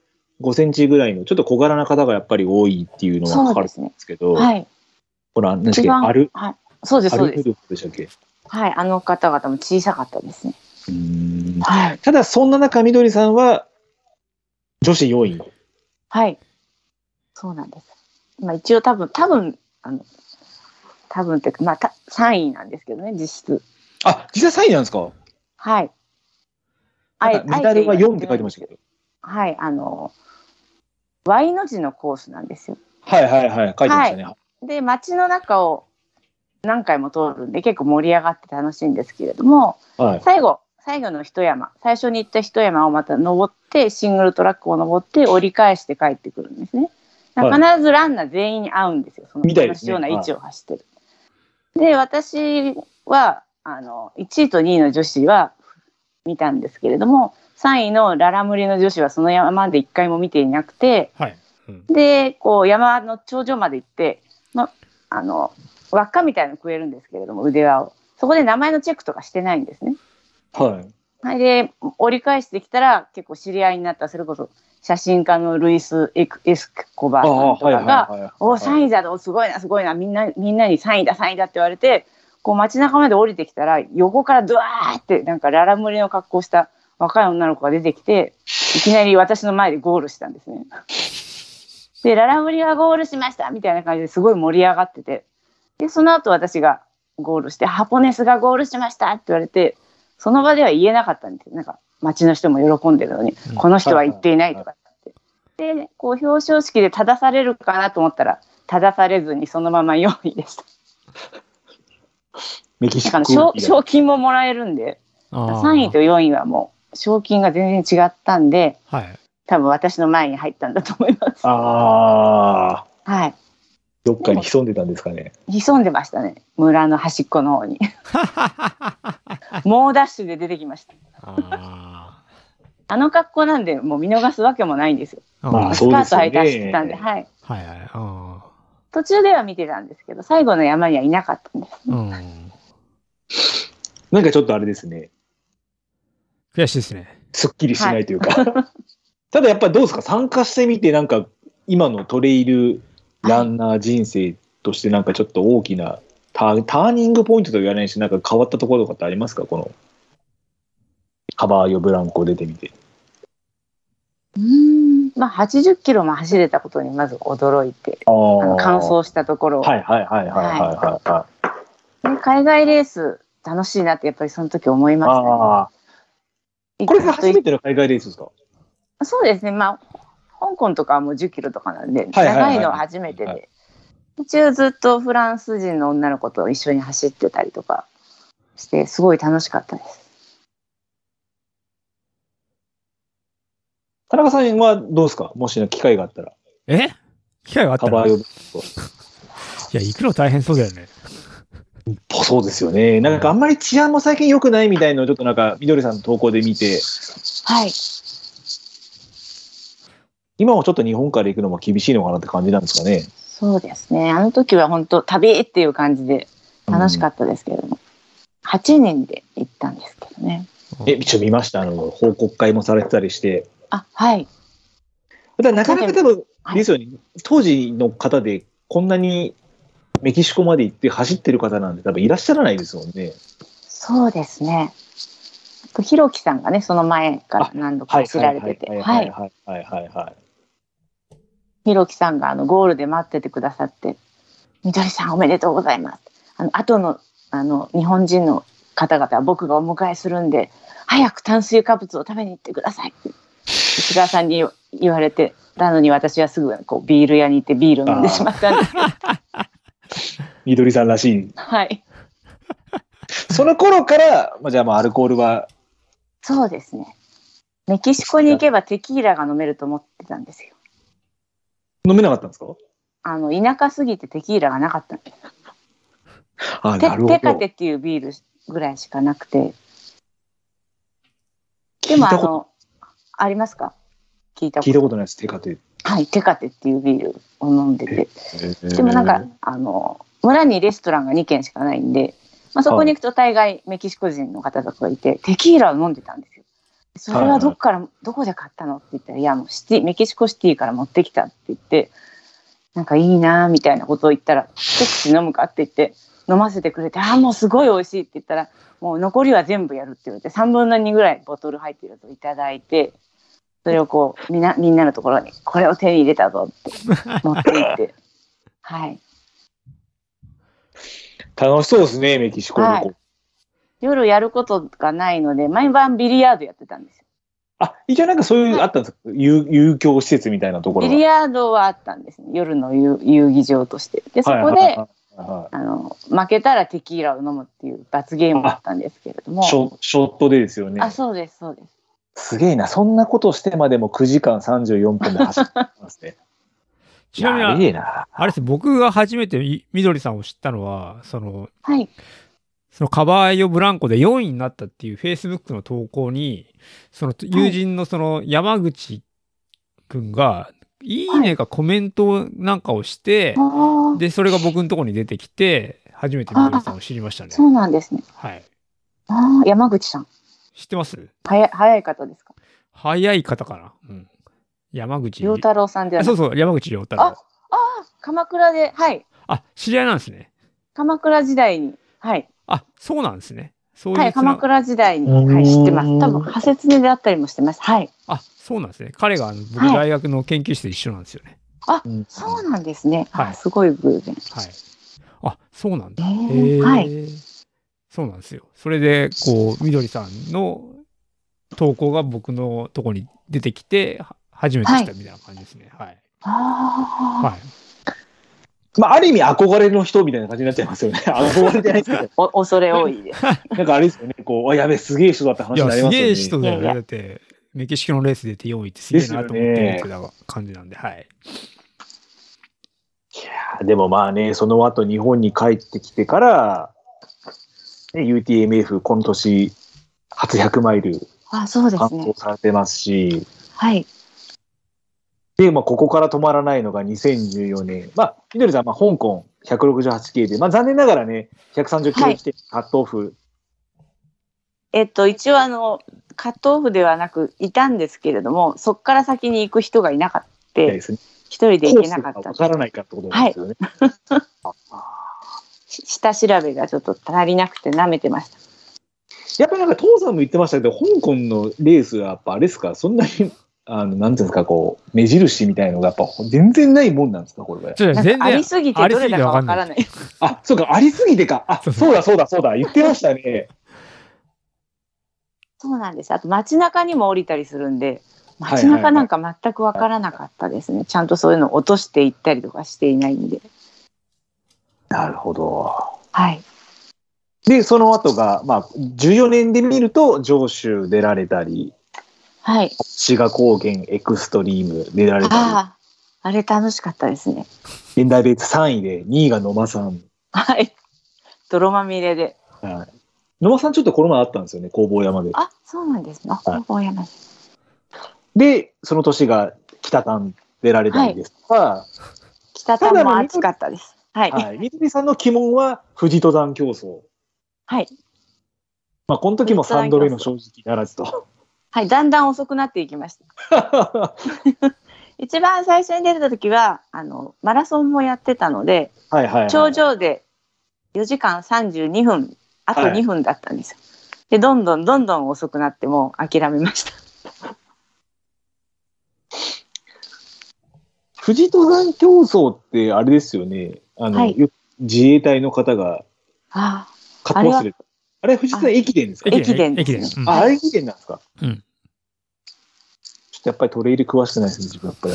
Speaker 1: センチぐらいのちょっと小柄な方がやっぱり多いっていうのが書かれてるんですけど、
Speaker 3: はい。
Speaker 1: ほら、何でし
Speaker 3: 一
Speaker 1: たっ
Speaker 3: 番、
Speaker 1: け、アル、
Speaker 3: はい。そうです、
Speaker 1: ア
Speaker 3: そう
Speaker 1: ル
Speaker 3: で
Speaker 1: フ
Speaker 3: す。
Speaker 1: ルフでしたっけ。
Speaker 3: はい。あの方々も小さかったですね。
Speaker 1: うん
Speaker 3: はい。
Speaker 1: ただそんな中、みどりさんは女子4位。
Speaker 3: はい。そうなんです。まあ一応多分、多分、あの、多分っていうか、まあた3位なんですけどね、実質。
Speaker 1: あ、実際3位なんですか
Speaker 3: はい。あ
Speaker 1: なんかメダルは4って書いてました
Speaker 3: け
Speaker 1: けど。
Speaker 3: ど。はい。あの、Y の字のコースなんですよ。
Speaker 1: はいはいはい、書いてましたね。
Speaker 3: で、街の中を何回も通るんで、結構盛り上がって楽しいんですけれども、
Speaker 1: はい。
Speaker 3: 最後、最後の一山、最初に行った一山をまた登って、シングルトラックを登って、折り返して帰ってくるんですね。必
Speaker 1: は
Speaker 3: ずランナー全員に合うんですよ。その
Speaker 1: みたいで
Speaker 3: 同
Speaker 1: す
Speaker 3: じ
Speaker 1: ね
Speaker 3: ような位置を走ってる。で、私は、あの、1位と2位の女子は見たんですけれども、3位のララムリの女子はその山で一回も見ていなくて、
Speaker 2: はい。うん
Speaker 3: で、こう山の頂上まで行って、ま、あの、輪っかみたいなの食えるんですけれども、腕輪を。そこで名前のチェックとかしてないんですね。
Speaker 1: はい。
Speaker 3: はい、で折り返してきたら結構知り合いになったそれこそ写真家のルイス・エクエスコバ
Speaker 1: あ
Speaker 3: ー
Speaker 1: あ、
Speaker 3: さんと
Speaker 1: はいは
Speaker 3: か
Speaker 1: い
Speaker 3: が
Speaker 1: はいはい。
Speaker 3: 「おお3位だおすごいなすごいなみんなみんなに3位だ3位だ」って言われてこう街中まで降りてきたら横からドワーってなんかララムリの格好した若い女の子が出てきていきなり私の前でゴールしたんですね。で「ララムリがゴールしました」みたいな感じですごい盛り上がっててでその後私がゴールして「ハポネスがゴールしました」って言われてその場では言えなかったんですよなんか街の人も喜んでるのに、
Speaker 2: うん
Speaker 3: この人は言っていないとかって。でこう表彰式で正されるかなと思ったら正されずにそのまま4位でした。
Speaker 1: メキシ
Speaker 3: だ
Speaker 1: コ
Speaker 3: から賞賞金ももらえるんで
Speaker 2: あー
Speaker 3: 3位と4位はもう賞金が全然違ったんで
Speaker 2: はい。
Speaker 3: 多分私の前に入ったんだと思います。
Speaker 1: ああ、
Speaker 3: はい
Speaker 1: どっかに潜んでたんですかね。
Speaker 3: 潜んでましたね村の端っこの方に猛ダッシュで出てきました
Speaker 2: あ
Speaker 3: あの格好なんでもう見逃すわけもないんですよ
Speaker 2: ー
Speaker 1: まあ
Speaker 3: スカート
Speaker 1: そう
Speaker 3: 履い
Speaker 1: ですよね
Speaker 3: て走ってたんで、はい
Speaker 2: はいはい。あ
Speaker 3: 途中では見てたんですけど最後の山にはいなかったんです、
Speaker 2: ーうん。
Speaker 1: なんかちょっとあれですね。
Speaker 2: 悔しいですね。
Speaker 1: すっきりしないというか。 ただやっぱりどうですか参加してみて、なんか今のトレイルランナー人生としてなんかちょっと大きなターターニングポイントとは言わないし、なんか変わったところとかってありますかこのカバーよブランコ出てみて。
Speaker 3: うーんまあ80キロも走れたことにまず驚いて
Speaker 1: あ
Speaker 3: あの
Speaker 1: あ
Speaker 3: 完走したところを、
Speaker 1: はいはいはいはいはいはい。はい、
Speaker 3: で海外レース楽しいなってやっぱりその時思いましたね
Speaker 1: ああ。これが初め
Speaker 3: 一
Speaker 1: ての海外レースですか
Speaker 3: そうですね、まあ、香港とかはもう10キロとかなんで、
Speaker 1: はいはいはい
Speaker 3: 長いのは初めて
Speaker 1: は
Speaker 3: で、途中ずっとフランス人の女の子と一緒に走ってたりとかして、すごい楽しかったです。
Speaker 1: 田中さんはどうですかもし機会があったら。
Speaker 2: え機会があった
Speaker 1: カ
Speaker 2: ら
Speaker 1: バー
Speaker 2: い
Speaker 1: よ
Speaker 2: や、行くの大変そうだよね。
Speaker 1: ぽそうですよね。なんかあんまり治安も最近良くないみたいのをちょっとなんか、みどりさんの投稿で見て、
Speaker 3: はい、
Speaker 1: 今はちょっと日本から行くのも厳しいのかなって感じなんですかね。
Speaker 3: そうですね。あの時は本当旅っていう感じで楽しかったですけれども、8人で行ったんですけどね。
Speaker 1: え、一応見ました。あの、報告会もされてたりして。
Speaker 3: あ、はい。
Speaker 1: ただなかなか多分、
Speaker 3: はい
Speaker 1: ですよね、当時の方でこんなにメキシコまで行って走ってる方なんて多分いらっしゃらないですもんね。
Speaker 3: そうですね。あとひろきさんがね、その前から
Speaker 1: あ
Speaker 3: 何度か走られてて、
Speaker 1: は
Speaker 3: はいい。
Speaker 1: はいはいはいはい。
Speaker 3: ひろきさんがあのゴールで待っててくださって、みどりさんおめでとうございます。あの後のあの日本人の方々は僕がお迎えするんで、早く炭水化物を食べに行ってくださいって。石川さんに言われてたのに私はすぐこうビール屋に行ってビールを飲んでしまったんです。
Speaker 1: みどりさんらしい。
Speaker 3: はい。
Speaker 1: その頃から、まあ、じゃあまあアルコールは、
Speaker 3: そうですね。メキシコに行けばテキーラが飲めると思ってたんですよ。
Speaker 1: 飲めなかったんですか
Speaker 3: あの田舎すぎてテキーラがなかったんで
Speaker 1: あ、なる
Speaker 3: テ
Speaker 1: ほ
Speaker 3: テカテ
Speaker 1: ど。
Speaker 3: っていうビールぐらいしかなくて。でも
Speaker 1: 聞い
Speaker 3: あ
Speaker 1: たこと
Speaker 3: の、ありますか聞いた
Speaker 1: 聞
Speaker 3: こ
Speaker 1: い
Speaker 3: と。
Speaker 1: たことないです、テカテ。
Speaker 3: はい、テカテっていうビールを飲んでて。で
Speaker 1: で
Speaker 3: もなんか、あの、村にレストランが2軒しかないんで、まあ、そこに行くと大概メキシコ人の方とかがいて、テキーラを飲んでたんですよ。それはどっから、どこで買ったのって言ったら、いや、もうシティ、メキシコシティから持ってきたって言って、なんかいいなぁみたいなことを言ったら、一口飲むかって言って、飲ませてくれて、ああ、もうすごい美味しいって言ったら、もう残りは全部やるって言われて、3分の2ぐらいボトル入ってるやつをいただいて、それをこう、みんな、みんなのところに、これを手に入れたぞって持って行って、はい。
Speaker 1: 楽しそうですね、メキシコ旅行。
Speaker 3: はい夜やることがないので、毎晩ビリヤードやってたんですよ。
Speaker 1: あ、一応なんかそういう、
Speaker 3: はい
Speaker 1: あったんですか遊遊興施設みたいなところ
Speaker 3: ビ
Speaker 1: が
Speaker 3: リヤードはあったんですね。夜の遊遊技場として。で、そこ
Speaker 1: はいはい
Speaker 3: で、
Speaker 1: はいは
Speaker 3: あの、負けたらテキーラを飲むっていう罰ゲームだったんですけれども
Speaker 1: い。シ。ョショットでですよね。
Speaker 3: あ、そうです、そうです。
Speaker 1: すげえな、そんなことしてまでも9時間34分で走ってますね。
Speaker 2: ちなみに
Speaker 1: いや、いいな。
Speaker 2: あれです、僕が初めていみどりさんを知ったのは、その、
Speaker 3: はい。
Speaker 2: そのカバーイオブランコで4位になったっていう Facebook の投稿に、その友人のその山口くんが、いいねかコメントなんかをして、
Speaker 3: あー
Speaker 2: で、それが僕のところに出てきて、初めてみどりさんを知りましたね。
Speaker 3: そうなんですね。
Speaker 2: はい。
Speaker 3: あー山口さん。
Speaker 2: 知ってます
Speaker 3: 早い、早い方ですか。
Speaker 2: 早い方かな。うん。山口。
Speaker 3: 良太郎さんじゃ
Speaker 2: あ
Speaker 3: な
Speaker 2: そ。
Speaker 3: いう
Speaker 2: そう、山口良太郎。
Speaker 3: あ鎌倉で、はい。
Speaker 2: あ、知り合いなんですね。
Speaker 3: 鎌倉時代に。はい。
Speaker 2: あ、そうなんですね。そういう
Speaker 3: はい。
Speaker 2: つな
Speaker 3: 鎌倉時代に。
Speaker 1: うー
Speaker 3: は
Speaker 1: ん
Speaker 3: い。知ってます。多分、派切であったりもしてます。はい。
Speaker 2: あ、そうなんですね。彼があの僕
Speaker 3: はい
Speaker 2: 大学の研究室で一緒なんですよね。
Speaker 1: うん
Speaker 3: そうなんですね。
Speaker 2: はい
Speaker 3: あすごい偶然。
Speaker 2: はい。あ、そうなんだ。へ
Speaker 3: ね
Speaker 2: ー
Speaker 3: はい。。
Speaker 2: そうなんですよ。それで、こう、みどりさんの投稿が僕のとこに出てきて、は初めて知ったみたいな感じですね。はい。
Speaker 3: あー
Speaker 2: はい。
Speaker 1: まあ、ある意味憧れの人みたいな感じになっちゃいます よね。憧れじゃないですけ
Speaker 3: お恐れ多いです。
Speaker 1: ど、なんかあれですよね、こう、あ、やべえ、すげえ人だって話
Speaker 2: い
Speaker 1: に
Speaker 2: や、
Speaker 1: なり
Speaker 2: す
Speaker 1: ますよ
Speaker 2: げ
Speaker 1: ね。
Speaker 2: え人だよ
Speaker 3: いや
Speaker 2: ね。
Speaker 3: い
Speaker 2: だって、メキシコのレースで出て4位ってすげえなと思って見てた感じなんで、はい。
Speaker 1: いやでもまあね、その後日本に帰ってきてから、ね、UTMF、この年、初100マイル
Speaker 3: あ、そうで
Speaker 1: 完
Speaker 3: すね
Speaker 1: 走。されてますし、
Speaker 3: はい。
Speaker 1: で、まあ、ここから止まらないのが2014年。まあ、みどりさん、まあ、香港168系で、まあ、残念ながらね、130キロ地点、カットオフ。
Speaker 3: えっと、一応あの、カットオフではなく、いたんですけれども、そこから先に行く人がいなかった。
Speaker 1: で
Speaker 3: 一
Speaker 1: すね。
Speaker 3: 人で行けなか
Speaker 1: コー
Speaker 3: っ
Speaker 1: スが
Speaker 3: た
Speaker 1: わ。からないかってことなんですよね。
Speaker 3: し下調べがちょっと足りなくて舐めてました。
Speaker 1: やっぱりなんか、父さんも言ってましたけど、香港のレースはやっぱあれですか、そんなに、あの、なんていうんですか、こう、目印みたいのがやっぱ全然ないもんなんですか、これは。
Speaker 2: ちょっと
Speaker 3: な
Speaker 2: 全
Speaker 3: ん
Speaker 2: 然
Speaker 3: かありすぎてどれだかわから
Speaker 2: い。
Speaker 3: ない。
Speaker 1: あ、そうか、ありすぎてか。あ、
Speaker 2: そう
Speaker 1: そうだ、そうだ、そうだ、言ってましたね。
Speaker 3: そうなんです。あと街中にも降りたりするんで、
Speaker 1: いはい
Speaker 3: 街中なんか全くわからなかったですね。ちゃんとそういうのを落としていったりとかしていないんで。
Speaker 1: なるほど。
Speaker 3: はい。
Speaker 1: で、その後が、まあ、14年で見ると、上州出られたり、
Speaker 3: はい。
Speaker 1: 志賀高原エクストリーム出られた
Speaker 3: ああ、あれ楽しかったですね。
Speaker 1: り、年代別3位で、2位が野間さん。
Speaker 3: はい。泥まみれで。
Speaker 1: はい野間さんちょっとこの前あったんですよね、工房山で。
Speaker 3: あ、そうなんですね。あ、
Speaker 1: はい
Speaker 3: 大山です
Speaker 1: で、その年が北丹出られたりですとか、
Speaker 3: 北田も暑かったです。はい。
Speaker 1: はい。みどりさんの鬼門は富士登山競争。
Speaker 3: はい。
Speaker 1: まあ、この時も3度目の正直ならずと。
Speaker 3: はい。だんだん遅くなっていきました。
Speaker 1: は
Speaker 3: 一番最初に出てた時は、あの、マラソンもやってたので、
Speaker 1: いはい、はい。
Speaker 3: 頂上で4時間32分、あと
Speaker 1: はい
Speaker 3: 2分だったんですよ。で、どんどんどんどん遅くなって、もう諦めました。
Speaker 1: 富士登山競争ってあれですよね。あの、
Speaker 3: はい
Speaker 1: よ自衛隊の方が
Speaker 3: あ
Speaker 1: 買って忘れた。あれ、富士登山駅伝ですか
Speaker 3: 駅伝
Speaker 2: 駅伝
Speaker 3: 駅
Speaker 2: です。
Speaker 3: 伝
Speaker 2: うん
Speaker 1: あ、あれ駅伝なんですか
Speaker 2: うん
Speaker 1: ちょっとやっぱりトレイル食わしてないですね、自分やっぱ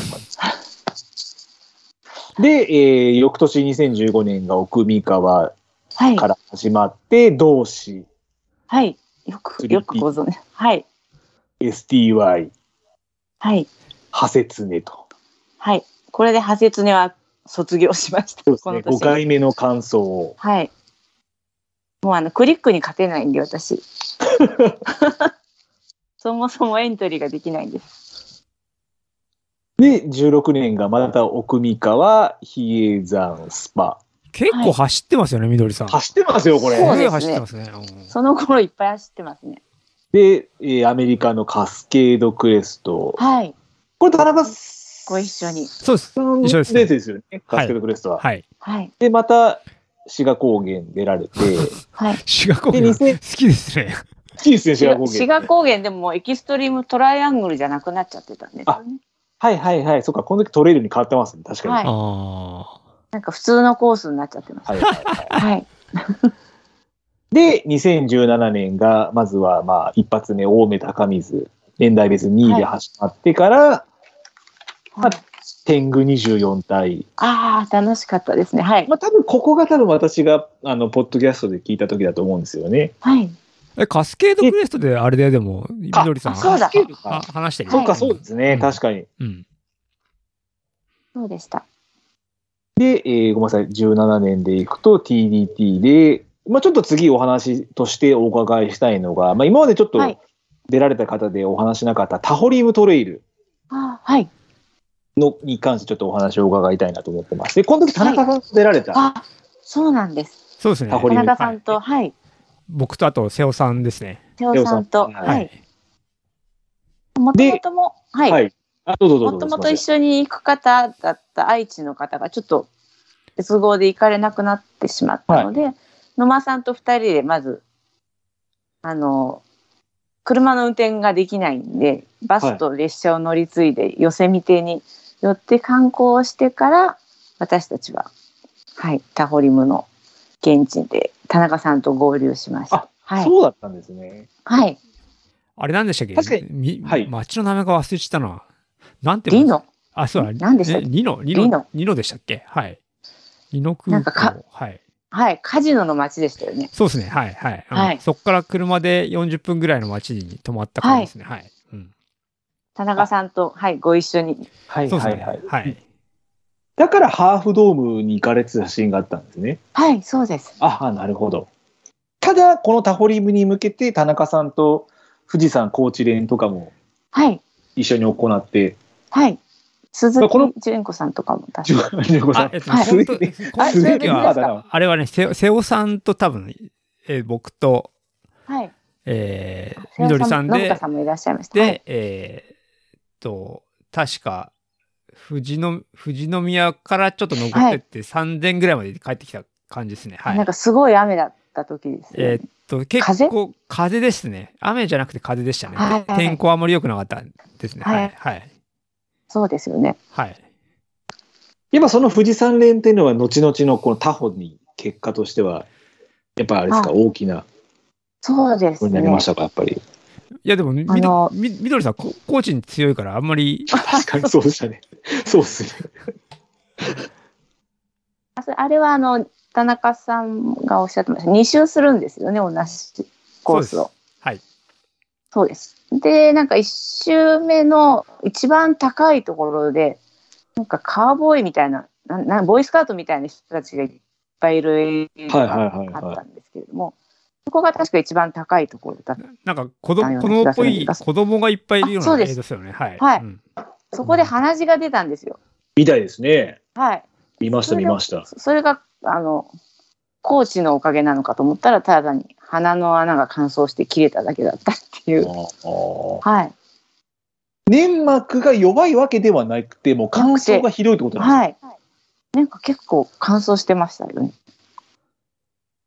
Speaker 1: りで、えー、翌年2015年が奥三河
Speaker 3: あ、はい
Speaker 1: か。ら始まって、同志、
Speaker 3: はい。よく、よくご存知。はい。
Speaker 1: STY、
Speaker 3: はい。
Speaker 1: ハセツネと。
Speaker 3: はい。これで、ハセツネは卒業しました。
Speaker 1: そうです
Speaker 3: こ
Speaker 1: ね、
Speaker 3: の
Speaker 1: 5
Speaker 3: 年。
Speaker 1: 回目の感想を。
Speaker 3: はい。もうあの、クリックに勝てないんで、 私。そもそもエントリーができないんです。
Speaker 1: で、16年がまた奥三河、比叡山、スパ。
Speaker 2: 結構走ってますよね、みどりさん。
Speaker 1: 走ってますよ、これ。
Speaker 3: そうですね
Speaker 2: 走ってますね。うん
Speaker 3: その頃いっぱい走ってますね。
Speaker 1: で、えーアメリカのカスケードクレスト。
Speaker 3: はい。
Speaker 1: これ、田中さん
Speaker 3: ご一緒に。
Speaker 2: そうです。
Speaker 1: の
Speaker 2: 一緒
Speaker 1: レー
Speaker 2: です
Speaker 1: ス
Speaker 2: ね
Speaker 1: ですよね、カスケードクレストは。
Speaker 2: はい。
Speaker 3: はい。
Speaker 1: で、また、志賀高原出 られて、
Speaker 3: はい。
Speaker 2: 志賀高
Speaker 1: で、
Speaker 2: 原好
Speaker 1: 2000、
Speaker 2: きですね。
Speaker 1: 好きですね、志賀高原。
Speaker 3: 志賀高原でももうエキストリームトライアングルじゃなくなっちゃってたんですよね。
Speaker 1: はいはいはい、そっか、この時トレイルに変わってますね、確かに。
Speaker 3: は
Speaker 1: はいい
Speaker 2: あ
Speaker 3: なんか普通のコースになっちゃってます。
Speaker 1: はいはい
Speaker 3: はい。
Speaker 1: で、2017年が、まずは、まあ、一発目、青梅高水、年代別2位で始まってから、
Speaker 3: はい、
Speaker 1: 天狗24体。
Speaker 3: ああ、楽しかったですね。はい。
Speaker 1: まあ、多分ここが多分私が、あの、ポッドキャストで聞いた時だと思うんですよね。
Speaker 3: はい。
Speaker 2: あ。え、カスケードクレストであれだよ、でも、み
Speaker 1: あ
Speaker 2: どりさん。
Speaker 3: あそうだ
Speaker 2: あ
Speaker 1: あ
Speaker 2: 話してる。
Speaker 1: そっか、そうですね、
Speaker 2: うん
Speaker 1: 確かに。
Speaker 2: うん。
Speaker 3: そうでした。
Speaker 1: で、えーごめんなさい、17年でいくと TDT で、まあ、ちょっと次お話としてお伺いしたいのが、まあ、今までちょっと
Speaker 3: はい
Speaker 1: 出られた方でお話しなかったタホリウムトレイル
Speaker 3: あーはい。
Speaker 1: のに関してちょっとお話を伺いたいなと思ってます。で、この時田中さんと出られた。
Speaker 3: あそうなんです。
Speaker 2: そうですね。
Speaker 1: タコ
Speaker 3: 田
Speaker 1: リ
Speaker 3: 中さん
Speaker 2: は
Speaker 3: と、
Speaker 2: い
Speaker 3: はい。
Speaker 2: 僕とあと、瀬尾さんですね。
Speaker 3: 瀬尾さんと、
Speaker 1: 瀬尾さん
Speaker 3: はい。。もともとも、はい。
Speaker 1: はい。あ、どうぞどう
Speaker 3: も
Speaker 1: ぞ。
Speaker 3: ともと一
Speaker 1: 緒。
Speaker 3: 緒に行く方だった愛知の方がちょっと都合で行かれなくなってしまったので、野間さんと二人でまずあの車の運転ができないんでバスと列車を乗り継いで寄せ見てに寄って観光をしてから私たちは、はい、タホリムの現地で田中さんと合流しまし
Speaker 1: あ
Speaker 3: た。はい、
Speaker 1: そうだったんですね。
Speaker 3: はい、
Speaker 2: あれなんでしたっけ
Speaker 1: 確かに
Speaker 2: に
Speaker 1: はい
Speaker 2: 町の名前が忘れてたな。なんて
Speaker 3: リノ。
Speaker 2: あ、そうだ。
Speaker 3: 何でしたっけ
Speaker 2: えリノ、リ
Speaker 3: リ
Speaker 2: ノ
Speaker 3: ノ、
Speaker 2: リノでしたっけはい。リノ空
Speaker 3: なんかか
Speaker 2: 港。はい。
Speaker 3: はい、カジノの街でしたよね。
Speaker 2: そうですね。はい、はい。うん
Speaker 3: はい
Speaker 2: そこから車で40分ぐらいの町に泊まった感じですね。はい。うん
Speaker 3: 田中さんと、はい、ご一緒に。
Speaker 1: はい
Speaker 2: そうで
Speaker 1: は
Speaker 2: す
Speaker 1: い
Speaker 2: ね
Speaker 1: はい。。
Speaker 2: はい。
Speaker 1: だからハーフドームに行かれてたシーンがあったんですね。
Speaker 3: はい、そうです。
Speaker 1: ああ、なるほど。ただ、このタホリムに向けて、田中さんと富士山高知連とかも
Speaker 3: はい、
Speaker 1: 一緒に行って、
Speaker 3: はい。鈴
Speaker 1: まあこの
Speaker 3: 木純子さんとかも確か
Speaker 1: 15
Speaker 2: あ
Speaker 1: さ、
Speaker 2: えっと、
Speaker 3: はい
Speaker 2: 本当、
Speaker 1: はい
Speaker 2: 今
Speaker 3: すげえ
Speaker 2: 時は、
Speaker 3: だ
Speaker 2: あれはね、瀬尾瀬尾さんと多分、えー僕と、
Speaker 3: はい。
Speaker 2: えー、みどりさん
Speaker 3: 信
Speaker 2: で
Speaker 3: 香、さんもいらっしゃいました。はい
Speaker 2: で、えーっと、確か、富士の、富士宮からちょっと残ってって、3000ぐらいまで帰ってきた感じですね。はい。
Speaker 3: なんかすごい雨だった時ですね、
Speaker 2: えーっと、結
Speaker 3: 風
Speaker 2: 構風ですね。雨じゃなくて風でしたね。
Speaker 3: はい
Speaker 2: 天候あまり良くなかったですね。は
Speaker 3: はい
Speaker 2: い。はい。
Speaker 3: そうですよね。
Speaker 2: はい。
Speaker 1: 今その富士山連っていうのは、後々のこのタホに結果としては、やっぱあれですか、
Speaker 3: は
Speaker 1: 大きな
Speaker 3: そうで
Speaker 1: こ
Speaker 3: す
Speaker 1: れに
Speaker 3: ね。
Speaker 1: なりましたか、やっぱり。
Speaker 2: いや、でも、み
Speaker 3: あの
Speaker 2: どみみどりさん、こコーチに強いから、あんまり、
Speaker 1: 確かにそうでしたね。そうっすね。
Speaker 3: あそれあれはあの、田中さんがおっしゃってました。2周するんですよね、同じコースを。
Speaker 2: はい。
Speaker 3: そうです。で、なんか1周目の一番高いところで、なんかカーボーイみたいな、ななボーイスカートみたいな人たちがいっぱいいるエリア
Speaker 1: はい
Speaker 3: が
Speaker 1: はいはい
Speaker 3: あっ
Speaker 1: は
Speaker 3: たんですけれども、そこが確か一番高いところだった。
Speaker 2: なんか子供、
Speaker 3: あの
Speaker 2: 子供っぽい、
Speaker 3: 出す
Speaker 2: 子供がいっぱいいるよう
Speaker 3: あそ
Speaker 2: な
Speaker 3: う
Speaker 2: 映
Speaker 3: です
Speaker 2: 像ですよね。はい。
Speaker 3: はい
Speaker 2: うん
Speaker 3: そこで鼻血が出たんですよ。
Speaker 1: い。みたいですね。
Speaker 3: はい。
Speaker 1: 見ました、見ました。
Speaker 3: そそれがあの高知のおかげなのかと思ったらただ単に鼻の穴が乾燥して切れただけだったってい
Speaker 1: あ
Speaker 3: う、
Speaker 1: ー
Speaker 3: はい
Speaker 1: 粘膜が弱いわけではなくて、もう乾燥がひどいってことなんで
Speaker 3: はいなんか結構乾燥してましたよね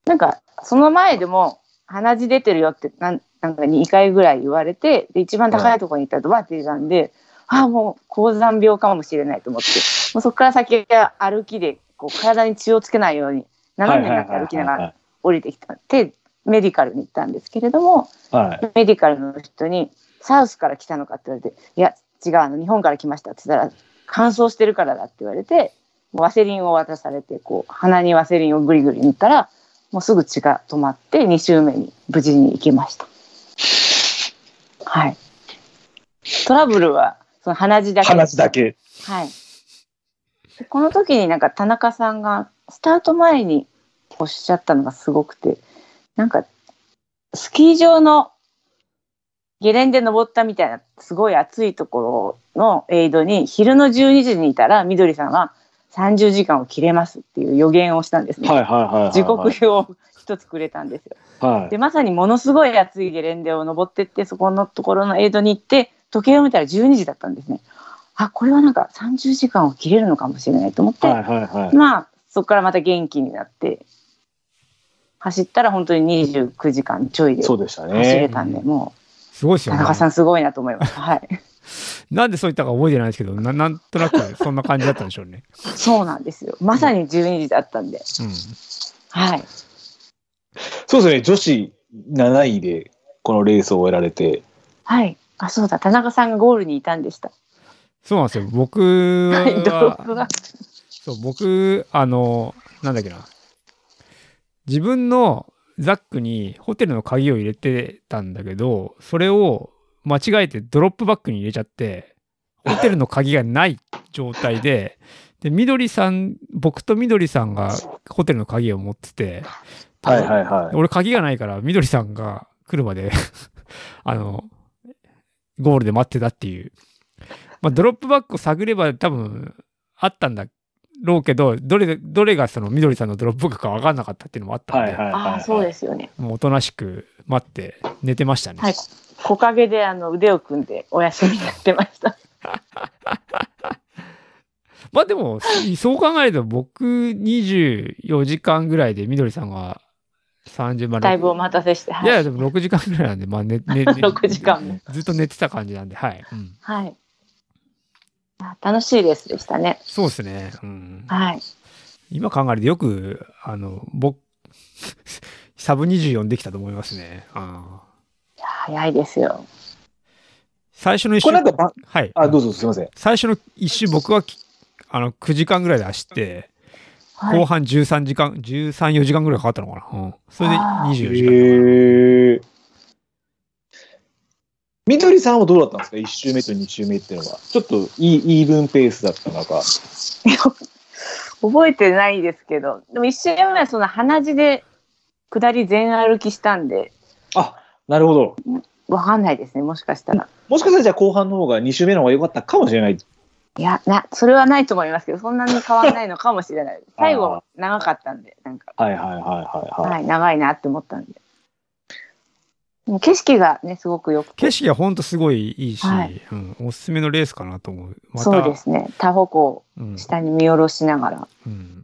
Speaker 3: なんかその前でも鼻血出てるよってなんなんか2回ぐらい言われてで一番高いところに行ったらドバッて出たんで、ああもう高山病かもしれないと思ってもうそこから先は歩きでこう体に血をつけないように
Speaker 1: すか
Speaker 3: 斜めになって歩きながら
Speaker 1: ら。
Speaker 3: 降りてきたってメディカルに行ったんですけれども
Speaker 1: はい。
Speaker 3: メディカルの人に「サウスから来たのか?」って言われて「いや違うあの日本から来ました」って言ったら「乾燥してるからだ」って言われてワセリンを渡されてこう鼻にワセリンをグリグリ塗ったらもうすぐ血が止まって2周目に無事に行きました。はい、トラブルはその鼻血だけ
Speaker 1: 話だけ。
Speaker 3: はい。でこの時になんか田中さんがスタート前におっしゃったのがすごくて、なんかスキー場のゲレンデ登ったみたいなすごい暑いところのエイドに昼の12時にいたらみどりさんは30時間を切れますっていう予言をしたんですね。
Speaker 1: はいはいはいはい。
Speaker 3: 時刻表を一つくれたんですよ。
Speaker 1: は
Speaker 3: でまさにものすごい暑いゲレンデを登ってってそこのところのエイドに行って時計を見たら12時だったんですねあこれはなんか30時間を切れるのかもしれないと思っ
Speaker 1: い。
Speaker 3: て、
Speaker 1: はいはいはい。
Speaker 3: まあそこからまた元気になって走ったら本当に29時間ちょいで
Speaker 1: そう
Speaker 3: 走
Speaker 1: でした
Speaker 3: れ
Speaker 1: ね。
Speaker 3: たんで、も
Speaker 2: すごいですよ
Speaker 3: う田
Speaker 2: ね。
Speaker 3: 中さんすごいなと思いますはい
Speaker 2: なんでそういったか覚えてないですけど、な なんとなくそんな感じだったんでしょうね。
Speaker 3: そうなんですよまさに12時だったんで、
Speaker 2: うん。
Speaker 3: はい
Speaker 1: そうですね、女子7位でこのレースを終えられて。
Speaker 3: はいあそうだ田中さんがゴールにいたんでした
Speaker 2: そうなんですよ。僕
Speaker 3: はいドロップ
Speaker 2: は
Speaker 3: が、
Speaker 2: そう、僕、あの、なんだっけな。自分のザックにホテルの鍵を入れてたんだけど、それを間違えてドロップバッグに入れちゃって、ホテルの鍵がない状態で、で、みどりさん、僕とみどりさんがホテルの鍵を持ってて、
Speaker 1: はいはいはい。
Speaker 2: 俺鍵がないから、みどりさんが来るまで、 あの、ゴールで待ってたっていう。まあ、ドロップバックを探れば多分あったんだろうけど、どれ、どれがそのみどりさんのドロップバックか分かんなかったっていうのもあったん
Speaker 1: は
Speaker 2: で、
Speaker 1: いはい
Speaker 3: あ
Speaker 1: は
Speaker 3: あ
Speaker 1: い。。
Speaker 3: そうですすよね
Speaker 2: もうおとなしく待って寝てましたね。
Speaker 3: はい木陰であの腕を組んでお休みになってました
Speaker 2: まあでも、そう考えると僕24時間ぐらいでみどりさんが30万
Speaker 3: だいぶお待たせして、
Speaker 2: い
Speaker 3: は
Speaker 2: やいや、
Speaker 3: い、
Speaker 2: でも6時間ぐらいなんで、まあ寝、寝、寝
Speaker 3: 6時間も。
Speaker 2: ずっと寝てた感じなんで、はい。うん
Speaker 3: はい。あ楽しいレースでしたね。
Speaker 2: そうですね。うん、
Speaker 3: はい。
Speaker 2: 今考えるとよく、あの、僕、 サブ24できたと思いますね。あー
Speaker 3: 早いですよ。
Speaker 2: 最初の一
Speaker 1: こ
Speaker 2: 周
Speaker 1: れなんかば、
Speaker 2: はい。
Speaker 1: あ、どうぞすいません。
Speaker 2: 最初の一周、僕はき、あの、9時間ぐらいで走って、
Speaker 3: は
Speaker 2: 後
Speaker 3: い。
Speaker 2: 半13時間、13、4時間ぐらいかかったのかな。うん、それで
Speaker 3: あー
Speaker 2: 24時間。
Speaker 1: へえ。みどりさんはどうだったんですか ?1 周目と2周目っていうのは。ちょっといいイーブンペースだったのか。
Speaker 3: 覚えてないですけど、でも一周目はその鼻血で下り全歩きしたんで、
Speaker 1: あ、なるほど。
Speaker 3: わかんないですね、もしかしたら。
Speaker 1: もしかしたらじゃあ後半の方が2周目の方が良かったかもしれない。
Speaker 3: いや、な、それはないと思いますけど、そんなに変わらないのかもし れない。最後、長かったんで、なんか、
Speaker 1: はいはいはいはいはい。
Speaker 3: はい、長いなって思ったんで。でも景色がね、すごく良くて
Speaker 2: 景。色はほんとすごいいいし、
Speaker 3: はい
Speaker 2: うん、おすすめのレースかなと思う。また、
Speaker 3: そうですね。他方向、
Speaker 2: うん
Speaker 3: 下に見下ろしながら。
Speaker 2: うん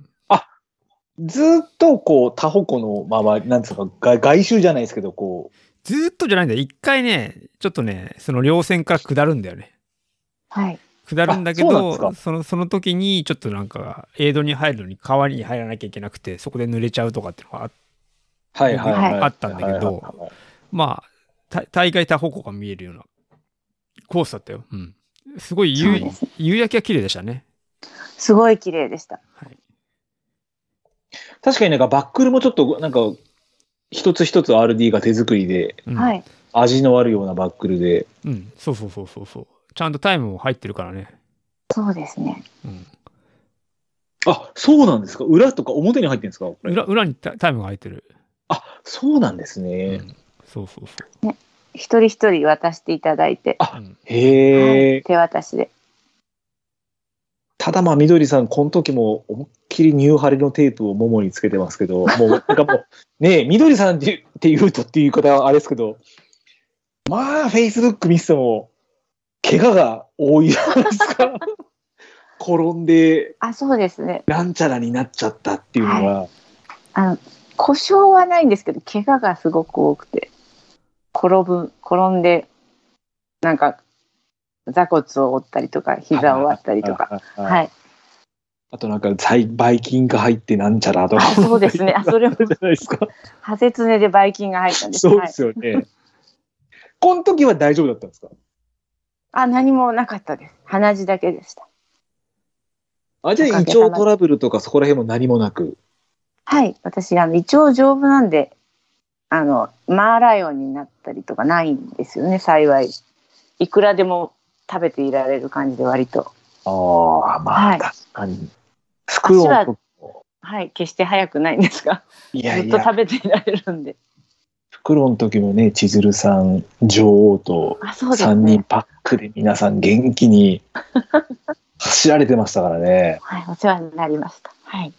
Speaker 1: ずーっとこう、他方向の周り、なんですか、外外周じゃないですけど、こう。
Speaker 2: ずーっとじゃないんだよ。一回ね、ちょっとね、その稜線から下るんだよね。
Speaker 3: はい。
Speaker 2: 下るんだけ
Speaker 1: あそうなん
Speaker 2: ど
Speaker 1: です
Speaker 2: そ
Speaker 1: か
Speaker 2: のその時にちょっとなんかエイドに入るのに川に入らなきゃいけなくてそこで濡れちゃうとかっていうのがあ
Speaker 1: はいはいはい。
Speaker 2: あったんだけど
Speaker 1: はいはいはい
Speaker 2: まあた大概多方向が見えるようなコースだったよ、うん、すごい
Speaker 3: そう
Speaker 2: 夕
Speaker 3: ですね
Speaker 2: 夕焼けは綺麗でしたね、
Speaker 3: すごい綺麗でした。
Speaker 2: はい、
Speaker 1: 確かになんかバックルもちょっと、なんか、一つ一つ RD が手作りで、
Speaker 2: うん、
Speaker 3: はい。
Speaker 1: 味のあるようなバックルで。
Speaker 2: うん、そうそうそうそうそうちゃんとタイムも入ってるからね、
Speaker 3: そうですね。
Speaker 2: うん、
Speaker 1: あ、そうなんですか裏とか表に入ってるんですかこれ
Speaker 2: 裏裏にタタイムが入ってる、
Speaker 1: あ、そうなんです
Speaker 2: う
Speaker 1: ね。
Speaker 2: ん、そうそうそ
Speaker 3: 一人一人渡していただいて、
Speaker 1: あ
Speaker 2: う、うん、
Speaker 1: へえ、
Speaker 3: はい手渡しで。
Speaker 1: ただまあ、みどりさん、この時も思いっきりニューハレのテープをももにつけてますけど、もう、なんかもう、 ねえ、みどりさんって言うとっていう言い方はあれですけど、まあ、フェイスブック見せても、怪我が多いじゃないです か。転んで、
Speaker 3: あ、そうですね。
Speaker 1: なんちゃらになっちゃったっていうのは、
Speaker 3: あの、故障はないんですけど、怪我がすごく多くて、転ぶ、転んで、なんか、座骨を折ったりとか、膝を割ったりとか。
Speaker 1: あ。
Speaker 3: はい。
Speaker 1: あとなんか、ばいばい菌が入ってなんちゃらとか。
Speaker 3: あそうですねあそれ も
Speaker 1: じゃないですか。
Speaker 3: 破切ねでばい菌が入ったんです。
Speaker 1: そう
Speaker 3: は
Speaker 1: で
Speaker 3: い。
Speaker 1: すよね。この時は大丈夫だったんですか
Speaker 3: あ、何もなかったです。鼻血だけでした。
Speaker 1: あ、じゃあ胃腸トラブルとかそこら辺も何もなく。
Speaker 3: はい。私、あの、胃腸丈夫なんで、あの、マーライオンになったりとかないんですよね、幸い。いくらでも食べていられる感じで割と。
Speaker 1: ああ、ま
Speaker 3: は
Speaker 1: あ
Speaker 3: い
Speaker 1: 確かに。服を
Speaker 3: 足ははい。決して早くないんですが、
Speaker 1: いや
Speaker 3: ず
Speaker 1: い
Speaker 3: っと
Speaker 1: や、
Speaker 3: 食べていられるんで。
Speaker 1: 袋の時もね、千鶴さん、女王と
Speaker 3: あ、そうです
Speaker 1: 3人
Speaker 3: ね。
Speaker 1: パックで皆さん元気に 走られてましたからね。
Speaker 3: はい。お世話になりました。はい。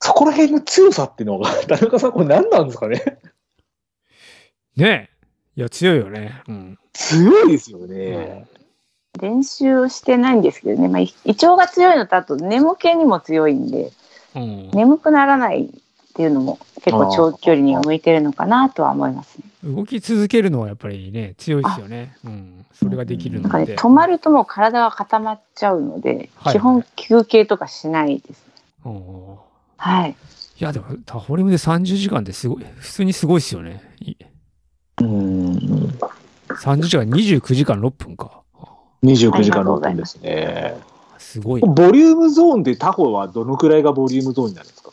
Speaker 1: そこら辺の強さっていうのが、田中さん、これ何なんですかね
Speaker 2: ねえ。いや、強いよね。うん。
Speaker 1: 強いですよね。
Speaker 3: 練習してないんですけどね、まあ、い胃腸が強いのとあと眠気にも強いんで
Speaker 2: うん
Speaker 3: 眠くならないっていうのも結構長距離には向いてるのかなとは思いますね。
Speaker 2: 動き続けるのはやっぱりね、強いですよね。うん。それができる
Speaker 3: なんか
Speaker 2: の
Speaker 3: ね
Speaker 2: で。
Speaker 3: 止まるともう体が固まっちゃうので、
Speaker 2: はい
Speaker 3: 基本休憩とかしないです。
Speaker 2: うん
Speaker 3: はい、
Speaker 2: いや、でも、タホリムで30時間ってすごい、普通にすごいですよね。い
Speaker 1: うん。
Speaker 2: 30時間、29時間6分か。
Speaker 1: 29時間6分ですね。
Speaker 2: すごいな。
Speaker 1: ボリュームゾーンで他方はどのくらいがボリュームゾーンになるんですか、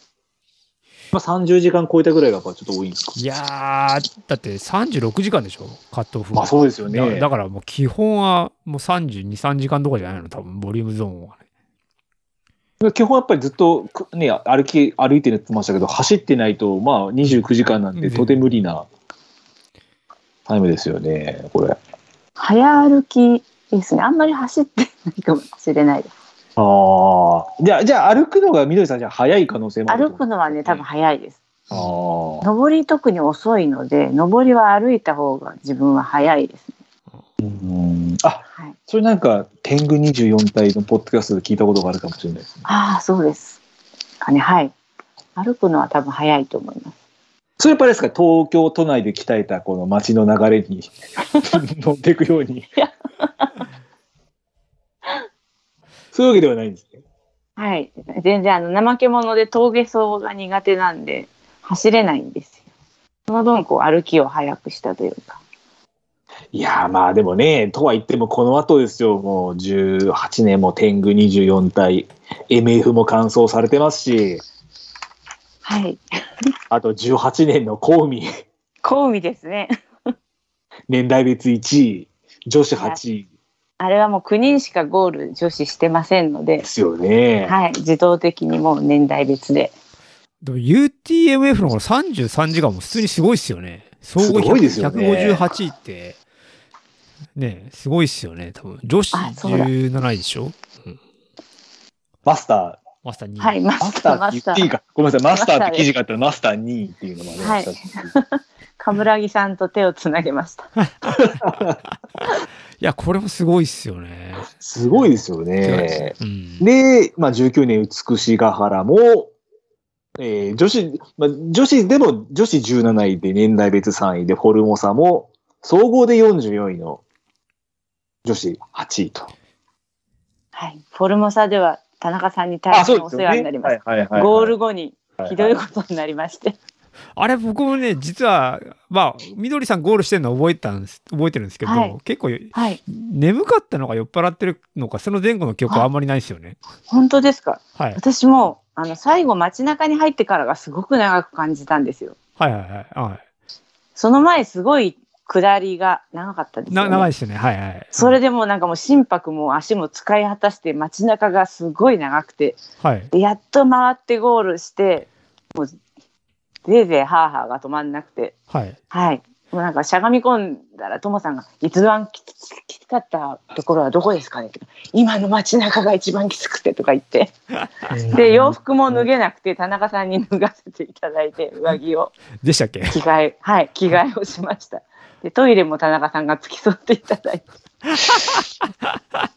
Speaker 1: まあ、30時間超えたぐらいがやっぱちょっと多いんですか
Speaker 2: いやー、だって36時間でしょ、カットオフが
Speaker 1: まあそうですよね。
Speaker 2: だだからもう基本はもう32、3時間とかじゃないの、多分ボリュームゾーンはね。
Speaker 1: 基本やっぱりずっとくね、歩き、歩いてるって言ってましたけど、走ってないと、まあ29時間なん
Speaker 2: う
Speaker 1: で、
Speaker 2: ん
Speaker 1: とても無理なタイムですよね、これ。あ
Speaker 3: 早歩きですね。あんまり走ってないかもしれないです。
Speaker 1: あ。じゃあ、じゃあ歩くのがみどりさんじゃあ早い可能性もある
Speaker 3: 歩くのはね多分早いです。
Speaker 1: のああ。
Speaker 3: 上り特に遅いので、上りは歩いた方が自分は早いですね。
Speaker 1: うん。あ、
Speaker 3: はい。
Speaker 1: それなんか、天狗24体のポッドキャストで聞いたことがあるかもしれないですね。
Speaker 3: ああ、そうです。かね、はい。歩くのは多分早いと思います。
Speaker 1: それやっぱりですか東京都内で鍛えたこの街の流れ に乗っていくように
Speaker 3: や。
Speaker 1: そういうわけではないんですね。
Speaker 3: はい。全然、あの、怠け者で峠走が苦手なんで、走れないんですよ。その分、こう、歩きを早くしたというか。
Speaker 1: いやーまあでもね、とは言ってもこの後ですよ、もう18年も天狗24体、MF も完走されてますし、
Speaker 3: はい。
Speaker 1: あと18年のコウミ、
Speaker 3: コウミですね。
Speaker 1: 年代別1位、女子8位
Speaker 3: あれはもう9人しかゴール女子してませんので
Speaker 1: で、すよね。
Speaker 3: はい。自動的にもう年代別で。
Speaker 2: でも UTMF のこの33時間も普通にすごいっすよね。総合
Speaker 1: すごいですよね
Speaker 2: 158位って、ね、すごいっすよね。多分女子
Speaker 3: あそうだ
Speaker 2: 17位でしょ
Speaker 1: マスタ
Speaker 2: マスター2位。
Speaker 3: は
Speaker 2: う
Speaker 3: い。マ
Speaker 1: ー、マ
Speaker 3: ス
Speaker 1: ス
Speaker 3: タ
Speaker 1: タ
Speaker 3: ー、
Speaker 1: ーっ
Speaker 3: マ
Speaker 1: て言
Speaker 3: スタ
Speaker 1: っていい
Speaker 3: ー。
Speaker 1: か。ごめんなさい、マスターって記事があったらマスター2位っていうのもありましたし。
Speaker 3: カムラギさんと手をつなげました。
Speaker 2: いや、これもすごいっすよね。
Speaker 1: すごいですよ
Speaker 2: え
Speaker 1: ね。
Speaker 2: うん。
Speaker 1: で、まあ、19年、美しが原も、えー女子、まあ、女子でも女子17位で年代別3位で、フォルモサも、総合で44位の女子8位と。
Speaker 3: はい。フォルモサでは、田中さんに大変お世話になりました。
Speaker 1: はいはいはいはい
Speaker 3: ゴール後にひどいことになりまして、
Speaker 2: あれ僕もね、実は、まあ、みどりさんゴールしてるのは覚えたんです、覚えてるんですけど、
Speaker 3: はい
Speaker 2: 結構
Speaker 3: はい、
Speaker 2: 眠かったのか酔っ払ってるのか、その前後の記憶はあんまりないですよね。
Speaker 3: 本当ですか。
Speaker 2: はい。
Speaker 3: 私もあの最後街中に入ってからがすごく長く感じたんですよ。
Speaker 2: はいはいはい。は
Speaker 3: その前すごい下りが長かったで
Speaker 2: い、
Speaker 3: すよ、
Speaker 2: な
Speaker 3: ね。
Speaker 2: 長いですよね。はいはい。
Speaker 3: それでもうなんかもう心拍も足も使い果たして街中がすごい長くて
Speaker 2: はい。
Speaker 3: でやっと回ってゴールしてもうぜいぜいハーハーが止まんなくて
Speaker 2: はい。
Speaker 3: はいもうなんかしゃがみ込んだらともさんが「一番きつきつかったところはどこですかね?」って今の街中が一番きつくて」とか言ってで洋服も脱げなくて田中さんに脱がせていただいて上着を
Speaker 2: でしたっけ
Speaker 3: 着替えはい着替えをしましたでトイレも田中さんが付き添っていただいて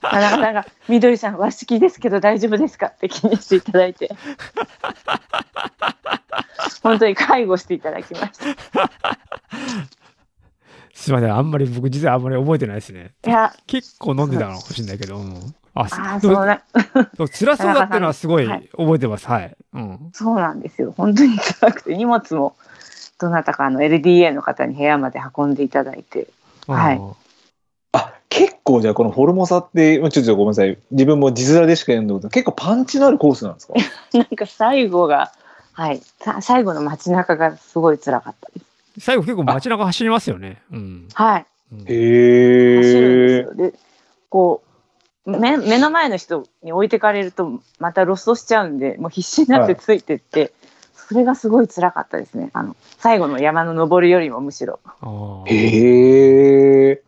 Speaker 3: 田中さんが「みどりさん和式ですけど大丈夫ですか?」って気にしていただいて本当に介護していただきました
Speaker 2: すいません、あんまり僕実はあんまり覚えてないですね。
Speaker 3: いや
Speaker 2: 結構飲んでたのかもしれないけど、うん、あ、
Speaker 3: あー
Speaker 2: す
Speaker 3: そ
Speaker 2: で
Speaker 3: う
Speaker 2: も
Speaker 3: な
Speaker 2: そう辛そうだっていうのはすごい
Speaker 3: 田中
Speaker 2: 覚えてます。はい。うん。
Speaker 3: そうなんですよ本当に辛くて荷物もどなたかあの LDA の方に部屋まで運んでいただいてはい
Speaker 2: うん
Speaker 1: あ結構じゃあこのフォルモサって、まあちょっとごめんなさい、自分も字面でしか読んだことない結構パンチのあるコースなんですか
Speaker 3: なんか最後がはいさ最後の街中がすごい辛かったです
Speaker 2: 最後結構街中走りますよね。うん。
Speaker 3: はい
Speaker 2: うん
Speaker 3: 走る
Speaker 1: へえ
Speaker 3: ん。ですよでこう目目の前の人に置いてかれるとまたロストしちゃうんでもう必死になってついてって、それがすごい辛かったですねあの最後の山の登るよりもむしろ
Speaker 2: あー
Speaker 1: へえ。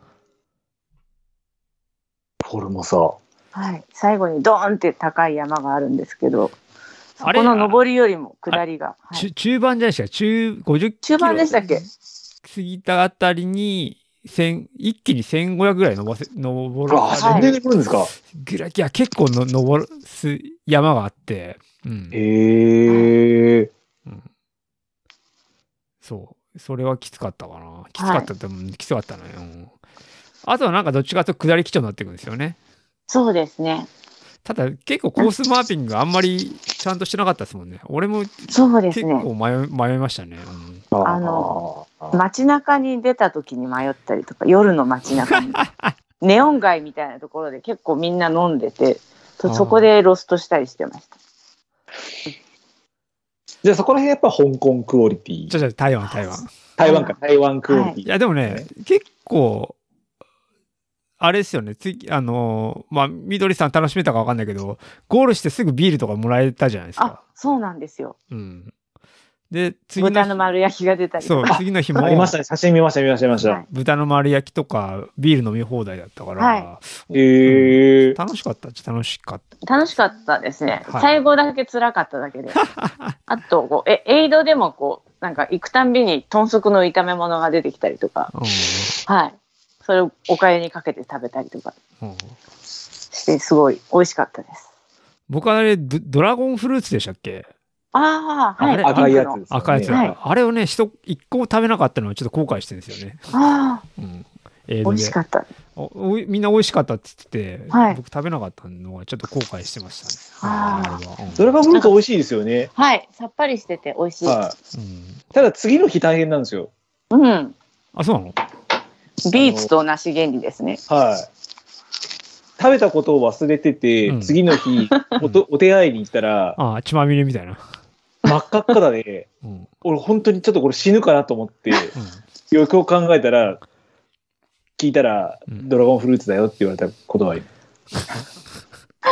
Speaker 1: フォルモサ。
Speaker 3: はい、最後にドーンって高い山があるんですけど、そ
Speaker 2: あれ
Speaker 3: この上りよりも下りが、はい
Speaker 2: 中中盤じゃないですか。中50キロ
Speaker 3: 中盤でしたっけ
Speaker 2: 過ぎたあたりに、千一気に1500ぐらい登せ登る
Speaker 1: あ、そ
Speaker 3: は
Speaker 1: ん
Speaker 3: い
Speaker 1: なに来るんですか
Speaker 2: ぐらいいや結構の登るす山があって、うん、
Speaker 1: へえ。
Speaker 2: そう。それはきつかったかな。きつかったって、うんきつかったね。うん。あとはなんかどっちかというと下り基調になってくるんですよね。
Speaker 3: そうですね。
Speaker 2: ただ結構コースマーピングあんまりちゃんとしてなかったですもんね。俺も
Speaker 3: そうで
Speaker 2: 結
Speaker 3: すね。
Speaker 2: 構迷,、迷いましたね。うん
Speaker 3: あの街中に出た時に迷ったりとか、夜の街 中に。ネオン街みたいなところで結構みんな飲んでて、
Speaker 2: あ
Speaker 3: そ
Speaker 2: ー
Speaker 3: そこでロストしたりしてました。
Speaker 1: じゃあそこら辺やっぱ香港クオリテ
Speaker 2: じゃ
Speaker 1: ィ。
Speaker 2: じゃ台湾台湾。
Speaker 1: 台湾か、台湾クオリテ
Speaker 2: い
Speaker 1: ィ。
Speaker 2: やでもね結構あれですよね次あのーまあみどりさん楽しめたかわかんないけどゴールしてすぐビールとかもらえたじゃないです
Speaker 3: あ
Speaker 2: か。、
Speaker 3: そうなんですよ。
Speaker 2: うん、で次の
Speaker 3: 豚の
Speaker 2: 日
Speaker 3: 丸焼きが出たり
Speaker 2: そ
Speaker 3: と
Speaker 2: う
Speaker 3: か。
Speaker 2: 次の日も
Speaker 1: あ、いましたね。写真見ました、見ました、見まし
Speaker 3: は
Speaker 1: た
Speaker 3: い。
Speaker 2: 豚の丸焼きとかビール飲み放題だったから、
Speaker 3: は
Speaker 1: へえ。
Speaker 2: 楽しかったっちゃ楽しかった。
Speaker 3: 楽しかったですね、
Speaker 2: はい
Speaker 3: 最後だけ辛かっただ けであとこうえエイドでもこうなんか行くたんびに豚足の炒め物が出てきたりとか
Speaker 2: うん
Speaker 3: はいそれをおかゆにかけて食べたりとか
Speaker 2: うん
Speaker 3: してすごい美味しかったです
Speaker 2: 僕はあれドドラゴンフルーツでしたっけ
Speaker 3: ああ
Speaker 2: あ
Speaker 3: はい
Speaker 2: れ
Speaker 1: 赤いや
Speaker 3: ピン
Speaker 1: つで
Speaker 3: クの
Speaker 1: すよね。
Speaker 2: 赤いやつ、
Speaker 3: はい
Speaker 2: あれをね一一個も食べなかったのはちょっと後悔してるんですよね。
Speaker 3: あ
Speaker 2: うんえ
Speaker 3: あ美味しかった
Speaker 2: おおいみんな美味しかったって言ってて、
Speaker 3: はい
Speaker 2: 僕食べなかったのはちょっと後悔してましたね。
Speaker 3: あー
Speaker 2: あれはうん
Speaker 1: ドラゴンフルーツ美味しいですよね。
Speaker 3: はいさっぱりしてて美味しい、
Speaker 1: はい。
Speaker 2: うん
Speaker 1: ただ次の日大変なんですよ。
Speaker 3: うん
Speaker 2: あそうなの
Speaker 3: ビーツと梨原理ですね
Speaker 1: はい。食べたことを忘れてて、
Speaker 2: うん
Speaker 1: 次の日、お とお手洗いに行ったら、
Speaker 2: あー血まみれみたいな。
Speaker 1: 真っ赤っかだで、
Speaker 2: うんうん
Speaker 1: 俺本当にちょっとこれ死ぬかなと思って、よくよく考えたら、聞いたら、
Speaker 2: うん
Speaker 1: ドラゴンフルーツだよって言われたことがあります。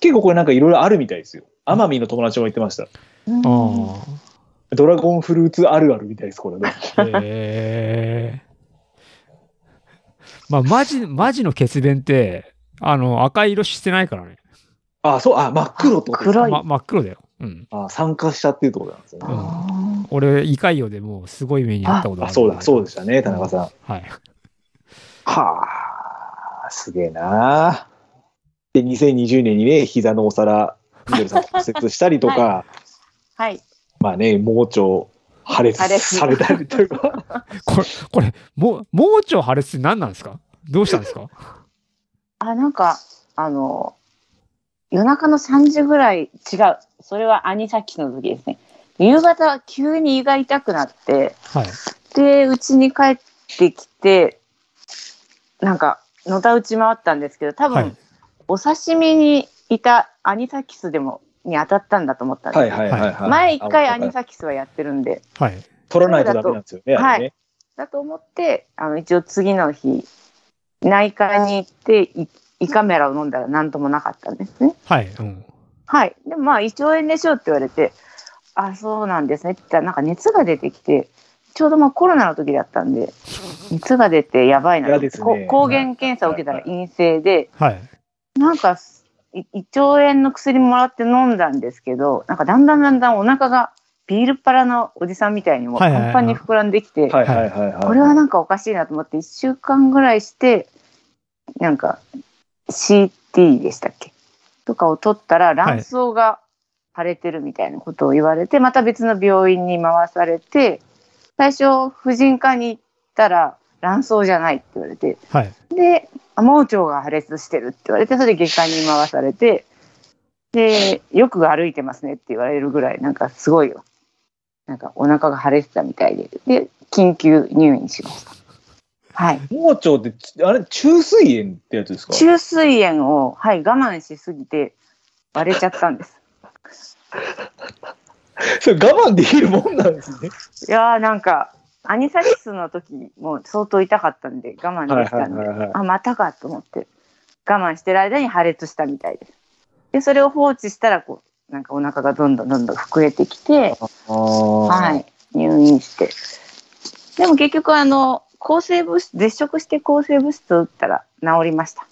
Speaker 1: 結構これなんかいろいろあるみたいですよ。奄美の友達も言ってました。
Speaker 3: うん
Speaker 2: あ
Speaker 1: ドラゴンフルーツあるあるみたいです、これね。
Speaker 2: ーへえ。 まあマジマジの血便ってあの赤い色してないからね。
Speaker 1: あ、そう、あ、真っ黒ってことです
Speaker 3: 黒はい
Speaker 2: ま、真っ黒だよ。うん。
Speaker 1: あ、酸化しちゃってるってことなんですね。
Speaker 3: あー
Speaker 2: 俺胃潰瘍でもうすごい目にあったこと
Speaker 1: あ、
Speaker 2: ある。
Speaker 1: そうだ、そうでしたね、田中さん。
Speaker 2: はい。
Speaker 1: はあ、すげえな。で、2020年にね、膝のお皿、みどりさん骨折したりとか、
Speaker 3: はい
Speaker 1: まあね、盲腸破裂
Speaker 3: 破裂
Speaker 1: されたりとか、
Speaker 2: これこれも盲腸破裂って何なんですか。どうしたんですか。
Speaker 3: あ、なんか、あの、夜中の3時ぐらい、違う。それはアニサキスの時ですね。夕方、急に胃が痛くなって、
Speaker 2: はい。
Speaker 3: で、うちに帰ってきて、なんか、のたうち回ったんですけど、多分、
Speaker 2: はい
Speaker 3: お刺身にいたアニサキスでも、に当たったんだと思ったんです。
Speaker 1: はいはいはいはい。
Speaker 3: 前一回アニ
Speaker 1: さ
Speaker 3: サキスはやってるんで、
Speaker 2: はい。
Speaker 1: 取らないとダメなんですよね、あれね。
Speaker 3: だと思って、あの、一応次の日、内科に行って、い胃カメラを飲んだら何ともなかったんですね。
Speaker 2: はい。うん。
Speaker 3: はい。でもまあ、胃腸炎でしょうって言われて、あ、そうなんですねって言ったら、なんか熱が出てきて、ちょうどもうコロナの時だったんで、熱が出てやばいな、
Speaker 1: 嫌ですね
Speaker 3: こ抗原検査を受けたら陰性で、
Speaker 2: はい。
Speaker 3: なんかい胃腸炎の薬もらって飲んだんですけど、なんかだんだんだんだんお腹がビールっ腹のおじさんみたいにもう
Speaker 2: は
Speaker 3: パ
Speaker 2: いはいはい
Speaker 3: ンパンに膨らんできて、
Speaker 1: はいはいはいはい。
Speaker 3: これはなんかおかしいなと思って、1週間ぐらいして、なんか CT でしたっけとかを取ったら
Speaker 2: はい
Speaker 3: 卵巣が腫れてるみたいなことを言われて、また別の病院に回されて、最初、婦人科に行ったら卵巣じゃないって言われて、
Speaker 2: はい。
Speaker 3: で、あ盲腸が破裂してるって言われて、それで外科に回されて、で、よく歩いてますねって言われるぐらい、なんかすごいよ。なんかお腹が腫れてたみたいで、で、緊急入院しました。はい。
Speaker 1: 盲腸って、あれ、虫垂炎ってやつですか
Speaker 3: 中水炎を、はい、我慢しすぎて、割れちゃったんです。
Speaker 1: それ我慢できるもんなんですね。
Speaker 3: いやー、なんか、アニサキスの時も相当痛かったんで、我慢できたんで、
Speaker 1: はいはいはいはい
Speaker 3: あ、またかと思って、我慢してる間に破裂したみたいです。で、それを放置したら、こう、なんかお腹がどんどんどんどん膨れてきて、は、
Speaker 1: はい
Speaker 3: 入院して。でも結局、あの、抗生物質、絶食して抗生物質を打ったら治りました。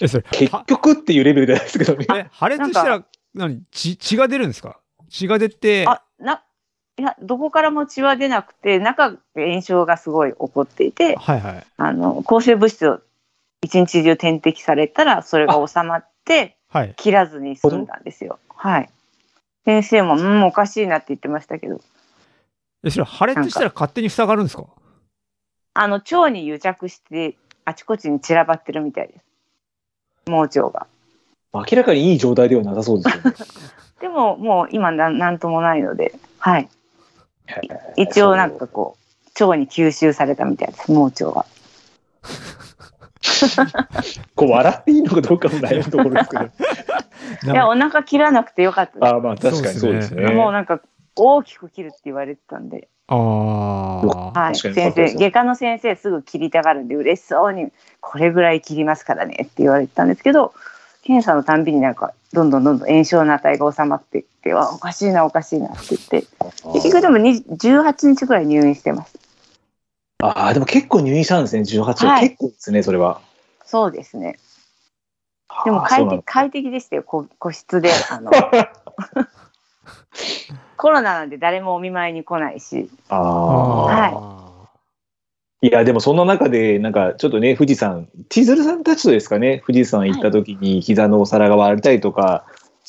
Speaker 2: え、それ、
Speaker 1: 結
Speaker 2: は
Speaker 1: 局っていうレベルじゃないですけどね。
Speaker 2: え破裂したら、何血、血が出るんですか血が出て、
Speaker 3: あ、な、いや、どこからも血は出なくて、中で炎症がすごい起こっていて、
Speaker 2: はいはい。
Speaker 3: あの抗生物質を一日中点滴されたらそれが収まって
Speaker 2: はい。
Speaker 3: 切らずに済んだんですよ。はい。先生も、うん、おかしいなって言ってましたけど、
Speaker 2: え、それ破裂したら勝手に塞がるんですか
Speaker 3: あの腸に癒着してあちこちに散らばってるみたいです。盲腸が。
Speaker 1: 明らかにいい状態ではなさそうですよね。
Speaker 3: でももう今なんなんともないので、はい。一応なんかこう腸に吸収されたみたいです。盲腸は。
Speaker 1: こう笑っていいのかどうかも悩むところですけど。
Speaker 2: い
Speaker 3: いやお腹切らなくてよかったです
Speaker 1: ああ、 まあ確かにそうですね。
Speaker 3: もうなんか大きく切るって言われてたんで。
Speaker 2: ああ。
Speaker 3: はい、
Speaker 1: 確
Speaker 3: 先
Speaker 1: かに
Speaker 3: 生外科の先生すぐ切りたがるんで嬉しそうに「これぐらい切りますからね」って言われてたんですけど検査のたんびになんかどんどんどんどん炎症の値が収まってきてわおかしいなおかしいなって言って結局でもに18日ぐらい入院してます
Speaker 1: ああ、でも結構入院したんですね、18は。
Speaker 3: はい
Speaker 1: 結構ですね、それは。
Speaker 3: そうですねでも
Speaker 1: ああそ
Speaker 3: 快
Speaker 1: うな
Speaker 3: 適
Speaker 1: の
Speaker 3: 快適でしたよこ個室であ のコロナなんで誰もお見舞いに来ないし
Speaker 1: ああ。
Speaker 3: はい
Speaker 1: いや、でもそんな中で、なんかちょっとね、富士山、千鶴さんたちとですかね、富士山行った時に膝のお皿が割れたりとか、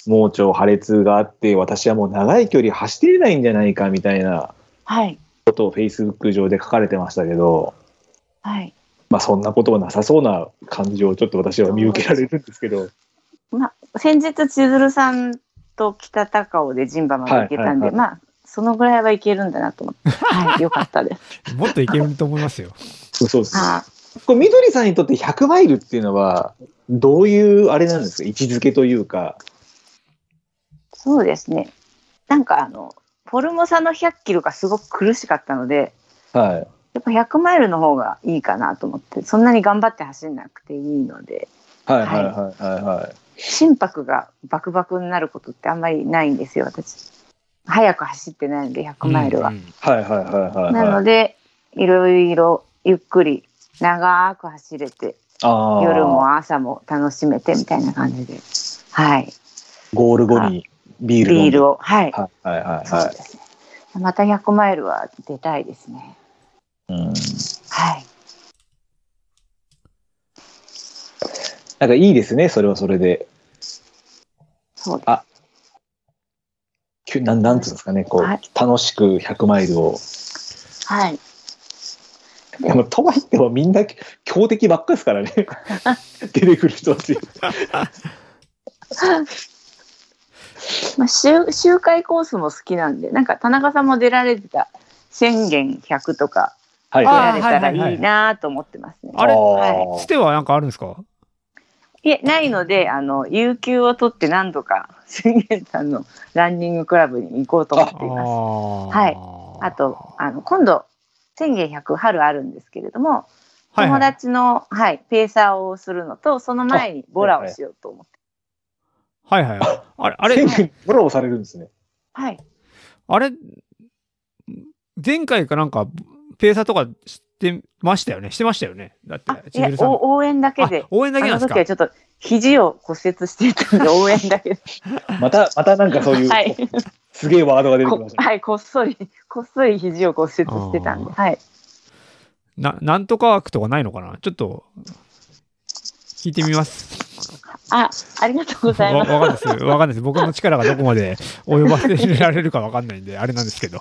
Speaker 1: 盲腸破裂があって、私はもう長い距離走っていれないんじゃないかみたいな
Speaker 3: はい
Speaker 1: ことを Facebook 上で書かれてましたけど、
Speaker 3: はい
Speaker 1: まあそんなことはなさそうな感じをちょっと私は見受けられるんですけど、
Speaker 3: 先日千鶴さんと北高尾で陣馬まで行けたんで、
Speaker 1: はいはいはい
Speaker 3: まあそのぐらいはいけるんだなと思って、はい、よかったです。
Speaker 2: もっといけると思いますよ。
Speaker 1: そうですね。
Speaker 3: あ
Speaker 1: これ、みどりさんにとって100マイルっていうのは、どういうあれなんですか位置づけというか。
Speaker 3: そうですね。なんかあのフォルモサの100キロがすごく苦しかったので、
Speaker 1: はい。
Speaker 3: やっぱ100マイルの方がいいかなと思って、そんなに頑張って走んなくていいので、
Speaker 1: はいはいはいはいはい。
Speaker 3: 心拍がバクバクになることってあんまりないんですよ、私。早く走ってないので100マイルは。
Speaker 2: うん
Speaker 1: はいはいはいはい、
Speaker 3: な
Speaker 1: は
Speaker 3: の
Speaker 1: い。
Speaker 3: で、いろいろゆっくり長く走れて、
Speaker 1: あー
Speaker 3: 夜も朝も楽しめてみたいな感じで、はい、
Speaker 1: ゴール後にビール
Speaker 3: ビール
Speaker 1: を。
Speaker 3: を、はい、
Speaker 1: はいはいはい
Speaker 3: そう
Speaker 1: は
Speaker 3: ですね。また100マイルは出たいですね。
Speaker 1: い。うん
Speaker 3: はい、
Speaker 1: なんかいいですね、それはそれで。
Speaker 3: そうで
Speaker 1: あきゅなんなんつうんですかね、こう、
Speaker 3: はい
Speaker 1: 楽しく100マイルを。
Speaker 3: す。はい、
Speaker 1: でも、とはいってもみんな強敵ばっかですからね。出てくる人たち。
Speaker 3: まあ、周周回コースも好きなんで、なんか田中さんも出られてた宣言100とか
Speaker 1: はい
Speaker 3: 出ら
Speaker 1: は
Speaker 3: れ
Speaker 1: い。
Speaker 3: た
Speaker 2: あーはいはいは
Speaker 3: ら
Speaker 2: い
Speaker 3: いいなと思ってますね。
Speaker 2: あれ
Speaker 1: ー
Speaker 2: つてはなんかあるんですか
Speaker 3: いえないので、あの有給を取って何度か 宣言さんのランニングクラブに行こうと思っています。はいあと、あの、今度、宣言100春あるんですけれども、
Speaker 2: はいは
Speaker 3: 友
Speaker 2: い
Speaker 3: 達の、はい、ペーサーをするのと、その前にボラをしようと思って。
Speaker 2: はいはい。あれ、あ
Speaker 1: 天
Speaker 2: れ、
Speaker 1: 狗にフォローされるんですね。
Speaker 3: はい。
Speaker 2: あれ、前回かなんか、ペーサーとかしてましたよねしてましたよねだって
Speaker 3: あ、い
Speaker 2: ち
Speaker 3: や
Speaker 2: ぐる、さん。
Speaker 3: お応援だけで
Speaker 2: あ。応援だけな
Speaker 3: あ
Speaker 2: ん
Speaker 3: の
Speaker 2: です
Speaker 3: 時
Speaker 2: か
Speaker 3: はちょっと肘を骨折していたの で、応援だけで。
Speaker 1: また、またなんかそういう、
Speaker 3: はい。
Speaker 1: すげえワードが出てき
Speaker 3: こ
Speaker 1: ましたね。
Speaker 3: はい、こっそり、こっそり肘を骨折してたんで、
Speaker 2: あ
Speaker 3: はい。
Speaker 2: な、なんとか枠とかないのかなちょっと、聞いてみます。
Speaker 3: あ、ありがとうござい
Speaker 2: わわ
Speaker 3: ます。
Speaker 2: かんないです。わかんないです。僕の力がどこまで及ばせられるかわかんないんで、あれなんですけど。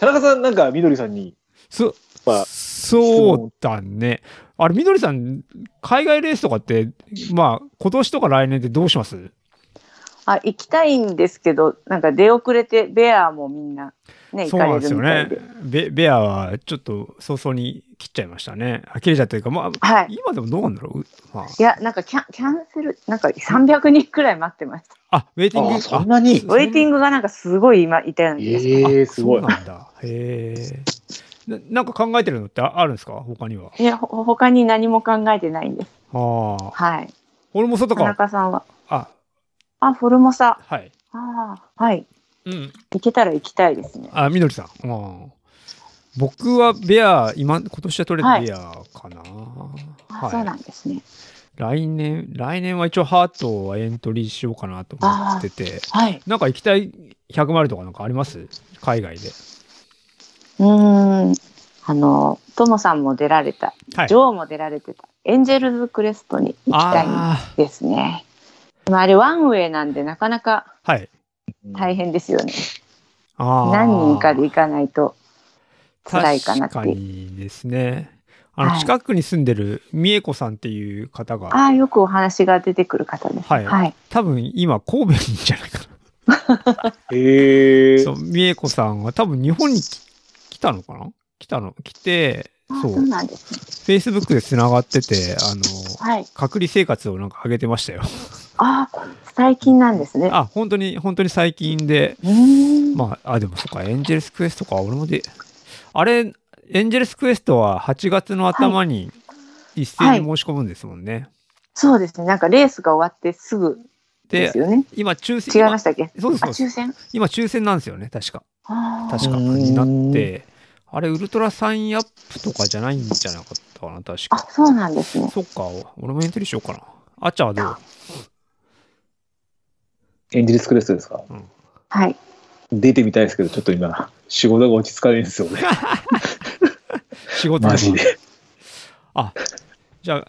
Speaker 1: 田中さん、なんかみどりさんに、
Speaker 2: そ
Speaker 1: まあ、
Speaker 2: そうだね。あれ、みどりさん、海外レースとかって、まあ、今年とか来年ってどうします
Speaker 3: あ、行きたいんですけど、なんか出遅れて、ベアもみんな、ね、行
Speaker 2: そうな
Speaker 3: か
Speaker 2: んで
Speaker 3: れる
Speaker 2: すよ
Speaker 3: みた
Speaker 2: ね
Speaker 3: いで。。
Speaker 2: ベベアはちょっと早々に切っちゃいましたね。あ切れちゃってるか、まあ、
Speaker 3: はい。
Speaker 2: 今でもどうなんだろう。うま
Speaker 3: いや、なんかキャンキャンセル、なんか300人くらい待ってました。
Speaker 2: あ、あ、ウェイティング。
Speaker 1: あそんなに
Speaker 3: ウェイティン
Speaker 2: グ。
Speaker 3: グがなんかすごい今いたような気がします
Speaker 1: ええ
Speaker 2: あ
Speaker 1: すごい
Speaker 2: そう。なんだ。へえ。ななんか考えてるのってああるんですか他には。
Speaker 3: いや、ほ他に何も考えてないんです。
Speaker 2: ああ。
Speaker 3: はい。
Speaker 2: 俺も外
Speaker 3: 田
Speaker 2: か。
Speaker 3: 中さんは。
Speaker 2: あ、
Speaker 3: あ、フォルモサ。
Speaker 2: はい。
Speaker 3: ああ、はい。
Speaker 2: うん。
Speaker 3: 行けたら行きたいですね。
Speaker 2: あ、みどりさん。うん。僕はベア、今、今年は取れ
Speaker 3: は
Speaker 2: る
Speaker 3: い
Speaker 2: ベアかな。
Speaker 3: あ、そう
Speaker 2: は。
Speaker 3: ないんですね。
Speaker 2: 来年、来年は一応ハートはエントリーしようかなと思ってて。
Speaker 3: はい。
Speaker 2: なんか行きたい100マイルとかなんかあります海外で。
Speaker 3: うーん。あの、トモさんも出られた、
Speaker 2: はい
Speaker 3: ジ。ョーも出られてた、エンジェルズクレストに行きたいん
Speaker 2: あ
Speaker 3: ですね。まあ、あれ、ワンウェイなんで、なかなか
Speaker 2: あ、はい。
Speaker 3: 大変ですよね。
Speaker 2: あー
Speaker 3: 何人かで行かないと辛いかなって
Speaker 2: 確か
Speaker 3: いう。
Speaker 2: にですね。あ
Speaker 3: は
Speaker 2: の、
Speaker 3: い
Speaker 2: 近くに住んでる三重子さんっていう方が、
Speaker 3: ああ、よくお話が出てくる方です。
Speaker 2: はい
Speaker 3: はい。
Speaker 2: 多分今神戸にいるんじゃないか
Speaker 1: へえ
Speaker 2: な。そう、三重子さんは多分日本にき来たのかな来たの、来て、
Speaker 3: あ
Speaker 2: そ、
Speaker 3: そうう
Speaker 2: Facebook
Speaker 3: なんですね。
Speaker 2: で繋がってて、あの、
Speaker 3: はい。
Speaker 2: 隔離生活をなんか上げてました よ。
Speaker 3: ああ、最近なんですね。
Speaker 2: あ、本当に、本当に最近で、
Speaker 3: うーん。
Speaker 2: まあ、あ、でもそっか、エンジェルスクエストか、俺もで、あれ、エンジェルスクエストは8月の頭に一斉に申し込むんですもんね。
Speaker 3: そうですね。なんかレースが終わってすぐで
Speaker 2: で、
Speaker 3: すよね。
Speaker 2: 今、抽選、
Speaker 3: 違い
Speaker 2: 今
Speaker 3: ましたっけ？
Speaker 2: そうです
Speaker 3: あ、
Speaker 2: そうです
Speaker 3: 抽選？
Speaker 2: 今抽選なんですよね、確か。
Speaker 3: あ
Speaker 2: 確か、
Speaker 1: うーん
Speaker 2: になって、あれ、ウルトラサインアップとかじゃないんじゃなかったかな、確
Speaker 3: あ。
Speaker 2: か
Speaker 3: あ、。そうなんですね。
Speaker 2: そっか、俺もエントリーしようかな。あっちゃんはどう
Speaker 1: エンジェルスクレストですか
Speaker 3: はい。
Speaker 1: 出てみたいですけど、ちょっと今、仕事が落ち着かないんですよね。
Speaker 2: 仕事
Speaker 1: マジで。
Speaker 2: あ、じゃあ、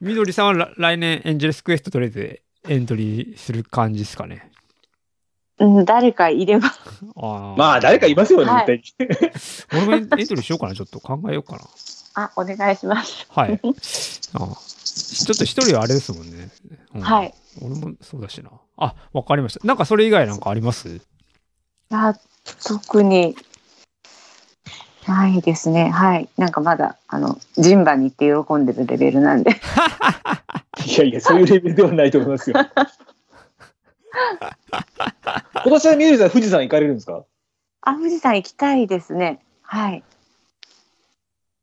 Speaker 2: みどりさんはら来年エンジェルスクエスト取れてエントリーする感じですかね。
Speaker 3: うん、誰かいれば。
Speaker 2: あ ー
Speaker 1: まあ、誰かいますよね、
Speaker 3: はい
Speaker 1: 絶対に。
Speaker 2: 俺もエンエントリーしようかな、ちょっと考えようかな。
Speaker 3: あ、お願いします。
Speaker 2: はい。あちょっと一人はあれですもんね。うん
Speaker 3: はい。。
Speaker 2: 俺もそうだしな。あ、わかりました。なんかそれ以外なんかあります
Speaker 3: あ、特にないですね。はい。なんかまだあのジンバに行って喜んでるレベルなんで。
Speaker 1: いやいや、そういうレベルではないと思いますよ。今年はみどりさん、富士山行かれるんですか
Speaker 3: あ、富士山行きたいですね。はい。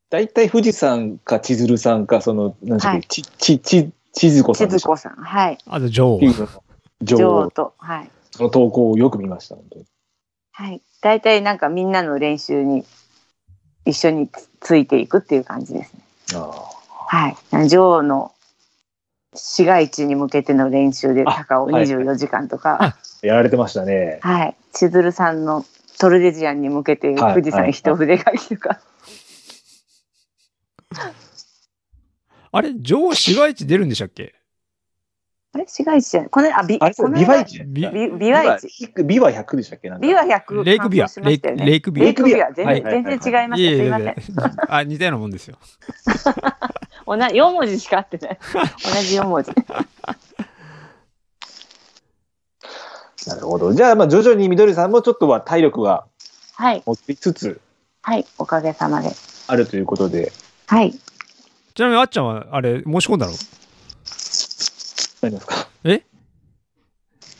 Speaker 1: 大体富士山か千鶴さんか、その、なんでしたっ
Speaker 3: は
Speaker 1: け、
Speaker 3: い
Speaker 1: ち、ち、ち、千鶴子さ
Speaker 3: 千
Speaker 1: んで
Speaker 3: 鶴
Speaker 1: したっ
Speaker 3: 子さん、はい。
Speaker 2: あと、ジョ
Speaker 1: け
Speaker 2: ー。
Speaker 1: っていうのの
Speaker 3: 女
Speaker 1: 女
Speaker 3: 王
Speaker 1: 王、
Speaker 3: と、はい。
Speaker 1: その投稿をよく見ました、本当に。
Speaker 3: はい。大体なんかみんなの練習に一緒につついていくっていう感じですね。
Speaker 1: あ
Speaker 3: はい。女王の市街地に向けての練習で
Speaker 1: あ
Speaker 3: 高尾
Speaker 1: はい
Speaker 3: 24時間と
Speaker 2: あ
Speaker 3: か、
Speaker 1: あ。やられてましたね。
Speaker 3: はい。千鶴さんのトルデジアンに向けて
Speaker 1: はい
Speaker 3: 富士山一筆書きとか。
Speaker 2: あれ、ジョー市街地出るんでしたっけ
Speaker 3: あれ市街地じゃないこの、あ、び、
Speaker 1: あれ、
Speaker 3: この
Speaker 1: ビワイ
Speaker 3: 間
Speaker 1: チ
Speaker 2: ビレ
Speaker 3: ビビワイチ。
Speaker 1: ビワ100でしたっけなんか
Speaker 3: ビワ100。
Speaker 2: イクビア。
Speaker 3: 完走しま
Speaker 2: レイ
Speaker 3: した
Speaker 2: ク
Speaker 3: よね
Speaker 2: レイクビア。
Speaker 3: レイクビ
Speaker 1: レイク
Speaker 3: ア。
Speaker 1: ビア
Speaker 3: 全
Speaker 1: はいはい
Speaker 3: 然、
Speaker 1: はい
Speaker 3: 全然違いま
Speaker 2: い
Speaker 3: した。
Speaker 2: え
Speaker 3: す
Speaker 2: い
Speaker 3: い
Speaker 2: え
Speaker 3: ません。
Speaker 2: あ、似たようなもんですよ。
Speaker 3: おな4文字しか合って ない。同じ4文字。
Speaker 1: なるほど。じゃあ、まあ、徐々にみどりさんもちょっとは体力が
Speaker 3: はい。
Speaker 1: 持ちつつ
Speaker 3: はい。おかげさまで。
Speaker 1: あるということで、
Speaker 3: はい。
Speaker 2: ちなみに、あっちゃんは、あれ、申し込んだの
Speaker 1: 何ですか
Speaker 2: え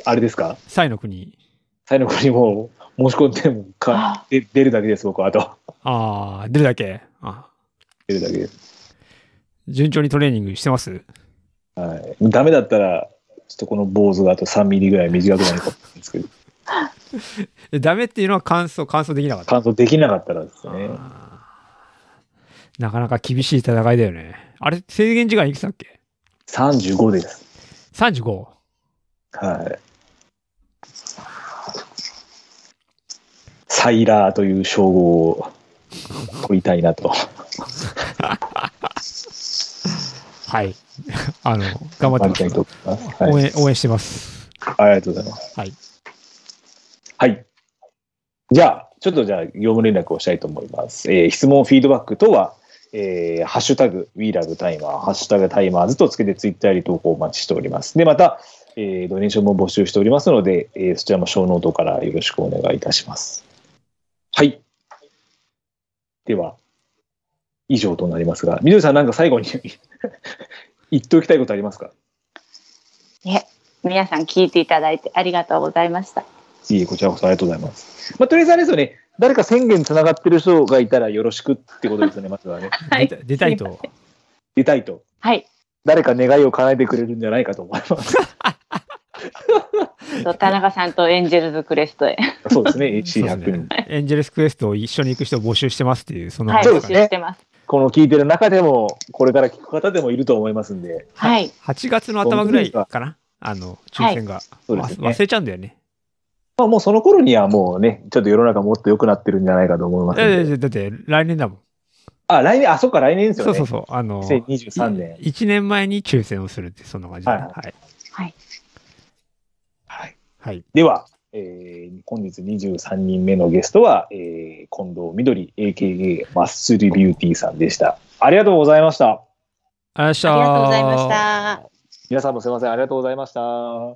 Speaker 1: あれですか
Speaker 2: サイの国。
Speaker 1: 最後にもう申し込んでもか
Speaker 3: あ
Speaker 1: で出るだけです、僕は。あと、
Speaker 2: ああ、出るだけ。あ
Speaker 1: 出るだけです。
Speaker 2: 順調にトレーニングしてます
Speaker 1: はい。ダメだったら、ちょっとこの坊主があと3ミリぐらい短くなるかもしれないですけど。
Speaker 2: えダメっていうのは乾燥、乾燥できなかった。
Speaker 1: 感想できなかったらですね。
Speaker 2: あーなかなか厳しい戦いだよね。あれ、制限時間いくつだっけ
Speaker 1: 35です。
Speaker 2: ?35。
Speaker 1: はい。サイラーという称号を取りたいなと。
Speaker 2: はい。 あの、頑張
Speaker 1: 頑張
Speaker 2: ってま
Speaker 1: りたいと
Speaker 2: す。
Speaker 1: 思います。
Speaker 2: 応
Speaker 1: はい。
Speaker 2: 援、応援してます。
Speaker 1: ありがとうございます。
Speaker 2: はい。
Speaker 1: はい。じゃあ、ちょっとじゃあ、業務連絡をしたいと思います。えー質問、フィードバックとは、えーハッシュタグ、WeLoveTimer、ハッシュタグタイマーズとつけてツイッターに投稿をお待ちしております。で、また、えードネーションも募集しておりますので、えーそちらも小ノートからよろしくお願いいたします。はい。では、以上となりますが、みどりさん、なんか最後に 言っておきたいことありますか
Speaker 3: 皆さん聞いていただいてありがとうございました。
Speaker 1: いえ、こちらこそありがとうございます。まあ、とりあえずあれですよね、誰か宣言つながってる人がいたらよろしくってことですよね、 まずはね。
Speaker 3: はい
Speaker 2: 出た出たいと。
Speaker 1: 出たいと。
Speaker 3: はい。
Speaker 1: 誰か願いを叶えてくれるんじゃないかと思い ます。
Speaker 3: と田中さんとエンジェルズクレストへ。
Speaker 1: そうですね、
Speaker 2: そうです
Speaker 1: AC100 人。
Speaker 2: ねエンジェルスクエストを一緒に行く人を募集してますっていう、その
Speaker 3: はい。
Speaker 1: そう
Speaker 3: 募
Speaker 1: で
Speaker 2: 話
Speaker 1: す
Speaker 3: 集
Speaker 1: ね
Speaker 3: してます。
Speaker 1: この聞いてる中でも、これから聞く方でもいると思いますんで、
Speaker 3: はい。
Speaker 2: 8月の頭ぐらいかな。あの、抽選が。
Speaker 1: そうですね
Speaker 2: 忘れちゃうんだよね。
Speaker 1: まあ、もうその頃にはもうね、ちょっと世の中もっと良くなってるんじゃないかと思いますん
Speaker 2: え
Speaker 1: で。
Speaker 2: えだって来年だもん。
Speaker 1: あ、来年、あ、そっか、来年ですよ
Speaker 2: そう
Speaker 1: ね。
Speaker 2: そうそう。あの、
Speaker 1: 2023年。
Speaker 2: 1年前に抽選をするって、そんな感じだね
Speaker 1: はい
Speaker 2: はい。
Speaker 1: はい、
Speaker 2: はい。
Speaker 1: では、えー本日23人目のゲストは、えー近藤みどり AKA マッスルビューティーさんでした。ありがとうございました。
Speaker 2: ありがと
Speaker 3: ありが
Speaker 2: う
Speaker 3: とうご
Speaker 2: ござ
Speaker 3: ざい
Speaker 2: い
Speaker 3: ま
Speaker 2: ま
Speaker 3: し。
Speaker 2: した
Speaker 1: 皆さんもすいません。ありがとうございました。